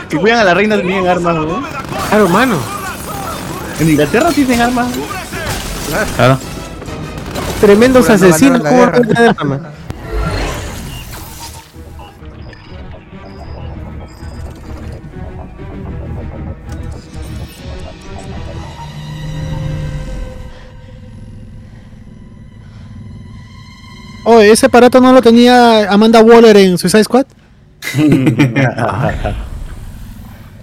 que cuidan a la reina tienen armas, ¿no? Claro, mano. En Inglaterra tienen armas. Claro. Tremendos asesinos. ¿Cómo de armas? Oh, ese aparato no lo tenía Amanda Waller en Suicide Squad.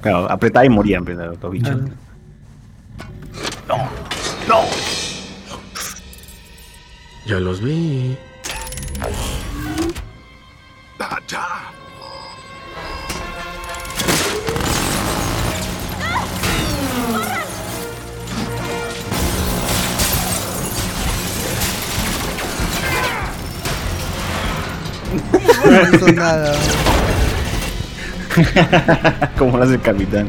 claro, apretaba y morían, pero los bichos. No, no. Ya los vi. no hizo nada. Como lo hace el capitán.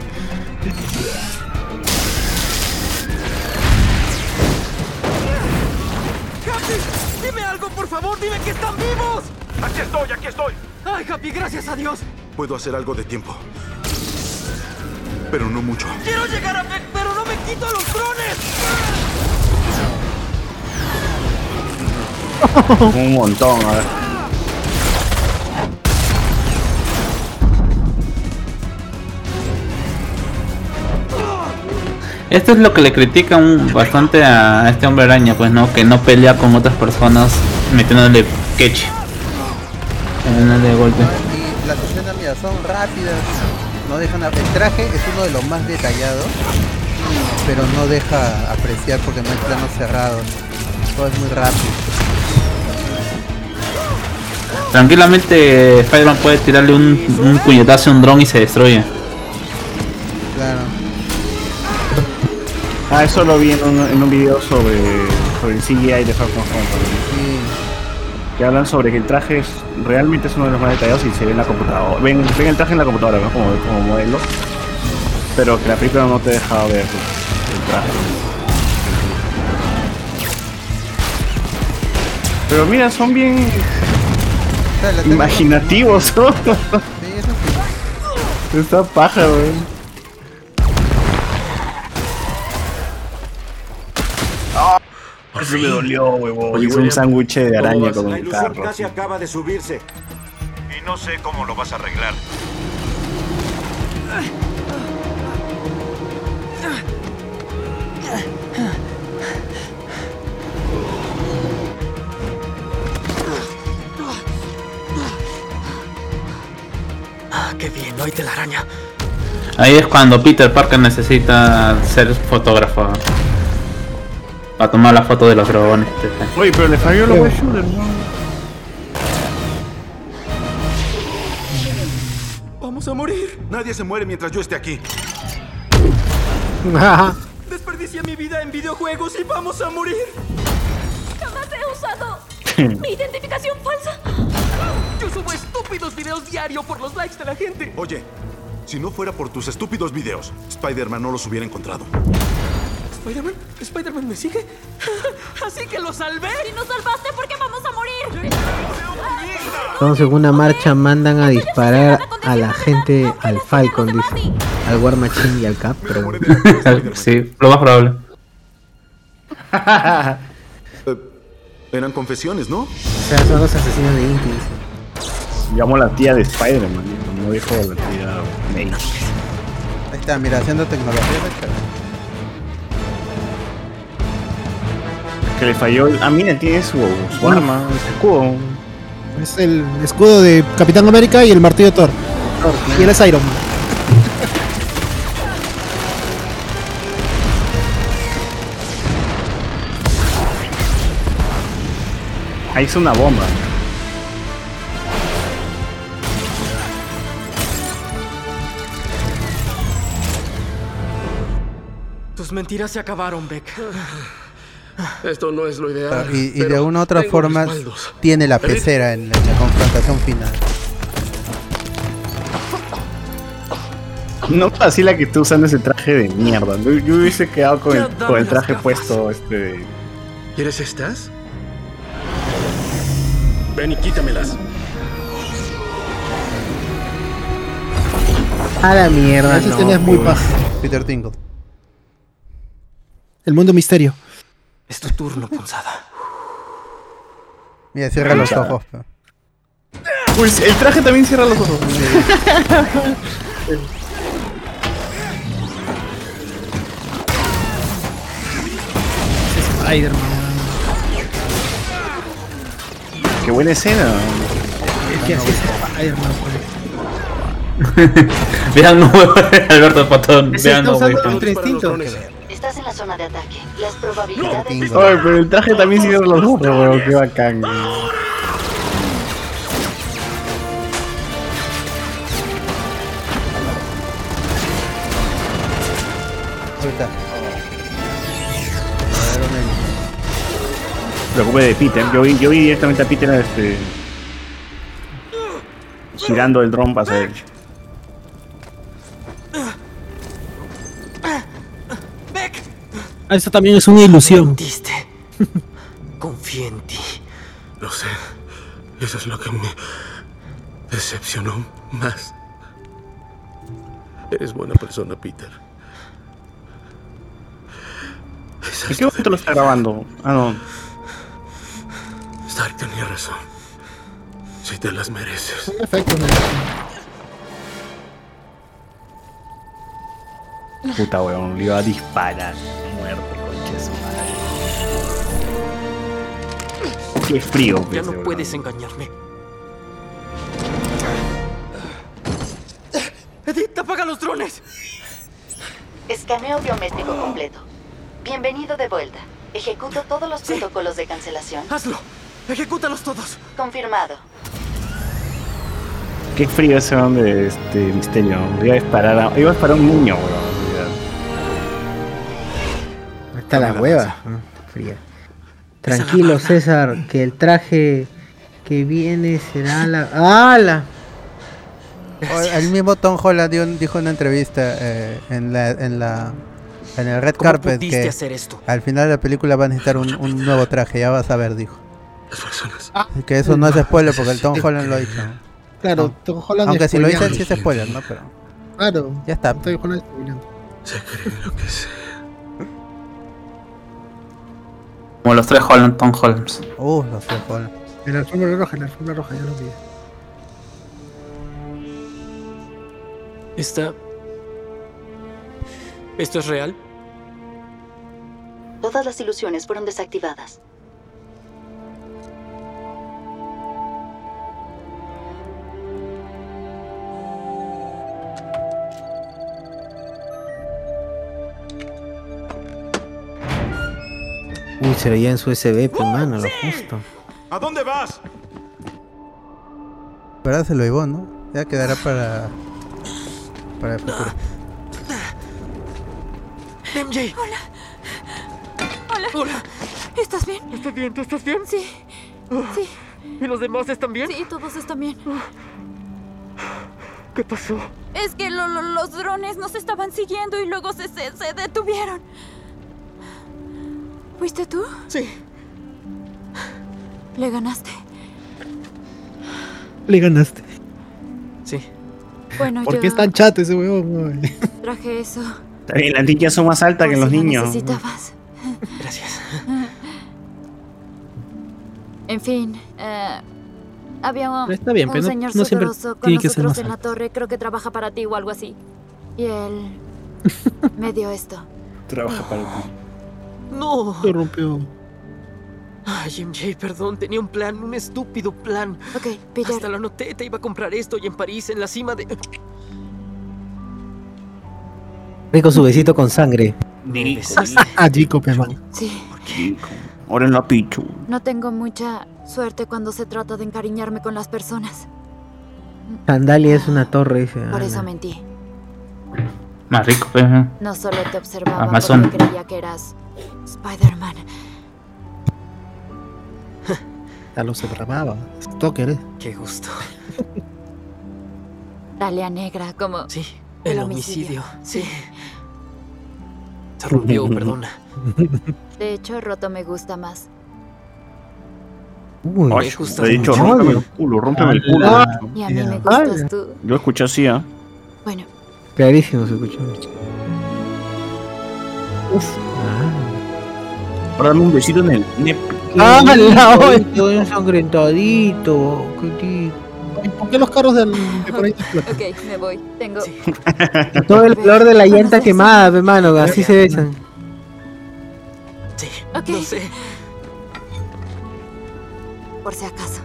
¡Dime algo, por favor! ¡Dime que están vivos! ¡Aquí estoy, aquí estoy! ¡Ay, Happy, gracias a Dios! Puedo hacer algo de tiempo. Pero no mucho. ¡Quiero llegar a Beck, pero no me quito los drones! Un montón, a ver. Esto es lo que le critica un, bastante a este hombre araña, pues no, que no pelea con otras personas metiéndole queche. Metiéndole golpe. Y las escenas, mira, son rápidas. No dejan El traje es uno de los más detallados, pero no deja apreciar porque no hay planos cerrados. Todo es muy rápido. Tranquilamente Spider-Man puede tirarle un, un puñetazo a un dron y se destruye. Claro. Ah, eso lo vi en un, en un video sobre, sobre el CGI de Falcon sí. Que hablan sobre que el traje es, realmente es uno de los más detallados y se ve en la computadora. Ven, ven el traje en la computadora, ¿no? como, como, modelo. Pero que la película no te deja ver el traje. Pero mira, son bien imaginativos. ¿no? Está paja, güey. Ah, Eso me dolió, huevón. Hice un sándwich de araña con La el ilusión carro. casi acaba de subirse. Y no sé cómo lo vas a arreglar. Ah, qué bien, hoy te la araña. Ahí es cuando Peter Parker necesita ser fotógrafo a tomar la foto de los dragones. este, Oye, pero le falló la web shooter, ¿no? Vamos a morir. Nadie se muere mientras yo esté aquí. Desperdicié mi vida en videojuegos y vamos a morir. Jamás he usado mi identificación falsa. Yo subo estúpidos videos diario por los likes de la gente. Oye, si no fuera por tus estúpidos videos, Spider-Man no los hubiera encontrado. ¿Spider-Man? ¿Spider-Man me sigue? ¡Así que lo salvé! Si nos salvaste, ¿por qué vamos a ¡Ay, morir? no! Estamos en una marcha, mandan a disparar a la gente, al Falcon, dice. Al War Machine y al Cap, pero bueno. sí, lo más probable. Eh, eran confesiones, ¿no? O sea, son los asesinos de Inti, dice. Llamó la tía de Spider-Man, no dijo la tía May. Ahí está, mira, haciendo tecnología. está chévere. Que le falló. el- Ah, mira, tiene su, su Bueno. arma, su escudo. Es el escudo de Capitán América y el martillo de Thor. Y él es Iron Man. Ahí Ah, hizo una bomba. Tus mentiras se acabaron, Beck. Esto no es lo ideal. Ah, Y, y de pero una u otra tengo forma respaldos. tiene la Eric, pecera en la confrontación final. No así la que está usando ese traje de mierda. Yo, yo hubiese quedado con el, con el traje puesto este de- ¿Quieres estas? Ven y quítamelas. A la mierda, Esa no, escena es muy pues. paja. Peter Tingle. El mundo misterio. Es tu turno, punzada. Mira, cierra los ojos. pe. Pues el traje también cierra los ojos. Spider-Man. Qué buena escena. ¿Qué haces Spider-Man? Vean, no, Alberto Patón. Vean, no, instinto. Estás en la zona de ataque. Las probabilidades. Ay, pero el traje también cierra los ojos, weón. Qué bacán. weón. Ahí está. Me preocupé de Peter. Yo vi, yo vi directamente a Peter este, girando el dron para hacer. Ah, Eso también es una ilusión. Confía en ti. Lo sé. Eso es lo que me decepcionó más. Eres buena persona, Peter. ¿En qué momento lo está grabando? Ah, no. Stark tenía razón. Si te las mereces. Un efecto, ¿no? Puta, weón. Le iba a disparar. Muerto, concha de su madre. Qué frío, Ya pues, no weón. puedes engañarme. Edith, apaga los drones. Escaneo biométrico completo. Bienvenido de vuelta. Ejecuto todos los protocolos de cancelación. Hazlo. Ejecútalos todos. Confirmado. Qué frío ese hombre de este misterio. Iba a disparar a, iba a, disparar a un niño, weón. Hasta la hueva. Ah, fría. Tranquilo, César, que el traje que viene será la. ¡Hala! O- El mismo Tom Holland dio- dijo en una entrevista eh, en la en la en el red ¿Cómo carpet pudiste que hacer esto? al final de la película va a necesitar un, un nuevo traje, ya vas a ver, dijo. Ah. Así Que eso no es spoiler porque el Tom Holland lo ha dicho. Claro, No. Tom Holland Aunque si lo spoileando. dicen sí es spoiler, ¿no? Pero Claro. ya está. Tom Holland spoileando. Como los tres Holland, Tom Holmes. Uh, los Tom Holland. En la alfombra roja, en la alfombra roja, ya lo vi. Está. ¿Esto es real? Todas las ilusiones fueron desactivadas. Uy, se veía en su USB, pues mano, lo justo. ¿A dónde vas? Pero ahora se lo llevó, ¿no? Ya quedará para para el futuro. MJ. Hola. Hola. Hola. ¿Estás bien? ¿Estás bien? ¿Tú estás bien? Sí. Sí. ¿Y los demás están bien? Sí, todos están bien. ¿Qué pasó? Es que lo- lo- los drones nos estaban siguiendo y luego se, se, se detuvieron. ¿Fuiste tú? Sí. Le ganaste. Le ganaste. Sí. Bueno, ¿Por yo qué es tan chato ese huevón? güey? traje eso. También Eh, las niñas son más altas que los si lo niños. necesitabas. Gracias. En fin, eh, había un, Pero está bien, un pero no- señor no siempre sudoroso con tiene que ser nosotros más en la torre, creo que trabaja para ti o algo así. Y él me dio esto. Trabaja para ti. No. Lo rompió. Ay, MJ, perdón, tenía un plan, un estúpido plan. Ok, Peter. Hasta lo anoté, te iba a comprar esto y en París, en la cima de... Rico su besito con sangre. Ah, Jacob, hermano. Sí, Ahora en la pichu. no tengo mucha suerte cuando se trata de encariñarme con las personas. Sandalia es una torre, dice. Por Ana. Ah. eso mentí. Más rico, pues. ¿eh? No solo te observaba Amazon. porque creía que eras Spider-Man. Ya lo cerraba. Stalker, eh. Qué gusto. La lea negra, como. Sí, el, el homicidio. Sí. Se rompió, perdona. De hecho, roto me gusta más. Uy, Me gusta te he dicho, mucho. rómpeme el culo, rómpeme el culo. Ah. Y a mí me gustas tú. Yo escuché así, ¿ah? Bueno, Clarísimo se escuchó. Uf. Ahora dame un besito en el nepe. ¡Ah, la hoy! oye. Todo ensangrentadito. Qué rico. ¿Por qué los carros del, de por ahí te explotan? ok, me voy. Tengo. Todo el color de la llanta quemada, pe, hermano. Así se besan. Ok. Por si acaso.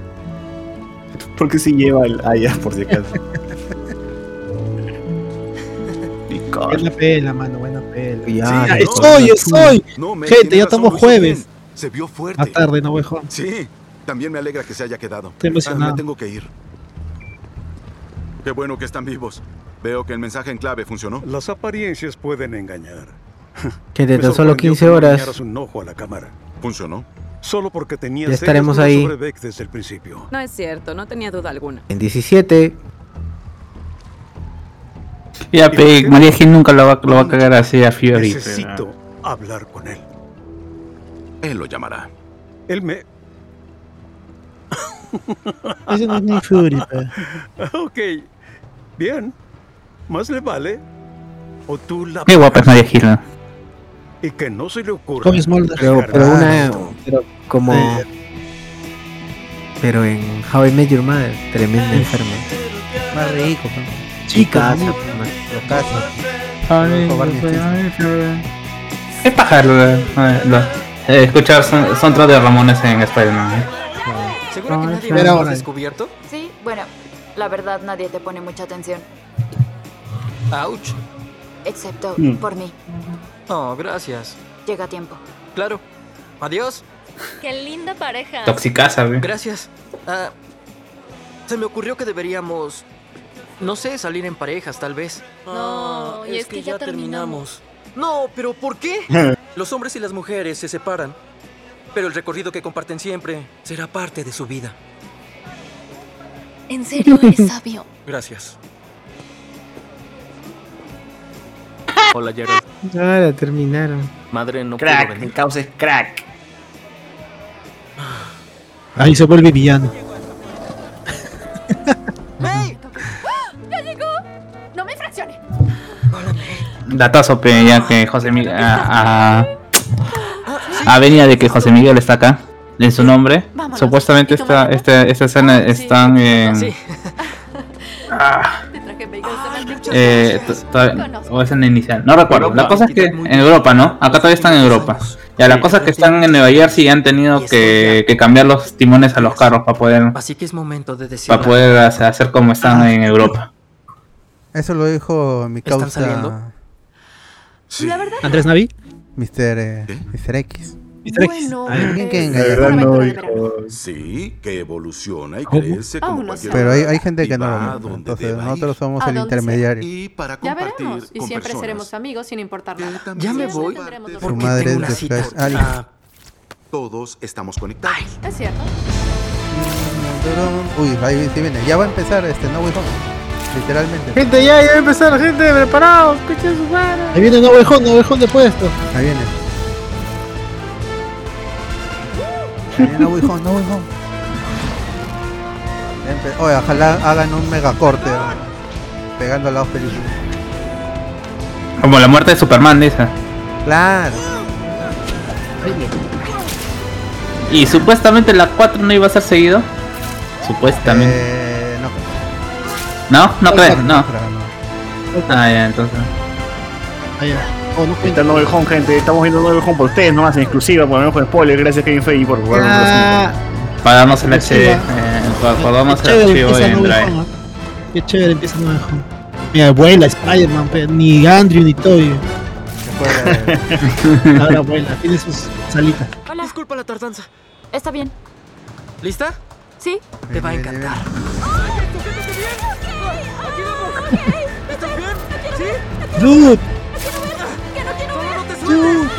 Porque si lleva el. Ah, ya, por si acaso. Picón. Buena pela, mano, buena pela. Ya, Sí, no, es hoy, no, es chulo. hoy. No, me Gente, tiene ya razón, estamos lo hizo jueves. bien. Se vio fuerte. Más tarde, no, huejo. Sí, también me alegra que se haya quedado. Estoy emocionado. Ah, me tengo que ir. Qué bueno que están vivos. Veo que el mensaje en clave funcionó. Las apariencias pueden engañar. Que de Me tan solo sorprendió 15 que no horas. guiñaras un ojo a la cámara. ¿Funcionó? Solo porque tenía Ya estaremos ahí. sobre Beck desde el principio. No es cierto, no tenía duda alguna. En 17. Ya, pe, María Gil nunca lo va, lo va a cagar así a Fiori. Necesito hablar con él. Él lo llamará. Él me... Ese no es ni Fury, pe. ok. Bien. Más le vale. O tú la... Qué guapa es María Gil. ¿no? Y que no se le ocurra... Con Smolder. Pero, Pero una. Pero como. Pero en How I Met Your Mother, tremenda enferma. Más rico, pe. Chicas. Lo casa. Es pájaro eh, eh, lo- eh, escuchar son- soundtrack de Ramones en Spider-Man. ¿eh? ¿Seguro que Ah, nadie espera, más lo ha ahora. descubierto? Sí, bueno, la verdad nadie te pone mucha atención. Ouch. Excepto Mm. por mí. No, gracias. Llega a tiempo. Claro. Adiós. Qué linda pareja. Toxicaza, ve. Gracias. Ah, se me ocurrió que deberíamos, no sé, salir en parejas, tal vez. No, y es que ya terminamos. No, pero ¿por qué? Los hombres y las mujeres se separan, pero el recorrido que comparten siempre será parte de su vida. En serio eres sabio. Gracias. Hola, Gerald. Ah, la terminaron. Madre no Crack, el causa es crack. Ahí se vuelve villano. ¡Ya llegó! ¡No me fraccione! Datazo, pe, ya que José Miguel. A, a- a venia de que José Miguel está acá. En su nombre. Supuestamente esta, esta, esta escena están en. Ah. Te traje bagels de mantequilla. eh, to- to- o es en la inicial, no recuerdo. La cosa es que en Europa, ¿no? Acá todavía están en Europa. Ya, la cosa es que están en Nueva Jersey y han tenido que, que cambiar los timones a los carros para poder, Así que es momento de decir. para poder hacer hacer como están en Europa. Eso lo dijo mi ¿Están causa. saliendo? La verdad. ¿Andrés Navi? Mister, eh, Mr. X. Bueno, Alguien que eh, engañó. verdad una no, aventura de verano. Sí, que evoluciona y crece Aún como no cualquier Pero hay, otra hay gente que y no lo va mismo, donde Entonces deba nosotros ir. somos ¿A el dónde sea? intermediario. Ya veremos. Y siempre seremos amigos sin importar nada. Ya me Siempre voy. tendremos los Su mismos. madre tengo es una de cita Flash ahorita. Alien. Todos estamos conectados. Es cierto. Uy, ahí sí viene. Ya va a empezar este No Way Home. Literalmente. Gente, ya, ya empezó la gente, preparados, escuchen su mano. Ahí viene No Way Home, No Way Home después de esto. Ahí viene. Ahí viene No Way Home, No Way Home. Empe- Oye, ojalá hagan un megacorte ¿no? pegando a las películas. Como la muerte de Superman, esa. Claro. Y supuestamente la 4 no iba a ser seguido. Supuestamente. Eh, no, ¿No? ¿No crees? No. creo, no. Ah, ya, entonces. Ah, Está Novel Home, gente. Estamos viendo Novel Home por ustedes nomás en exclusiva, por lo menos con spoiler. Gracias, Kevin Feige, por jugar Para darnos el HD. Exclusiva. Eh, para- para darnos Qué el chévere archivo empieza en Nuevo Drive. Home, ¿ah? Qué chévere empieza Nuevo Home. Mi abuela, Spider-Man, pe- ni Andrew ni Toby. Ahora abuela, tiene sus salitas. Hola. Disculpa la tardanza. Está bien. ¿Lista? Sí. Te va a encantar. Dude. Dude.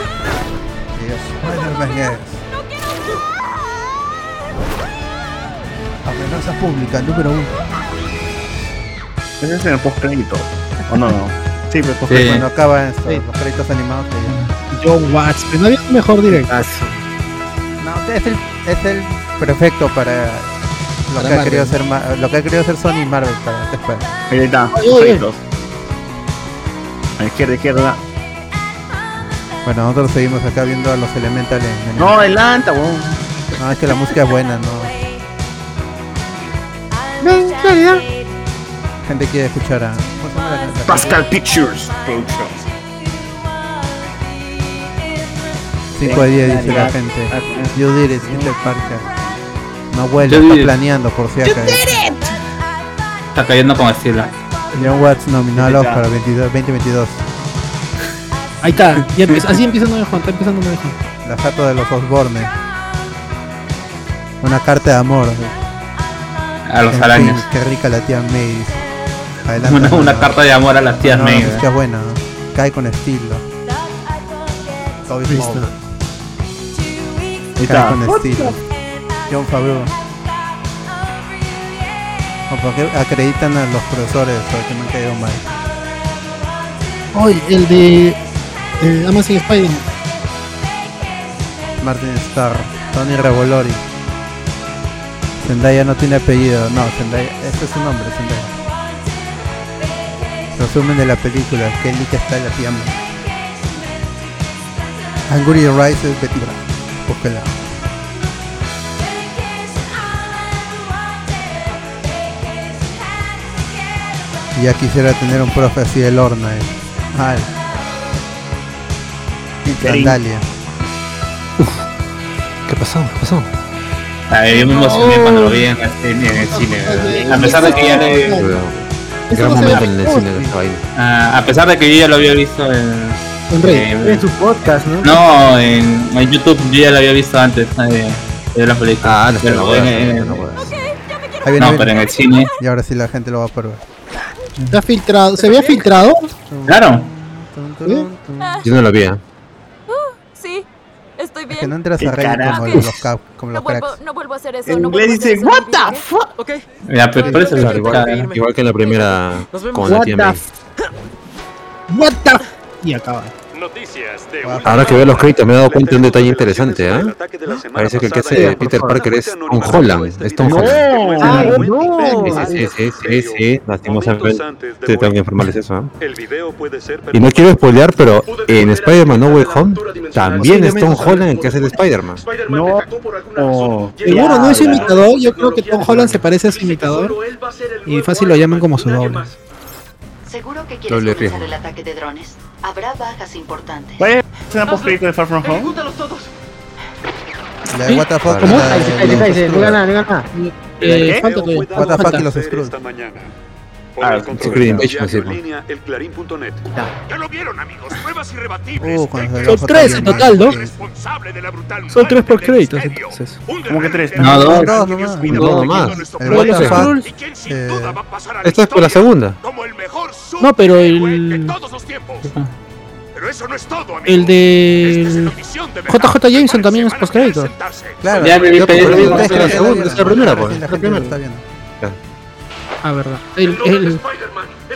Y Spider-Man es. Amenaza pública, número uno. Ese es en el post-crédito. ¿O Oh, no? no? Sí, pues Porque post-crédito. Cuando acaban estos- los créditos animados que John Watts, pero no había un mejor directo. No, es el, es el perfecto para Para lo, que ha, Marvel. querido hacer, Ma- lo que ha querido hacer Sony y Marvel para después. Ahí está, post-créditos. A la izquierda, izquierda. Bueno, nosotros seguimos acá viendo a los Elementales. en- No, adelanta, weón. No, es que la música es buena, no. Gente quiere escuchar a. ¿cómo se llama la- la- Pascal Pictures Production. Eh, 5 de 10 dice la gente. Ah, You did it, Peter Parker. No vuelve, You did está it. planeando por si acaso. Está cayendo con estilo. John Watts nominó a los para 22 2022. Ahí está, ya empieza- así empieza Nuevo Home, está empezando Nuevo Home. La jato de los Osborne. Una carta de amor. A los En fin, arañas. Qué rica la tía May. dice. Adelante, Una, hermano. una carta de amor a las tías No, May. ¿eh? es que es buena. ¿eh? Cae con estilo. Toby Listo. Maguire. Ahí Cae está. con estilo. John Favreau. O porque acreditan a los profesores porque me han caído mal. Hoy, el de eh, Amazing Spider-Man. Martin Starr, Tony Revolori. Zendaya no tiene apellido, no, Zendaya, ese es su nombre, Zendaya. Resumen de la película, qué lista está la tía May. Angry Rises Betty Brant, búsquela. Ya quisiera tener un profe así de Lorna, eh. Al. Featuring. Sandalia. ¿Qué pasó? ¿Qué pasó? Ay, yo me emocioné cuando lo vi en el cine. en el cine, ¿verdad? A pesar de que ya le. Gran momento en el cine de esa vaina. Ah, a pesar de que yo ya lo había visto eh, en. en- En su podcast, ¿no? no, en, en YouTube yo ya lo había visto antes. eh, de la película. Ah, no, la pero, huevas, en- en- Ahí viene, no, ahí viene. pero en el cine. Y ahora sí la gente lo va a probar. Está filtrado, ¿se había filtrado? ¿Eh? Claro. Ah. Yo no lo vi. ¿eh? Sí, estoy bien. Que no entras a Qué reír carajo. como los, cap- como No los vuelvo, cracks. no vuelvo a hacer eso. En no vuelvo a inglés hacer dicen, eso en "What mi the vida, ¿ok? Ok. Ya, pero por eso es la Claro, igual, igual que en la primera con la What tía the May. f- What the f- Y acaba. Noticias de Ahora que veo los créditos me he dado cuenta de un detalle interesante, ¿ah? Parece que el que hace de Peter Parker es Tom Holland. Es Tom Holland. ¡Ay, Sí, no! sí, sí, sí, sí, lastimosamente sí, tengo que informarles eso. ¿ah? El video puede ser Y no quiero spoilear, pero en Spider-Man No Way Home también es Tom Holland el que hace de Spider-Man. No. Seguro, ¿no es su imitador? Yo creo que Tom Holland se parece a su imitador. Pues Y fácil lo llaman como su doble. Seguro que quieres Doble comenzar riesgo. el ataque de drones. Habrá bajas importantes. Vaya, es una post-crédito de Far From Home. La de What the fuck ¿Cómo? y la Ahí de se cae, se los cae, se- no Skrulls. gana, no gana. Eh, Eh, falta todavía. What the fuck y los Falta. Skrulls. Ah, Secret Invasion, sí, pues. línea elclarín.net. Uh, cuando se Son los tres en total, atacan. ¿no? Son tres por créditos, entonces. ¿Cómo que tres? No, dos. Dos nomás. Dos nomás. El What the Skrulls. fuck, eh, Esta es por la segunda. No, pero el. Pero eso no es todo, amigo. El de. JJ Jameson también es postcrédito. Claro, Ya, pero yo pero es por eso la dije segunda, que la vieron. es la primera, pues. Sí, Es la la gente primera. lo está viendo. Ah, verdad. El. el...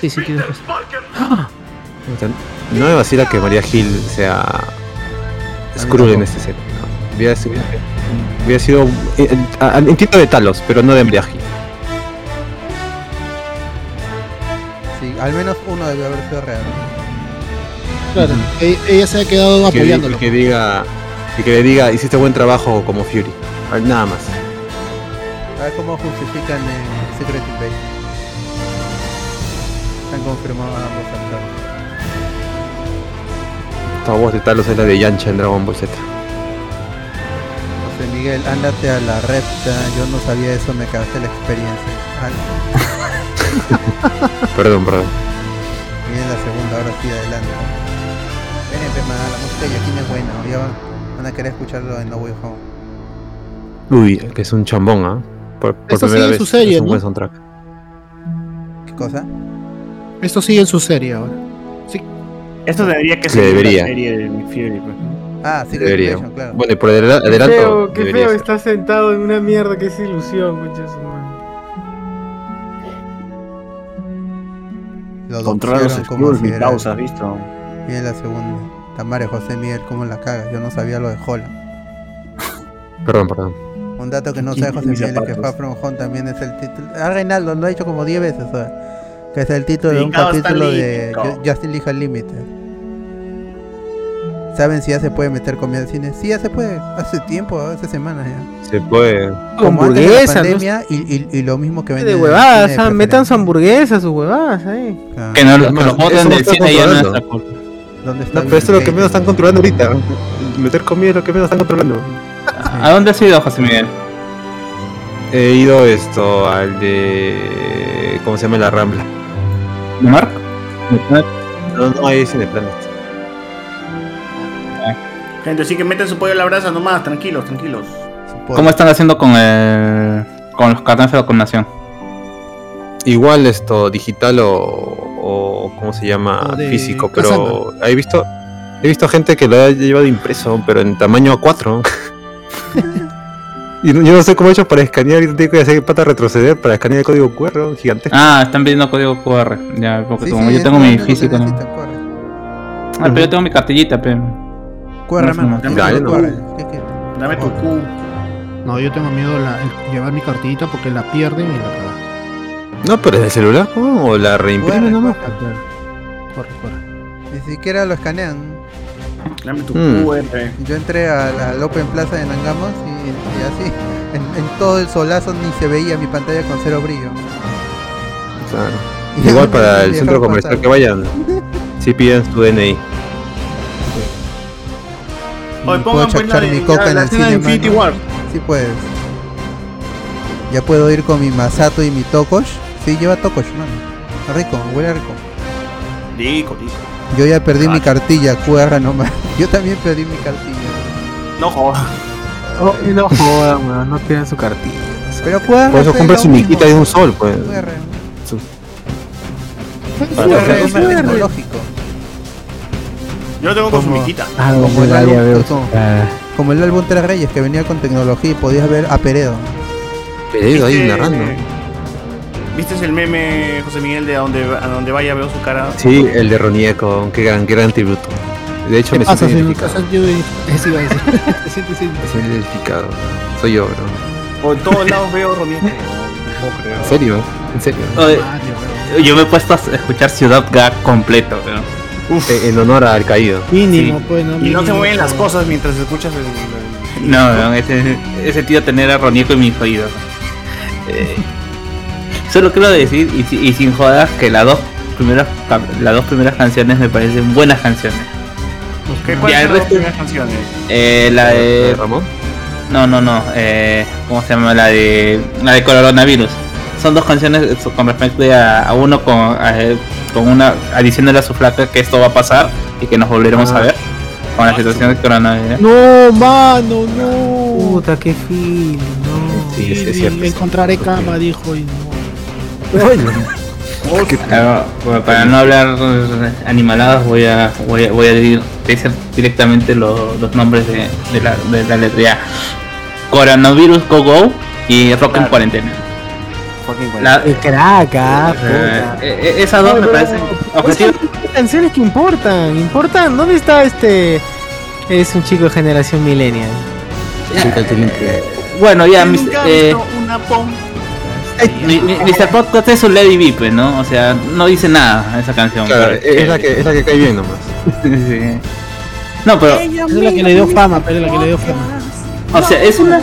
Sí, sí, tienes razón. ¡Ah! O sea, No me vacila que María Gil sea Skrull en este set. Hubiera sido, hubiera sido eh, eh, ah, entiendo de Talos, pero no de María Gil. Al menos uno debe haber sido real. Claro, e- ella se ha quedado Que, di- apoyándolo. que diga, y que le diga, hiciste buen trabajo como Fury. Ah, Nada más. A ver cómo justifican eh, Secret Invasion. Están confirmados ambos actores. Esta voz de Talos es la de Yancha en Dragon Ball Z. José Miguel, ándate a la repta. Yo no sabía eso, me cagaste la experiencia. Ay. Perdón, perdón. Viene la segunda, ahora sí adelante. Ven, pe, man, la música de Joaquín es buena. Ya van- van a querer escucharlo en No Way Home. Uy, que es un chambón, ¿ah? Por, por Eso primera sigue en vez. su serie, es un ¿no? buen soundtrack. ¿Qué cosa? Esto sigue en su serie ahora. Esto debería que Se ser debería. la serie de Fury. pues. Ah, sí, Debería. Invasion, claro. Bueno, y por el adela- Qué adelanto. feo, qué debería feo ser. está sentado en una mierda que es ilusión, concha de su madre. Lo Controla los doxearon como Skrulls, si mi era- pausa, visto. Viene la segunda. Tamara José Miguel, ¿cómo la cagas? Yo no sabía lo de Holland. Perdón, perdón. Un dato que no sabe José Mis Miguel es que zapatos. Far From Home también es el título. Ah, Reinaldo lo ha dicho como 10 veces. o sea, Que es el título de un Dedicado a Stan capítulo Lee, de chico. Ju- Justin League Unlimited. ¿Saben si ya se puede meter comida al cine? Sí, ya se puede. Hace tiempo, hace semanas ya. Se puede. Como antes de la Hamburguesa, ¿no? pandemia y, y- y lo mismo que venden De en el huevadas, cine ah, de metan su hamburguesa, sus huevadas ahí. preferencia. Que no lo- que Eso lo boten no del está cine ya no es controlando. la culpa. ¿Dónde No, pero eso es lo que menos están controlando ahorita. Meter comida es lo que menos están controlando. ¿A dónde has ido, José Miguel? He ido esto al de. ¿Cómo se llama la Rambla? ¿De Mark? No, no, ahí es Cineplanet. Gente, sí que meten su pollo a la brasa nomás, tranquilos, tranquilos. ¿Cómo están haciendo con el, con los cartones de vacunación? Igual esto, digital o. o ¿Cómo se llama? O de Físico, pero. Kazama. He visto. He visto gente que lo ha llevado impreso, pero en tamaño A4. Y no- yo no sé cómo he hecho para escanear y tengo que hacer pata retroceder para escanear el código QR gigantesco. Ah, están pidiendo código QR. Ya, porque Sí, Ah, como sí, yo es tengo lo mi único que físico. ¿no? Ah, pero yo tengo mi cartillita, pero. QR, No, mano. no. Dame Dale, tu no. QR. ¿Qué- qué? Dame tu Q. Ah. No, yo tengo miedo la, el- llevar mi cartillita porque la pierden y la cagan. No, pero es el celular, huevón, o la reimprime QR, nomás. Corre, corre. Ni siquiera lo escanean. Dame tu Mm. QR. Yo entré al, al Open Plaza de Nangamos y, y así. En, en todo el solazo ni se veía mi pantalla con cero brillo. Claro. Y Igual ya, para el dejaron centro comercial pasar. que vayan, si piden su DNI. Hoy pongan Ni puedo pues la chachar de- mi coca la- en la el escena cine. de Infinity mano. War. Sí puedes. Ya puedo ir con mi Masato y mi Tokosh. Sí, lleva Tokosh, mano. Rico, huele rico. Dico, dico. Yo ya perdí mi cartilla, QR nomás. Yo también perdí mi cartilla. No jodas. Oh, y no jodan, weón, no tienen su cartilla. Pero QR. Por eso pues, compras lo su mismo. miquita de un sol, pues. QR. Su- Para Para que que- sea tecnológico. Yo lo tengo con su miquita. como, el área álbum, Ah. como, como el álbum Tres Reyes que venía con tecnología y podías ver a Peredo. Peredo ahí ¿Viste- narrando. ¿Viste el meme, José Miguel, de a donde, a donde vaya veo su cara? Sí, el de Ronieco, qué gran, qué gran tributo. De hecho, me siento identificado. Eso iba a decir. Te sientes Me siento identificado. Soy yo, bro. Por todos lados veo Ronieco. No puedo creer. ¿En serio? ¿En serio? Oye, yo me he puesto a escuchar Ciudad Gag completo, pero. Eh, En honor al caído. Mínimo, pues, Y no te mueven las cosas mientras escuchas el. el- No, weón, ese, ese tío tener a Ronieco en mis oídos. Eh, solo quiero decir, y, si- y sin jodas, que las dos primeras cam- las dos primeras canciones me parecen buenas canciones. ¿Qué Ya, el cuáles son las resto- primeras canciones? Eh, la de. Ramón? No, no, no. Eh, ¿Cómo se llama? La de. La de coronavirus. Son dos canciones eh, con respecto a, a uno con, a- eh, con una. a diciéndole a su flaca que esto va a pasar y que nos volveremos Ah. a ver. Con la situación de coronavirus. No, mano, no. Puta, qué fil, no. Sí, es- es cierto. Encontraré cama, dijo. Y no. Claro, bueno, para Ah, no hablar animaladas voy a voy a, voy a decir, decir directamente lo- los nombres de, de la, de la letra A. Coronavirus Go Go y Rock en Cuarentena. La- El crack, ah, Eh, puta. eh, eh, esas dos me Pero, parecen pues, objetivas. hay canciones que importan, importan. ¿Dónde está este? Eres un chico de generación millennial. Chica, qué limpio. Bueno, ya, mis- Nunca he eh, visto una pom. Mi- mi- Mr. Podcast es un Lady Vipe, ¿no? O sea, no dice nada esa canción. Claro, pero- eh, es la que, es la que cae bien nomás. Sí. No, pero. Es la que le dio fama, pero es la que le dio fama. O sea, es una.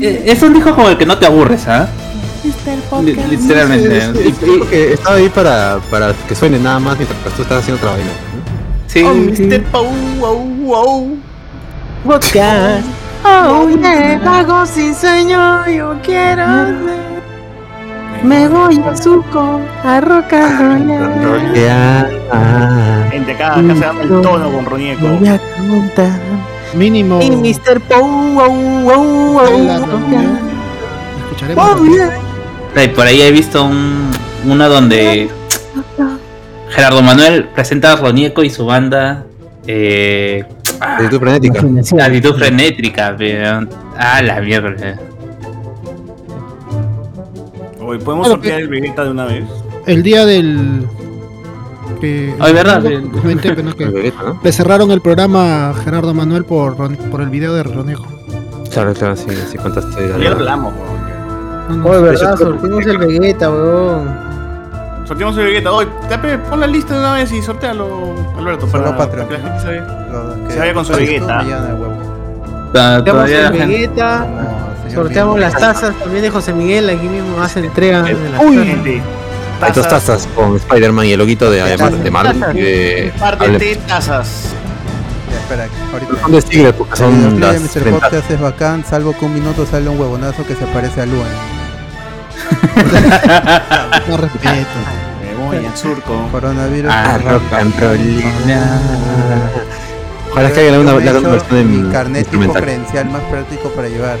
eh, Es un disco con el que no te aburres, ¿ah? Li- Literalmente. Es- es- es porque estaba ahí para, para que suene nada más mientras tú estás haciendo otra vaina. Sí. Oh, Mr. Pau, au, au. Podcast. Oh, yeah, pago sin sueño, yo quiero. Me voy a suco, a rock and roll. Gente, acá, acá se da el tono con Ronieco. Voy a contar. Mínimo. Y Mr. Pou, au, au, au, Escucharemos. Ay, por ahí he visto un, una donde Gerardo Manuel presenta a Ronieco y su banda. Eh, Actitud frenética. actitud frenética, pero. Ah, la mierda. Oye, ¿podemos Claro, sortear el Vegeta de una vez? El día del. que- Ay, verdad. lo comenté, pero no que- El Vegeta, ¿no? Le cerraron el programa a Gerardo Manuel por, Ron- por el video de Ronejo. Claro, claro, sí, sí contaste. la Ya verdad. hablamos. Oye, verdad, sortimos el Vegeta, weón. Sorteamos el Vegeta. Oye, tape, pon la lista de una vez y sortealo, Alberto, para, para que la gente se vea. Se vaya con su Vegeta. Ta- Sorteamos todavía el la gente- Vegeta, sorteamos las tazas también de José Miguel, aquí mismo hace entrega Eh, de las Uy. tazas. Hay dos tazas con Spider-Man y el loguito de, de, Mar- de Marvel. eh, y de- Parte de tazas. Espera, ahorita. Son de Tigre porque son Mira, las Mr. ventajas. Podcast es bacán, salvo que un minuto sale un huevonazo que se parece a Luan. no respeto. Me voy al surco. Coronavirus. Ah, rock and rollina. Ojalá que hagan Yo una me he la hecho versión en- Mi carnet tipo instrumental. credencial más práctico para llevar.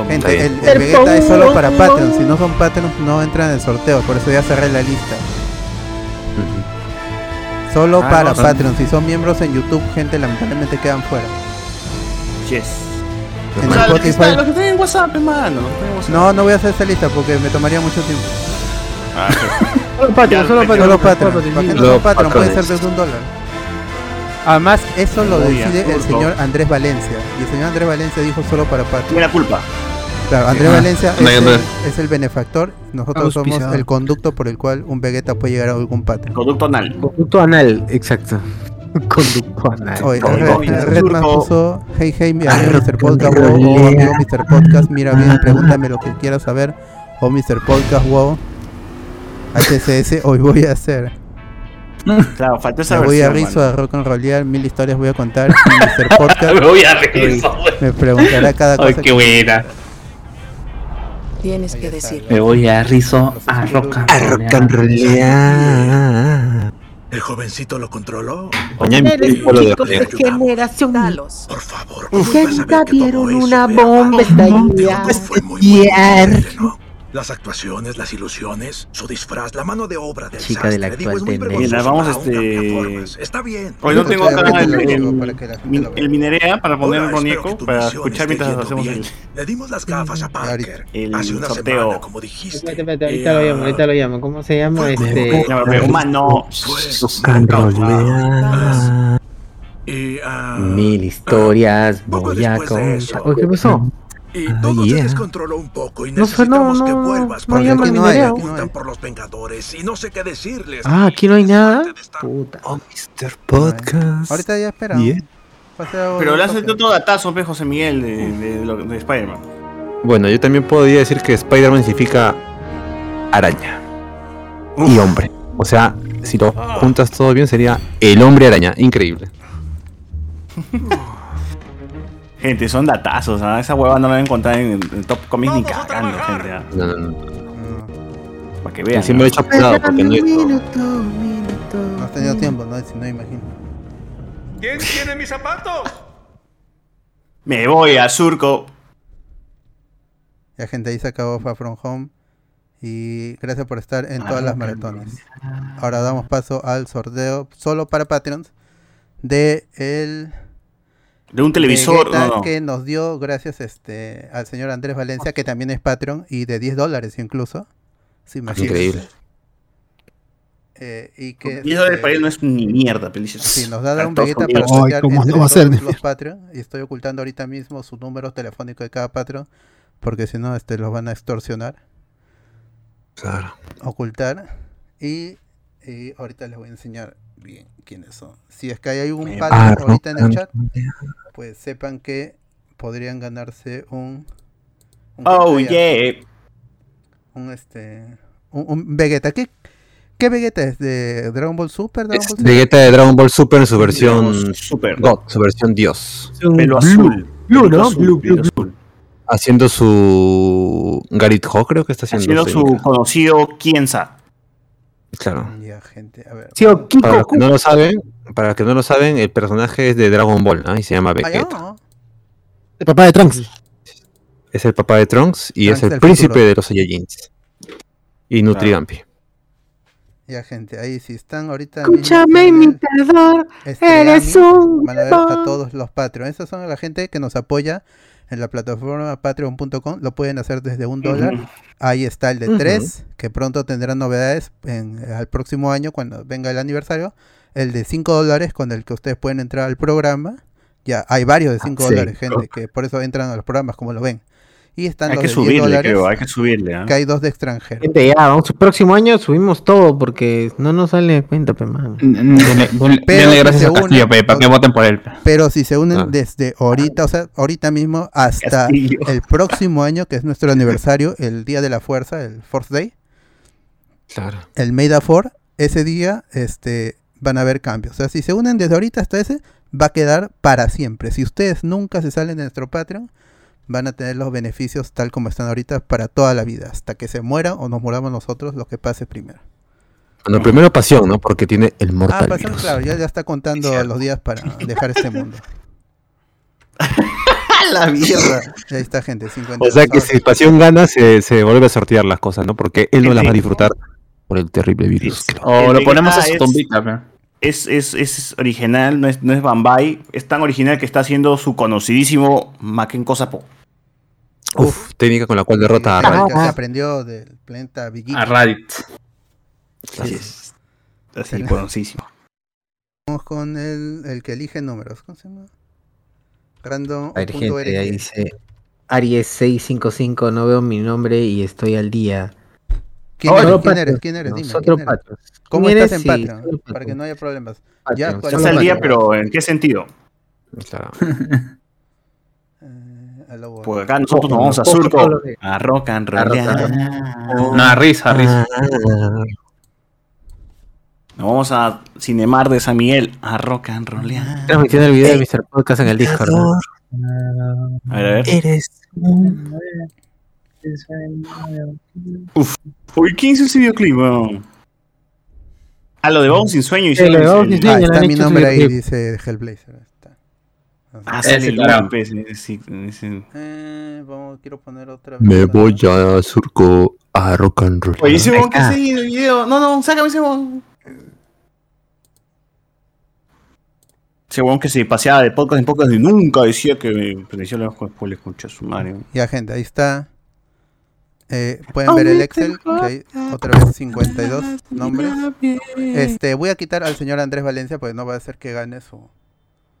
está Gente, bien. el, el El Vegeta es Pou- solo para Patreons. Si no son Patreons, no entran en el sorteo. Por eso ya cerré la lista. Solo Ah, para no, son- Patreons. Si son miembros en YouTube, gente, lamentablemente quedan fuera. Yes. En O sea, los que Spotify- están- Pues, los que están en WhatsApp, hermano. los que están en WhatsApp. No, no voy a hacer esa lista porque me tomaría mucho tiempo. Ah. Solo Patreon, solo Patreon. Solo Solo Patreon. ¿Para qué no Solo son Patreon? Puede ser Patreons. desde un dólar. Además, eso lo Muy decide el absurdo. señor Andrés Valencia. Y el señor Andrés Valencia dijo solo para Patreon. Tiene la culpa. Claro, Andrés Ah, Valencia es no, el, no. es el benefactor. Nosotros somos Auspiciado. el conducto por el cual un Vegeta puede llegar a algún Patreon. Conducto anal. Conducto anal, exacto. Conducto anal. Oye, Con- Red- con- Redman surco. puso Hey Hey, mi amigo Mr. Podcast wow, o amigo Mr. Podcast, mira bien, pregúntame lo que quieras saber. O Mr. Podcast wow. HCS, hoy voy a hacer. Claro, falta esa Me voy a versión, rizo mano. a rock and rollear, mil historias voy a contar. Y Mr. Podcast Me voy a rizo, me- me preguntará cada cosa. Ay, qué buena. Tienes que decirlo. Me voy a rizo a rock and roll. El jovencito lo controló. Mañana en Eres el pueblo de chico, Orlando. Generación. Por favor, Nunca vieron una bomba estallada. Estallar. las actuaciones, las ilusiones, su disfraz, la mano de obra del Chica de la sastre, digo, es actual muy Ah, tendencia. vergonzoso Mira, vamos, para un este, cambiaformas. Está bien. Hoy no tengo acá Estoy el, el, hablando de el, logo min- el minerea para poner Hola, un Ronieco espero que tu para misión escuchar esté mientras yendo hacemos bien. el, Le dimos las gafas a Parker. el Hace una sorteo. semana, como dijiste. Espérate, espérate, ahorita lo llamo, ahorita lo llamo. ¿Cómo se llama este? Llámame, humano. Pues, Y, ah, Mil historias voy a contar. Oye, ¿qué pasó? y todo se descontroló un poco y No sé, no, necesitamos que no, vuelvas no porque llama aquí el nos mineral. preguntan por los Vengadores y no sé qué decirles. Ah, aquí no hay nada. Puta. Oh, Podcast. Ahorita ya espera. Yeah. Pero le hace otro datazo, ve, José Miguel, de, de, de, de Spider-Man. Bueno, yo también podría decir que Spider-Man significa araña y hombre. O sea, si lo juntas todo bien sería el hombre araña. Increíble. Gente, son datazos, ¿ah? esa hueva no la van a encontrar en, en Top Comics ni cagando, gente. ¿ah? No, no, no. Para que vean. Encima lo he hecho apurado porque no he- Minuto, minuto. No has tenido tiempo, no, si no imagino. ¿Quién tiene mis zapatos? Me voy a Surco. La gente ahí se acabó Far From Home. Y gracias por estar en Ah, todas las maratones. pues. Ahora damos paso al sorteo solo para Patreons de el De un televisor. Vegeta No, no. que nos dio gracias este al señor Andrés Valencia que también es Patreon y de 10 dólares incluso. Sí, imagínense. Increíble. Eh, y que Y eso de este, para él no es ni mierda, "Ah, pelices. Sí, nos da un Todos Vegeta para conmigo. sortear cómo entre no va a ser, todos Nefer. los Patreon. Y estoy ocultando ahorita mismo su número telefónico de cada Patreon porque si no este, los van a extorsionar. Claro. Ocultar. Y, y ahorita les voy a enseñar bien quiénes son. Si es que hay algún Me pato paro ahorita en el tanto. chat, pues sepan que podrían ganarse un. un Oh, Kamehameha. yeah. Un este. Un, un Vegeta. ¿Qué, ¿Qué Vegeta es? ¿De Dragon Ball Super? Dragon Ball Z? Vegeta de Dragon Ball Super en su versión Super. God, su versión Dios. Pelo azul. Blue, ¿no? azul, Blue, pelo blue, azul. Haciendo su Garit Ho, creo que está haciendo. Haciendo sí, su conocido Kienza. Claro. ver. Para los que no lo saben, para los que no lo saben, el personaje es de Dragon Ball, ¿ah? y se llama Vegeta. El papá de Trunks. Es el papá de Trunks y Trunks es el del príncipe futuro. de los Saiyajins. Y Nutrigampi. Ya, gente, ahí sí están ahorita. este mismo Escúchame, imitador, estreando, eres un. este Van a ver a huevón. todos los Patreons. Esas son la gente que nos apoya en la plataforma patreon.com. Lo pueden hacer desde un dólar. Ujú. Ahí está el de Ujú. tres, que pronto tendrá novedades en, al próximo año cuando venga el aniversario. El de cinco dólares con el que ustedes pueden entrar al programa. Ya, hay varios de cinco Ah, sí. dólares, gente, que por eso entran a los programas, como lo ven. Y están Hay los que de 10 subirle, dólares, creo. Hay que subirle. ¿ah? que hay dos de extranjeros. Gente, ya, vamos. Próximo año subimos todo porque no nos sale de cuenta, pe, man. Mm. Denle, denle- denle si gracias se a unen, Castillo, pe, para que voten por él. pe. Pero si se unen Ah. desde ahorita, o sea, ahorita mismo hasta Castillo. el próximo año, que es nuestro aniversario, el Día de la Fuerza, el Fourth Day, Claro. el Made for ese día este, van a haber cambios. O sea, si se unen desde ahorita hasta ese, va a quedar para siempre. Si ustedes nunca se salen de nuestro Patreon, van a tener los beneficios tal como están ahorita para toda la vida, hasta que se mueran o nos muramos nosotros, lo que pase primero. Bueno, primero pasión, ¿no? Porque tiene el Ah, Mortal pasó, Virus. claro, ya, ya está contando los días para dejar este mundo. la mierda. Ahí está, gente, 50. Pues, O sea que Ahora- si pasión gana, se, se vuelve a sortear las cosas, ¿no? Porque él no las va a Sí. disfrutar por el terrible virus. que lo- O El lo ponemos a Vegeta su es- tombita. pe. Es, es, es original, no es, no es Bambay. Es tan original que está haciendo su conocidísimo Maken Kosapo. Uf, técnica con la cual derrota a Técnica ah, Raditz. que se aprendió del planeta Big Geek. Así es. Así, Excelente. conocidísimo. Vamos con el, el que elige números. ¿Cómo se llama? Random. A ver, punto gente, RG. ahí dice Aries 655, no veo mi nombre y estoy al día. ¿Quién, Ahora, eres? ¿Quién Patreon, eres? ¿Quién eres? Dime. Nosotros ¿quién eres? Patreon. ¿Cómo ¿Quién estás en eres? Sí, Patreon? soy Para que no haya problemas. Patreon, Ya, Estás al día, pero ¿en qué sentido? Claro. Eh, Pues acá nosotros nos vamos a Poco, surco. poco lo que- A rock and A rock rollear. No, a risa, a risa. Ah. Nos vamos a Cinemar de San Miguel. A rock and Ah. rollear. Transmitiendo el video Eh, de Mr. Podcast en el Discord. ¿no? A ver, a ver. Eres. Uf. Uy, ¿quién hizo ese videoclip? weón? Ah, lo de Vamos sin sueño. Ah, hicieron ese- está mi nombre ahí, dice Hellblazer. Está. Ah, sale Ese el carajo. golpe, ese- ese- ese- Eh, vamos, quiero poner otra vez. Me voy a surco a rock and roll. Oye, ese weón que hace ahí en el video. No, no, sácame ese weón. Ese weón que se paseaba de podcast en podcast y nunca decía que perteneció a la escuela escucha su madre. Ya, gente, ahí está. Eh, pueden Oh, ver el me Excel, que tengo hay otra vez 52 nombres. Este, voy a quitar al señor Andrés Valencia, porque no va a ser que gane su,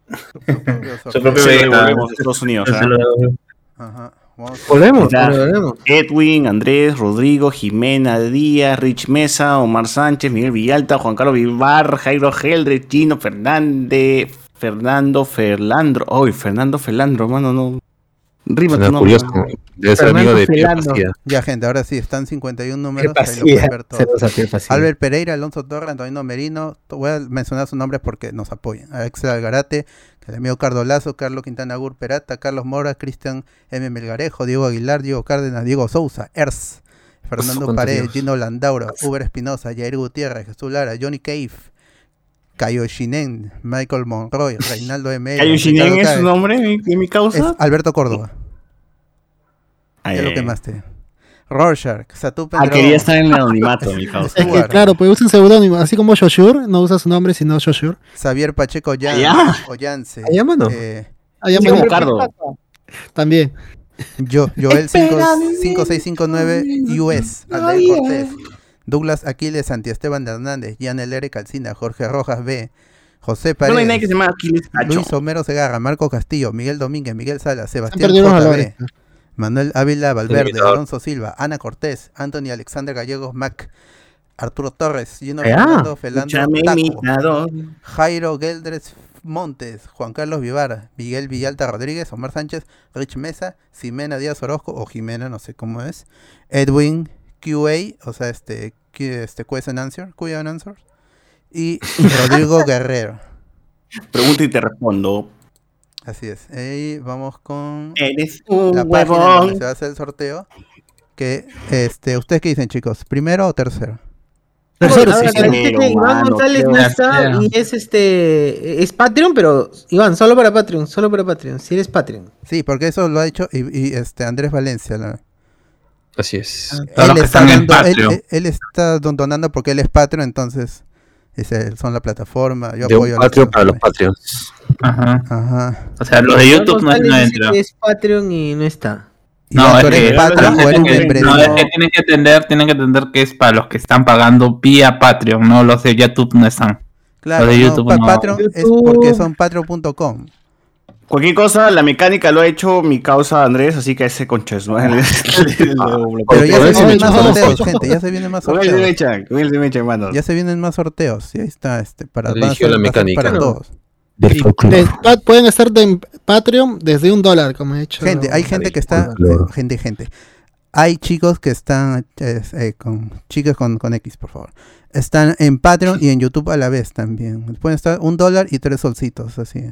su propio propio Se sorteo. lo Vegeta. devolvemos a Estados Unidos, Se lo ¿ah? devolvemos. Ajá, vamos. Volvemos, Ya. pero volvemos. Edwin, Andrés, Rodrigo, Jimena Díaz, Rich Mesa, Omar Sánchez, Miguel Villalta, Juan Carlos Vivar, Jairo Geldre, Chino Fernández, Fernando Ferlandro. Uy, Fernando Ferlandro, mano, no. Rima Suena tu nombre. curioso. este, Debe ser amigo de Pío Pasquida. Ya, gente, ahora sí, están 51 números. Qué ahí lo pueden pasilla, ver todos. saludos a Pío Pasquida. Albert Pereira, Alonso Torres, Antonino Merino. to- Voy a mencionar sus nombres porque nos apoyan. Axel Algarate, el amigo Cardo Lazo, Carlos Quintana Agur Perata, Carlos Mora, Cristian M. Melgarejo, Diego Aguilar, Diego Cárdenas, Diego Sousa, Erz, Fernando cuánto Paredes, Dios. Gino Landauro, Uber Espinosa, Jair Gutiérrez, Jesús Lara, Johnny Cave. Cayo Shinen, Michael Monroy, Reinaldo M. Cayo Shinen es su nombre de mi, causa. Alberto Córdoba. Ay, ya lo ay, quemaste. Rorschach, Satu Ah, quería estar en el anonimato, mi causa. Es que, Claro, pues usa un seudónimo, así como Joshur, no usa su nombre, sino Joshur. Xavier Pacheco Ollán, Allá. Ollance. Allá, mano. eh, Allá, Diego mano. Cardo. También. Yo, Joel cinco- Espérame, 5659 espérame. US, Ah, Andrés Todavía. Cortés, Douglas Aquiles, Santi Esteban Hernández, Gian Elere Calcina, Jorge Rojas B, José Paredes, No hay nadie que se llame Aquiles Cacho. Luis Homero Segarra, Marco Castillo, Miguel Domínguez, Miguel Salas, Sebastián perdido los JB, valores. Manuel Ávila Valverde, Eliminador. Alonso Silva, Ana Cortés, Anthony Alexander Gallegos Mac, Arturo Torres, Gino Ya, Fernando Felando escúchame, Taco, imitador. Jairo Geldres Montes, Juan Carlos Vivar, Miguel Villalta Rodríguez, Omar Sánchez, Rich Mesa, Ximena Díaz Orozco o Jimena, no sé cómo es, Edwin QA, o sea, este, que- este Question Answer, Question Answer, y Rodrigo Guerrero. Pregunto y te respondo. Así es. Y vamos con Eres un la página en donde huevón. se va a hacer el sorteo. Que, este, ¿ustedes qué dicen, chicos? ¿Primero o tercero? Ahora, parece que Iván González no está y es este es Patreon, pero Iván, solo para Patreon, solo para Patreon, si eres Patreon. Sí, porque eso lo ha hecho y, y, este Andrés Valencia. la- Así es. Ah. Él, está dando- él- él- él está don- donando porque él es Patreon, entonces dice, son la plataforma. Yo de apoyo un a la Patreon para los Patreons. Ajá. Ajá. O sea, los de Iván YouTube no, González no dice entra. que Es Patreon y no está. No, Iván, es tú que, eres Patreon no, o eres es un que- no, es que tienen que entender, tienen que entender que es para los que están pagando vía Patreon, no los de YouTube no están. Claro, los de no, YouTube pa- no. Patreon es porque son patreon.com. Cualquier cosa, la mecánica lo ha hecho mi causa Andrés, así que ese concha es Pero Pero ya se vienen más sorteos, gente, ya se vienen más Con el de sorteos. mecha, con el de mecha, hermano. Ya se vienen más sorteos. Y ahí está, este, para, van a Eligió ser- la va a ser mecánica. para Claro. todos. Del folclore. De- pa- pueden estar de Patreon desde un dólar, como he dicho. Gente, hay gente que está. Claro. Gente, gente. Hay chicos que están. eh, eh, con, chicos con, con X, por favor. Están en Patreon y en YouTube a la vez también. Pueden estar un dólar y tres solcitos, así.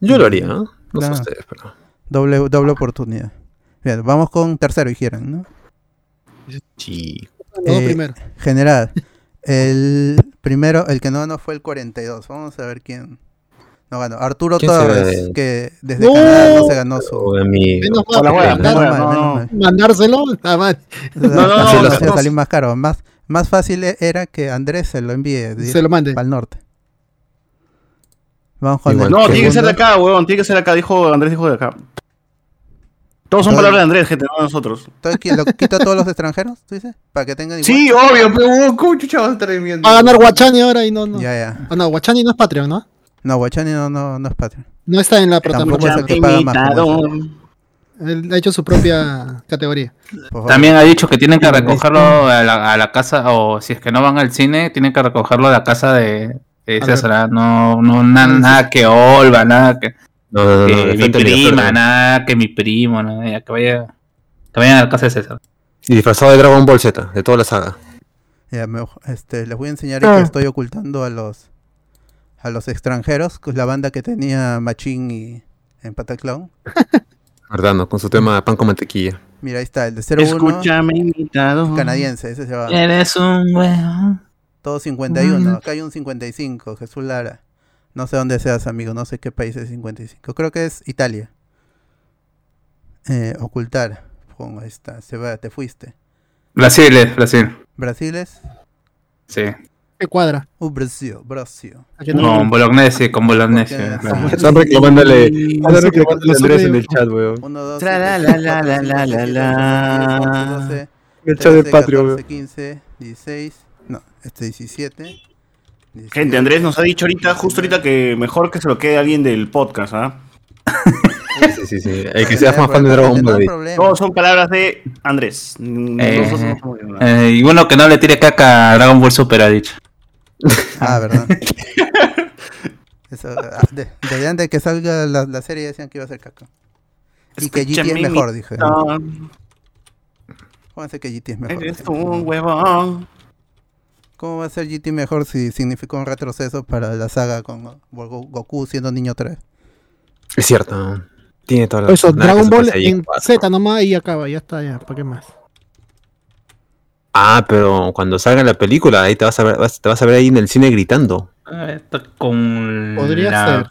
Yo lo haría, ¿eh? ¿no? No sé Claro. ustedes, pero. Doble, doble oportunidad. Bien, vamos con tercero, dijeron, ¿no? Sí. Eh, General. El primero, el que no ganó fue el 42. Vamos a ver quién. No ganó. Arturo ¿Quién será Torres, el- que desde ¡No! Canadá no se ganó su. Amigo. Menos Ah, mal, mandar- mandárselo. la madre. No, no, no, salir más caro. Más, más fácil e- era que Andrés se lo envíe. Se lo mande. Para el norte. Vamos con el No, tiene que ser de segundo. acá, weón, tiene que ser de acá, dijo Andrés, dijo de acá. Todos son Todo- palabras de Andrés, gente, no de nosotros. Todo- ¿Lo quito a todos los extranjeros? ¿Tú dices? Para que tengan igual. Sí, obvio, pero weón, ¿cómo chucha vas a estar enviando? Va a ganar Guachani ahora y no, no. Ya, ya. Ah, no, Guachani no es Patreon, ¿no? No, Guachani no, no, no es Patreon. No está en la Tampoco plataforma. es el que paga más. como ese. Él ha hecho su propia categoría. También ha dicho que tienen que este. recogerlo a la, a la casa, o si es que no van al cine, tienen que recogerlo a la casa de, de César. ah, No, no, na- nada que Olva, nada que, No, no, no, no, que de mi frente al prima, dinosaurio. nada que mi primo, nada, ya, que vaya, que vayan a la casa de César. Y disfrazado de Dragon Ball Z, de toda la saga. Ya, me- este, les voy a enseñar Ah. que estoy ocultando a los a los extranjeros, que es la banda que tenía Machín y en Pataclown. ¿Verdad? no? Con su tema pan con mantequilla. Mira, ahí está, el de 01. Escúchame, invitado. Canadiense, ese se va. Eres un huevón. Todo Mm. 51, acá hay un 55, Jesús Lara. No sé dónde seas, amigo, no sé qué país es 55. Creo que es Italia. Eh, ocultar. Pongo, ahí está, se va, te fuiste. Brasil es, Brasil. Brasil es. Sí. ¿Qué cuadra? Uh, Brasil, Brasil. Con Bolognesi, con Bolognesi. claro. Están reclamándole. Están reclamándole a Andrés en el chat, weón. Tra, la, la, la, la, la, la, la. El chat de 13, Patreon, 14, weón. 15, 16, no, este 17. Gente, Andrés nos ha dicho ahorita, justo ahorita, que mejor que se lo quede a alguien del podcast, ¿ah? Sí, sí, sí. El que sea más fan de Dragon Ball. ahí. Todos son palabras de Andrés. Mm, Eh, nosotros no somos de nada. eh, y uno que no le tire caca a Dragon Ball Super ha dicho. Ah, verdad. Eso, ah, de, desde antes de que salga la, la serie decían que iba a ser caca. Y que GT es Escúchame, mejor, mi dije. ton. Pónganse que GT es mejor. Eres dije. un huevón. ¿Cómo va a ser GT mejor si significó un retroceso para la saga con Go- Goku siendo niño 3? Es cierto. Tiene toda la Por eso, nada que Pues, Dragon se Ball pase ahí. en Z nomás y acaba, ya está, ya, ¿para qué más? Ah, pero cuando salga la película, ahí te vas a ver, vas- te vas a ver ahí en el cine gritando. Ah, esto con Podría la- ser.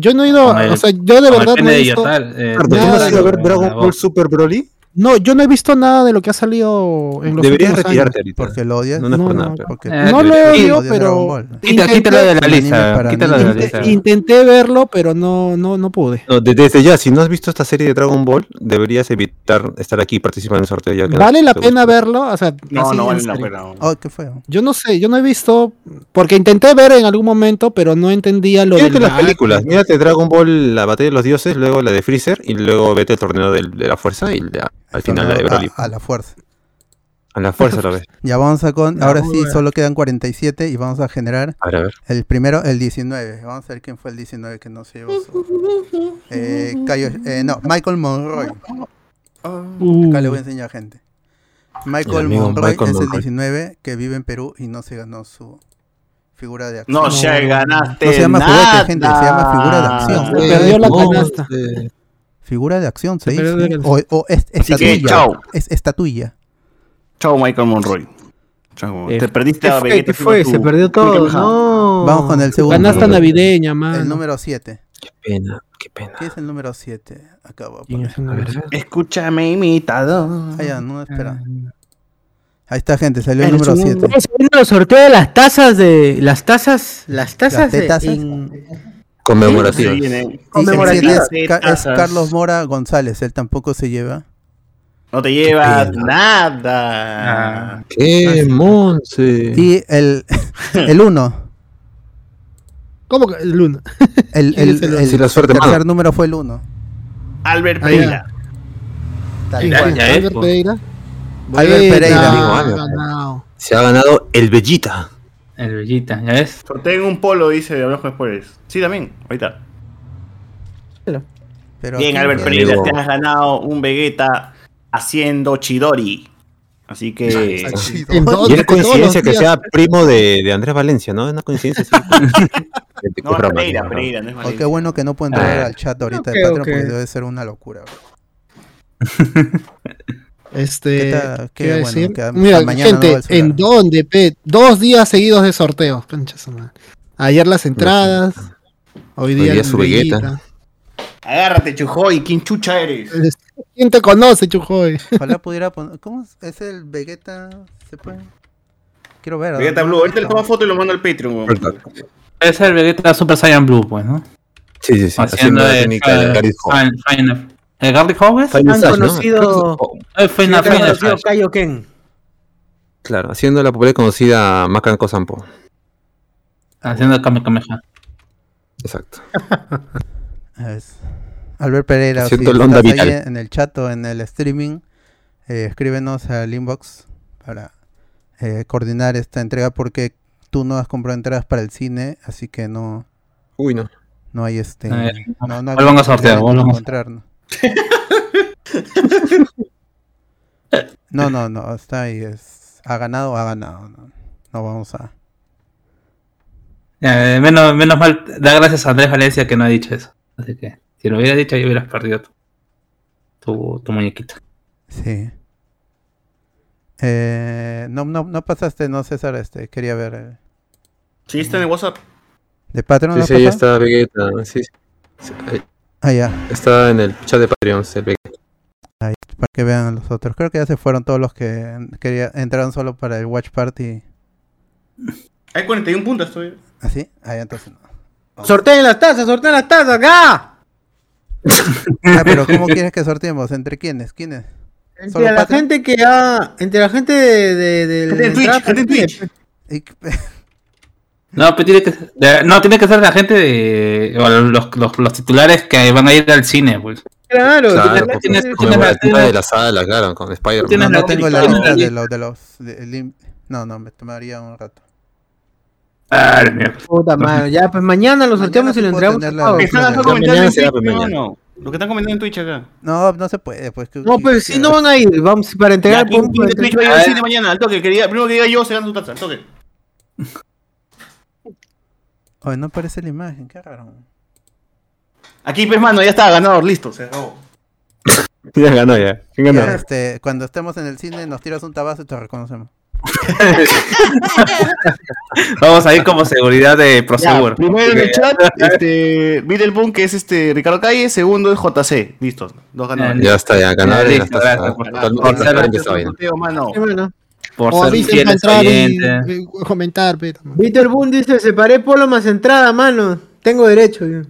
Yo no he ido, con el- o sea, yo de con el verdad pene no he de visto. Yotar, eh, Ricardo, ¿tú no has ido a ver con Dragon la Ball voz. Super Broly? No, yo no he visto nada de lo que ha salido en los Deberías últimos retirarte años. ahorita. Porque lo odias. No, no es por nada. pero- Eh, porque- No lo deberías he oído, odiar Dragon pero Ball. Quita- quítalo de la Anime lista. para Quítalo de la niños. lista. intenté verlo, pero no, no, no pude. No, de- desde ya, si no has visto esta serie de Dragon Ball, deberías evitar estar aquí participando en el sorteo. Ya que no ¿Vale la te pena verlo? O sea, No, así no en vale la serio. pena. Oh, qué feo. Yo no sé, yo no he visto, porque intenté ver en algún momento, pero no entendía lo Mírate de las películas, mírate Dragon Ball, la batalla de los dioses, luego la de Freezer y luego vete al torneo del- de, la fuerza y la- al final la de Broly. Ah, A, a la fuerza. A la fuerza la ves. Ya vamos a con. Ahora sí, bueno. solo quedan 47 y vamos a generar A ver, a ver. el primero, el 19. Vamos a ver quién fue el 19 que no se llevó. su- Eh, Kaio- eh, no, Michael Monroy. Acá le voy a enseñar gente. Michael amigo Monroy Michael es el Monroy. 19 que vive en Perú y no se ganó su figura de acción. No se ganaste No se llama nada. juguete, gente, se llama figura de acción. Se perdió la No, canasta. este, Figura de acción Se se dice. perdió la- O, o es Así que, estatuilla. chao. Es estatuilla. Chao, Michael Monroy. Chao. Eh, Te perdiste ¿qué a fue? Vegeta. ¿Qué fue? Se perdió todo, no. Vamos con el segundo. Canasta navideña, mano. El número 7. Qué pena, qué pena. ¿Qué es el número 7? Acabo. Escúchame, imitado. Ah, ya, no, espera. Ahí está, gente, salió el Bueno, número es un- 7. Es un sorteo de las tazas de. Las tazas. Las tazas ¿Las de. tetas? en- Conmemorativas. Sí, Y viene. el siete Conmemorativas. es, Ca- es Tazas. Carlos Mora González, él tampoco se lleva. No te Eh. llevas nada. Ah, ¡Qué monse! Y el el 1. ¿Cómo que el 1? El, ¿Quién el, es el el, uno? Sí, la suerte, tercer mano. número fue el 1. Albert Ah, Pereira. Tal ¿Quién cual. es? Albert pues. Pereira. Albert Buena, Pereira. Amigo, Albert. Ah, Se ha ganado el Bellita. El Bellita, ¿ya ves? Sorteen un polo, dice de Abajo Spoilers. Sí, también. Ahorita. Pero Bien, aquí- Albert Pereira, te has ganado un Vegeta haciendo Chidori. Así que. Eh, Y es coincidencia que sea primo de, de Andrés Valencia, ¿no? Es una coincidencia. sí. No, es Pereira, Pereira, no es Oh, qué Valencia. bueno que no puedo entrar Ah. al chat ahorita Ok, de Patreon ok. porque debe ser una locura. bro. Este, ¿Qué tal? Qué ¿qué iba a bueno, decir? que a- Mira, hasta mañana no gente, va el celular. ¿en dónde? pe? Dos días seguidos de sorteos. concha su madre. Ayer las entradas. Hoy día, día la su Vegeta. Vegeta. Agárrate, Chujoy, ¿quién chucha eres? ¿Quién te conoce, Chujoy? Ojalá pudiera poner. ¿Cómo es? es el Vegeta? ¿Se puede? Quiero ver. Vegeta Blue, ahorita le toma foto y lo manda al Patreon. weón. Es el Vegeta Super Saiyan Blue, pues, ¿no? Sí, sí, sí. Haciendo haciendo la el, técnica de eh, Gary Hall. Final- Final- ¿El Gary Hall Ah, es? Final Han Flash, ¿no? conocido... Eh, Final- Te Final conoció Flash. Kaioken. Claro, haciendo la popular y conocida Macanco Sampo. Haciendo el Kamehameha. Exacto. Es- Albert Pereira, si Siento el onda estás ahí vital. en el chat o en el streaming, eh, escríbenos al inbox para eh, coordinar esta entrega porque tú no has comprado entradas para el cine, así que no. Uy, no. No hay este. Eh, no, no vuelvan a sortear, no vuelvan a encontrarnos. No, no, no, está ahí. Es, ha ganado, ha ganado. No, no vamos a. Ya, eh, menos, menos mal, da gracias a Andrés Valencia que no ha dicho eso. Así que, si lo hubiera dicho, ya hubieras perdido tu, tu, tu muñequita. Sí. Eh, no, no, no pasaste, no, César, este, quería ver. eh, Sí, está en el WhatsApp. ¿De Patreon Sí, no sí, ahí pasa? está Vegeta. Sí, sí. Sí, ahí. Ah, ya. Está en el chat de Patreon. el Vegeta. Ahí, para que vean los otros. Creo que ya se fueron todos los que quería, entraron solo para el Watch Party. Hay 41 puntos todavía. ¿Ah, sí? Ah, ya, entonces no. Sorteen las tazas, sorteen las tazas, acá. Ah, pero ¿cómo quieres que sorteemos? ¿Entre quiénes? ¿Quiénes? Entre ¿Solo la Patreon? gente que ha. Entre la gente de. de, de- Gente de- en Twitch, gente en Twitch. No, pero tiene que, de- no, tiene que ser la gente de. o los, los, los titulares que van a ir al cine, pues. Claro, Claro, tienes- porque tienes- es tienes conmemorativa la- de la sala, claro, con No, Spider-Man. no tengo la lista de de los... De los de- lim- No, no, me tomaría un rato. Puta madre, ya, pues mañana lo sorteamos y lo entregamos. a todos. no? Lo que están comentando en Twitch acá. No, no se puede, pues. que- No, pues si no van a ir, vamos para entregar Ya, por pin, pin de Twitch va a ir al cine mañana, al toque. que diga- Primero que diga yo, se gana tu taza, al toque. Ay, no aparece la imagen, qué raro. Aquí, pues, mano, ya está ganador, listo. Se acabó. Ya ganó, ya. ¿Quién Ya, ganó? este, cuando estemos en el cine nos tiras un tabazo y te reconocemos. Vamos a ir como seguridad de Prosegur. Ya, primero en el chat, este, Middleboom, que es este Ricardo Calle, segundo es JC. Listo, dos ganadores. Ya está, ya ganadores. Listo, ya está, gracias por- está- por- está- está- por- está- está bien. por- mano. Por O ser avisen fieles para entrar y, oyentes. eh, y comentar, pero. Peter Boone dice, separé polo más entrada, mano. Tengo derecho. yo".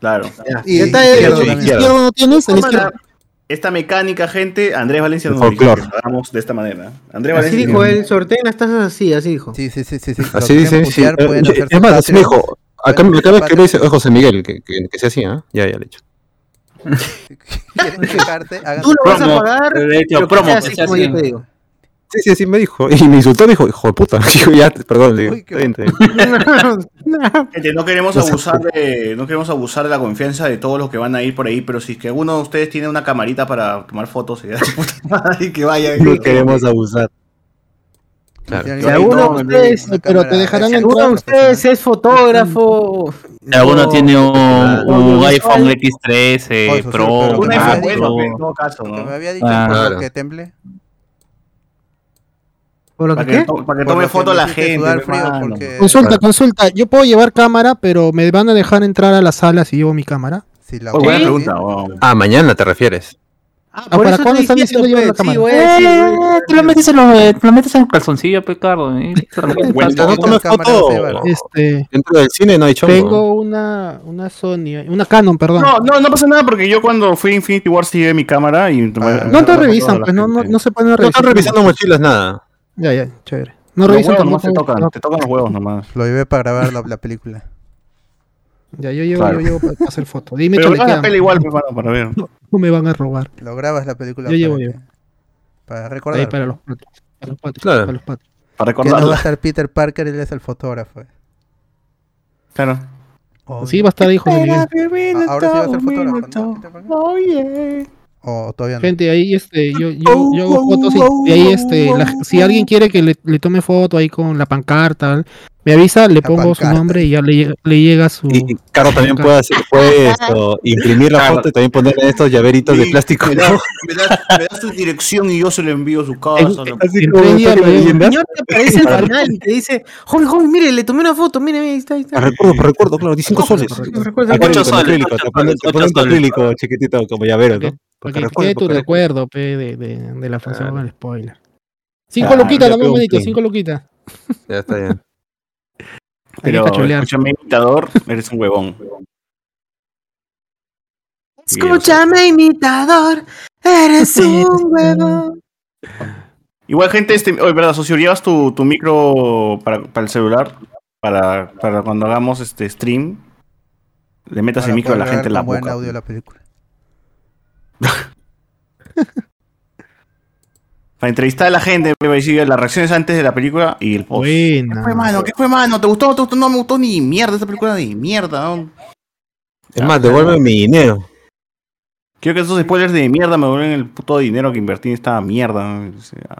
Claro. Y está de izquierdo, derecho. izquierdo. Izquierdo no tienes, Esta el izquierdo. manera- Esta mecánica, gente, Andrés Valencia El nos dijo folclore. que hagamos de esta manera. Andrés Así Valencia. dijo él, sorteen las tazas así, así dijo. Sí, sí, sí, sí. Así dice. sí. Eh, eh, Es más, así me dijo. Acá acá ves que lo dice José Miguel, que, que, que se hacía, ¿eh? Ya, ya le he hecho. Tú lo vas a Promo, pagar, de hecho, pero que promo, sea que así sea como así. yo te digo. Sí, sí, así me dijo. Y me insultó, me dijo, hijo de puta. Dijo, ya, perdón, le digo. Está bien, está bien. Gente, no queremos abusar de, no queremos abusar de la confianza de todos los que van a ir por ahí, pero si es que alguno de ustedes tiene una camarita para tomar fotos y que vaya. No queremos abusar. Claro. Si alguno de ustedes, pero te dejarán si alguno de ustedes es fotógrafo, Alguno tiene un, un no, iPhone no. X3 eh, Ojo, Pro. sí, pero un iPhone Ah, bueno, Pro. en todo caso, ¿no? Me había dicho Ah, por lo claro. que temple. ¿Por lo que qué? Para que tome Por lo que foto me la hiciste gente. sudar mi frío, hermano. Consulta, consulta. Yo puedo llevar cámara, pero me van a dejar entrar a la sala si llevo mi cámara. Sí, la Oh, buena ¿Sí? pregunta. Ah, mañana te refieres. Ah, ¿Para cuándo están diciendo llevar la cámara? Eh, Te lo metes en los, eh, te lo metes en el calzoncillo, Pecardo. Eh. Vuelta, no tomes foto. Este, Dentro del cine no hay chongo. tengo una, una Sony, una Canon, perdón. No, no, no pasa nada porque yo cuando fui a Infinity War sí llevé mi cámara y Ah. No te revisan, pues no, no, no se pueden No revisar. están revisando mochilas, nada. Ya, ya, chévere. No Los revisan huevos nomás tampoco. te tocan, no. te tocan los huevos nomás. Lo llevé para grabar la, la película. Ya, yo llevo, Claro. yo llevo para hacer foto. Dime que Pero le graba la quedan. peli igual, pues, para- para ver. No, no me van a robar. Lo grabas la película. Yo llevo, para, yo. Para recordar. Ahí para los patos. Para los patos. Claro. Para los patos. Para Que no va a recordarla. estar Peter Parker, él es el fotógrafo. eh. Claro. Sí, va a estar ahí, José Miguel. Ah, Ahora sí va a ser fotógrafo. Oye. O todavía no. Gente, ahí este, yo, yo, yo hago fotos y, y ahí este, la- si alguien quiere que le, le tome foto ahí con la pancarta, me avisa, le pongo su nombre y ya le, llega- le llega su. Y Caro también puede hacer, puede esto, imprimir la foto y también ponerle estos llaveritos de plástico. Me ¿no? das, me das- me das su dirección y yo se lo envío a su casa. lo- señor te aparece el canal y te dice, joven, joven, mire, le tomé una foto, mire, ahí está, ahí está. Ah, Recuerdo, pues, recuerdo, claro, 15 soles. recuerdo. Acrílico, Ocho no, soles, acrílico, ocho Te ponen te soles, ponen ocho tu acrílico chiquitito como llavero, ¿no? Porque recuerdo, Quede tu porque recuerdo pe, de, de, de la función con el spoiler. Cinco Ah, Claro, loquitas, yo también tengo un bonito, pin. cinco loquitas. Ya está bien. Pero Hay que chulear. escúchame, imitador, eres un huevón. Escúchame, imitador. Eres un Mm. huevo. Igual, gente, este, oye, verdad, socio, ¿llevas tu, tu micro para, para el celular? Para, para cuando hagamos este stream, le metas el Para micro a la poder gente en la grabar con buen boca. audio la película. Para entrevistar a la gente, para decir las reacciones antes de la película y el post. Buena. fue, mano? ¿Qué fue, mano? ¿Te gustó? no ¿Te gustó? No me gustó ni mierda esta película ni mierda. ¿no? Es más, devuelve mi dinero. Quiero que esos spoilers de mierda me devuelvan el puto dinero que invertí en esta mierda. ¿no? O sea,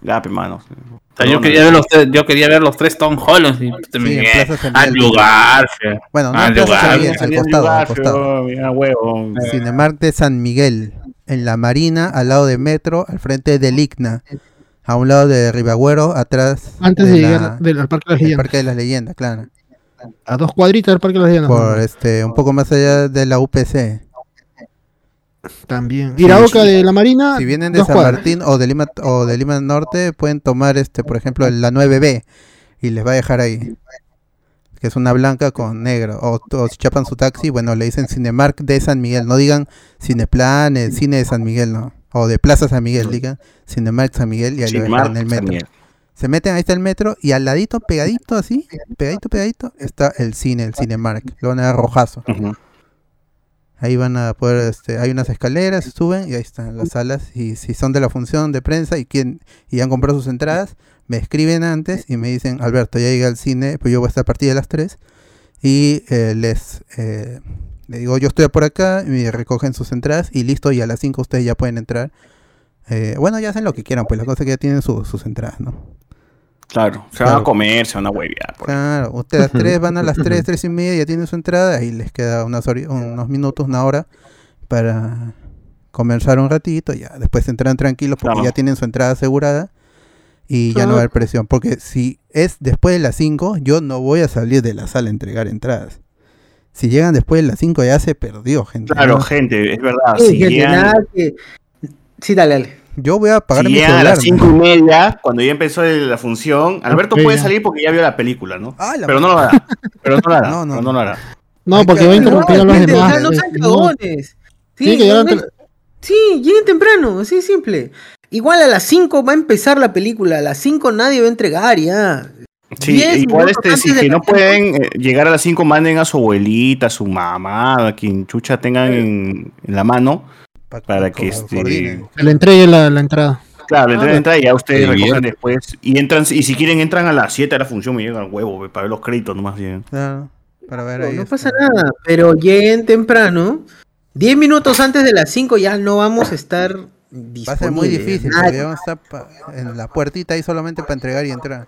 Ya, pe, mano. O sea, yo, quería ver los, tres- yo quería ver los tres Tom Hollands. Y, este, te me- en Plaza San al Miguel. lugar, fe. Bueno, no al en Plaza lugar. San Miguel, al costado, al costado. oh, Mira, huevo. Eh. Cinemark de San Miguel, en la Marina, al lado de Metro, al frente de Ligna, a un lado de Ribagüero, atrás Antes de la- llegar del- al Parque de las del Leyendas. Parque de las Leyendas, claro. A dos cuadritas del Parque de las Leyendas. Por este, un poco más allá de la UPC. También. Iraoka de la Marina. Si vienen de dos San cuadras. Martín o de Lima o de Lima Norte, pueden tomar este, por ejemplo, la 9B y les va a dejar ahí. Que es una blanca con negro. O, o si chapan su taxi, bueno, le dicen Cinemark de San Miguel. No digan Cineplan, el cine de San Miguel, no. O de Plaza San Miguel, digan Cinemark San Miguel y ahí lo Cinemark dejan en el San metro. Miguel. Se meten, ahí está el metro y al ladito, pegadito así, pegadito, pegadito, está el cine, el Cinemark. Lo van a dar rojazo. Ahí van a poder, este, hay unas escaleras, suben y ahí están las salas. Y si son de la función de prensa y quieren, y han comprado sus entradas, me escriben antes y me dicen, Alberto, ya llegué al cine, pues yo voy a estar a partir de las 3. Y eh, les eh, le digo, yo estoy por acá, y me recogen sus entradas y listo, y a las 5 ustedes ya pueden entrar. Eh, bueno, ya hacen lo que quieran, pues la cosa es que ya tienen su- sus entradas, ¿no? Claro, se van Claro. a comer, se van a huevear. por ahí. Claro, ustedes a las 3 van a las 3, 3 y media, ya tienen su entrada y les queda unas hori- unos minutos, una hora para comenzar un ratito, ya después entran tranquilos porque Claro. ya tienen su entrada asegurada y ya no va a haber presión. Porque si es después de las 5, yo no voy a salir de la sala a entregar entradas. Si llegan después de las 5 ya se perdió, gente. Claro, ¿no? gente, es verdad. Sí, si gente, llegan- nada que- Sí, dale, dale. Yo voy a apagar si mi llegan a celular. las cinco y ¿no? media, cuando ya empezó el- la función, Alberto Ok, puede ya. salir porque ya vio la película, ¿no? la pero no lo hará. Pero no lo hará. No, no, lo hará. No, porque va a interrumpir a los gente, o demás. sea, no eh, pues, sean no. cagones. Tienen Sí, que llegar no- antes- sí, lleguen temprano, así de simple. Igual a las 5 va a empezar la película, a las 5 nadie va a entregar ya. Sí, Diez igual minutos este, si antes de que la- no pueden eh, llegar a las 5, manden a su abuelita, a su mamá, a quien chucha tengan en, en la mano, para que este, Que le entregue la, la entrada. Claro, le entran, Ah, entran y ya ustedes sí, recogen bien. después. Y entran, y si quieren entran a las 7 de la función y llegan al huevo, pe, para ver los créditos nomás. Llegan. Claro, para ver ahí. este. No pasa nada, pero lleguen temprano. 10 minutos antes de las 5 ya no vamos a estar Va a ser muy disponibles, difícil, nada. porque vamos a estar pa- en la puertita ahí solamente para entregar y entrar.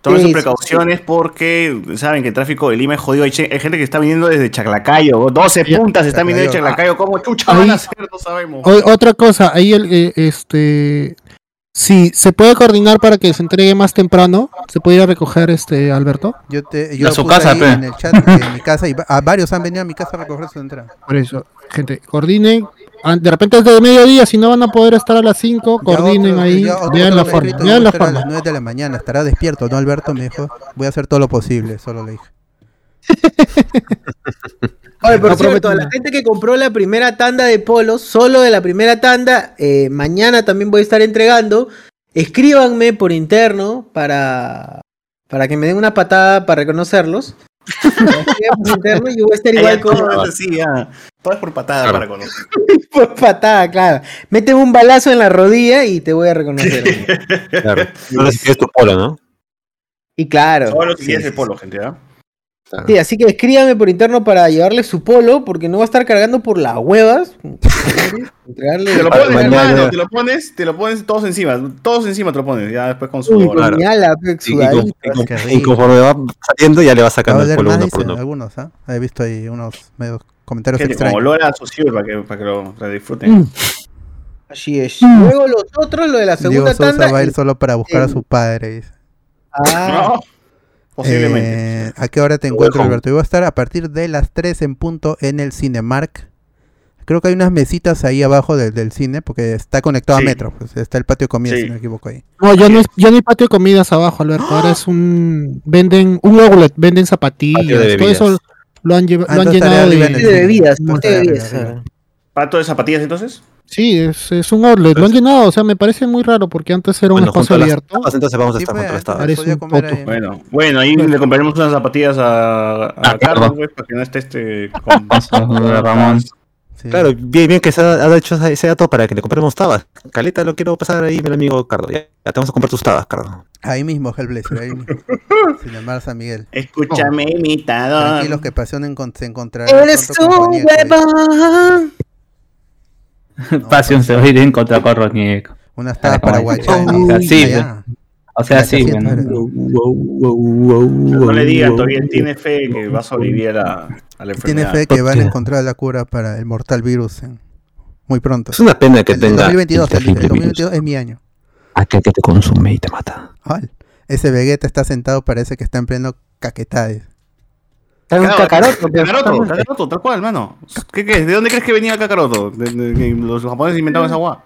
Tomen Sí, sus sí, precauciones porque saben que el tráfico de Lima es jodido. Hay, che- hay gente que está viniendo desde Chaclacayo, 12 puntas están viniendo de ah, Chaclacayo. ¿Cómo chucha van a hacer? No sabemos. O- otra cosa, ahí el, eh, este si se puede coordinar para que se entregue más temprano, se puede ir a recoger este Alberto. Yo te, yo A su puse casa, ahí pues. pe. en el chat de mi casa y va- a varios han venido a mi casa a recoger su entrada. Por eso, gente, coordinen. Ah, De repente es de mediodía, si no van a poder estar a las 5, coordinen otro- ahí, ya otro vean la me ha forma, escrito, vean voy a la estar a las forma. 9 de la mañana, estará despierto, ¿no, Alberto? Me dijo, voy a hacer todo lo posible, solo le dije. Oye, por No cierto, promete a la nada. gente que compró la primera tanda de polos, solo de la primera tanda, eh, mañana también voy a estar entregando. Escríbanme por interno para, para que me den una patada para reconocerlos. Escríbanme por interno y yo voy a estar igual con. Sí, ya. Todo es por patada para conocer. por patada, claro. Méteme un balazo en la rodilla y te voy a reconocer. Claro. No sé si es tu polo, ¿no? y claro. Solo si es el polo, gente, ¿ah? Sí, así que escríbame por interno para llevarle su polo, porque no va a estar cargando por las huevas. Entregarle- Te lo pones, hermano, te lo pones, te lo pones todos encima, todos encima te lo pones, ya después con Uy, su con mi ala, pe, Y, y con- y con- Qué y rico. conforme va saliendo, ya le va Va a sacando el oler polo más, uno dicen por uno. algunos, ¿ah? He visto ahí unos medios comentarios Gente, con extraños. olor a sucio para que, para que lo, para que disfruten. Mm. Así es. Mm. Mm. Luego los otros, lo de la segunda Diego Sousa tanda. va a ir y- solo para buscar a su padre. dice. Ah, posiblemente. Eh, ¿A qué hora te encuentro, Alberto? Yo voy a estar a partir de las 3 en punto en el Cinemark. Creo que hay unas mesitas ahí abajo del, del cine, porque está conectado Sí. a Metro. pues, está el patio de comida, si no me equivoco ahí. No, ya no, es- ya no hay patio de comidas abajo, Alberto. Ahora es un. Venden un outlet, Patio venden de zapatillas. Todo eso bebidas. lo han, lleva- Ah, lo han entonces llenado estaría de, arriba en el cine. Patio de bebidas, ah. ¿Pato de zapatillas entonces? Sí, es, es un outlet. Lo han llenado, o sea, me parece muy raro porque antes era un Pues- Bueno, junto espacio a las abierto. tapas, entonces vamos a estar junto a las tapas. Parece un toto. Bueno, bueno, ahí le compraremos unas zapatillas a, a Carlos, güey, para que no esté este con Ramón. Claro, bien, bien que se ha, ha hecho esa- ese dato para que le compremos tabas. Caleta, lo quiero pasar ahí, mi amigo Cardo. Ya, ya te vamos a comprar tus tabas, Cardo. Ahí mismo, Hellblazer, ahí mismo. Cinemark San Miguel. Oh. Escúchame, imitador. Tranquilos que pasionen con, se encontrarán. Eres pronto un con compañía que- huevón. Pasión se va a ir en contra con Roniek. Una espada para Guachani. Sí, Allá. o sea, sí, bueno. No le digan, todavía tiene fe que va a sobrevivir a la, a la Tiene enfermedad. fe que van a encontrar la cura para el mortal virus en- muy pronto. Es una pena que En el tenga 2022, el el, terrible 2022 es mi año. Aquel que te consume y te mata. Al, Ese Vegeta está sentado, parece que está en pleno caquetades. Está Claro, cacaroto, cacaroto, tal cual, hermano. ¿Qué, qué? ¿De dónde crees que venía el cacaroto? De- de- que los japoneses inventaron esa agua.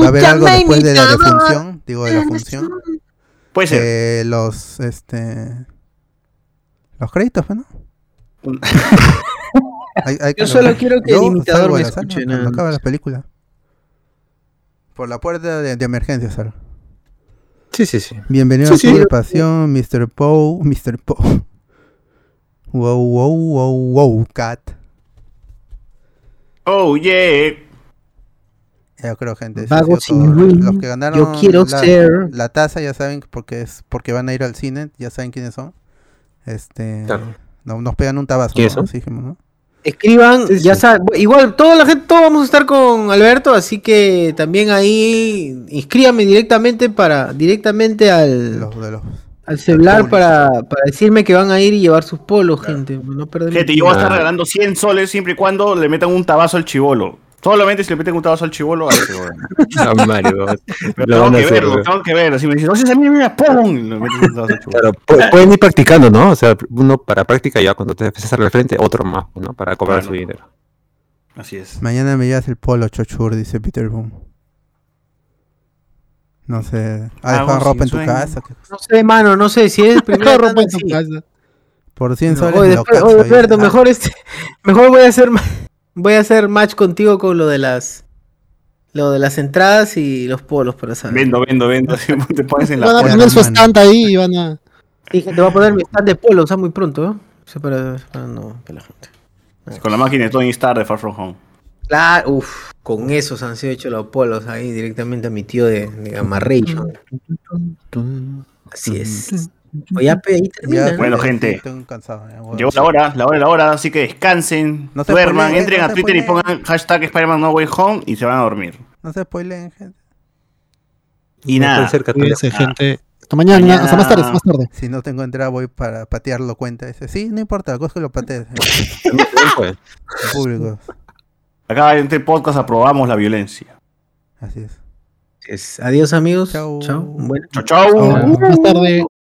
Va a haber algo Escúchame, después de la imitador. defunción, digo de la función. Puede ser. Eh, los, este... Los créditos, pues, ¿no? Hay- hay Yo que- solo quiero que el Yo imitador salgo a me la sala escuche, cuando nada acaba más. la película. Por la puerta de, de emergencia, Sara. Sí, sí, sí. Bienvenido Sí, a sí. Club de Pasión, Mr. Poe, Mr. Poe. Wow, wow, wow, wow, cat. Oh, yeah. Yo creo, gente. eso ha Vago sido sin todo. rumbo, Los que ganaron yo quiero la, ser- la taza ya saben porque es porque van a ir al cine, ya saben quiénes son. Este, Claro. no, nos pegan un tabazo, ¿Quiénes ¿no? son? Así dijimos, ¿no? Escriban, ya saben, igual toda la gente, todos vamos a estar con Alberto, así que también ahí inscríbame directamente para, directamente al, al celular para, para decirme que van a ir y llevar sus polos, gente. No perder Gente, yo voy a estar regalando 100 soles siempre y cuando le metan un tabazo al chivolo. Solamente si le meten un tabazo al chivolo, a ese, weón. A Mario. Pero Lo tengo van a que hacer, verlo, weón. tengo que verlo. Si me dicen, no, si a mí mira, ¡pum! Y le metes un tabazo al chivolo. Claro, pu- pueden ir practicando, ¿no? O sea, uno para práctica ya cuando te empiezas al frente, otro más, ¿no? Para cobrar su dinero. Así es. Mañana me llevas el polo, chochur, dice Peter Boom. No sé. ¿Ha dejado Hago ropa sin en tu sueño. casa? No sé, mano, no sé si es el primer Ropa tanda, en tu sí. Por 100 soles. Oye, me lo después- cacho oye, ahí. Alberto, Ah, mejor este, mejor voy a hacer ma- voy a hacer match contigo con lo de las lo de las entradas y los polos para saber. Vendo, vendo, vendo. Así te pones en la Van a puerta, poner su hermano. stand ahí y van a. Y te voy a poner mi stand de polos, ah, muy pronto, ¿eh? O sea, para, para no, que la gente. Con la máquina de Tony Stark de Far From Home. Claro, uff, con esos han sido hechos los polos ahí directamente a mi tío de, de Gamarrillo. Así es. Oye, ya, pe, ahí termina. Bueno, gente. Estoy cansado. ya, huevón. Llegó la hora, la hora, la hora, así que descansen, No se duerman, spoileen, entren no a se Twitter y spoileen. pongan hashtag Spider-Man No Way Home y se van a dormir. No se spoilen, gente. Y nada. Ah. Cuídense, Nada. gente. Hasta mañana, Mañana, hasta más tarde, hasta más tarde. Si no tengo entrada, voy para patearlo cuenta. Dice, sí, no importa, cosa que lo patees. Público. pues. Acá en este podcast aprobamos la violencia. Así es. Adiós, amigos. Chao. Bueno. Chao, chao. Más tarde.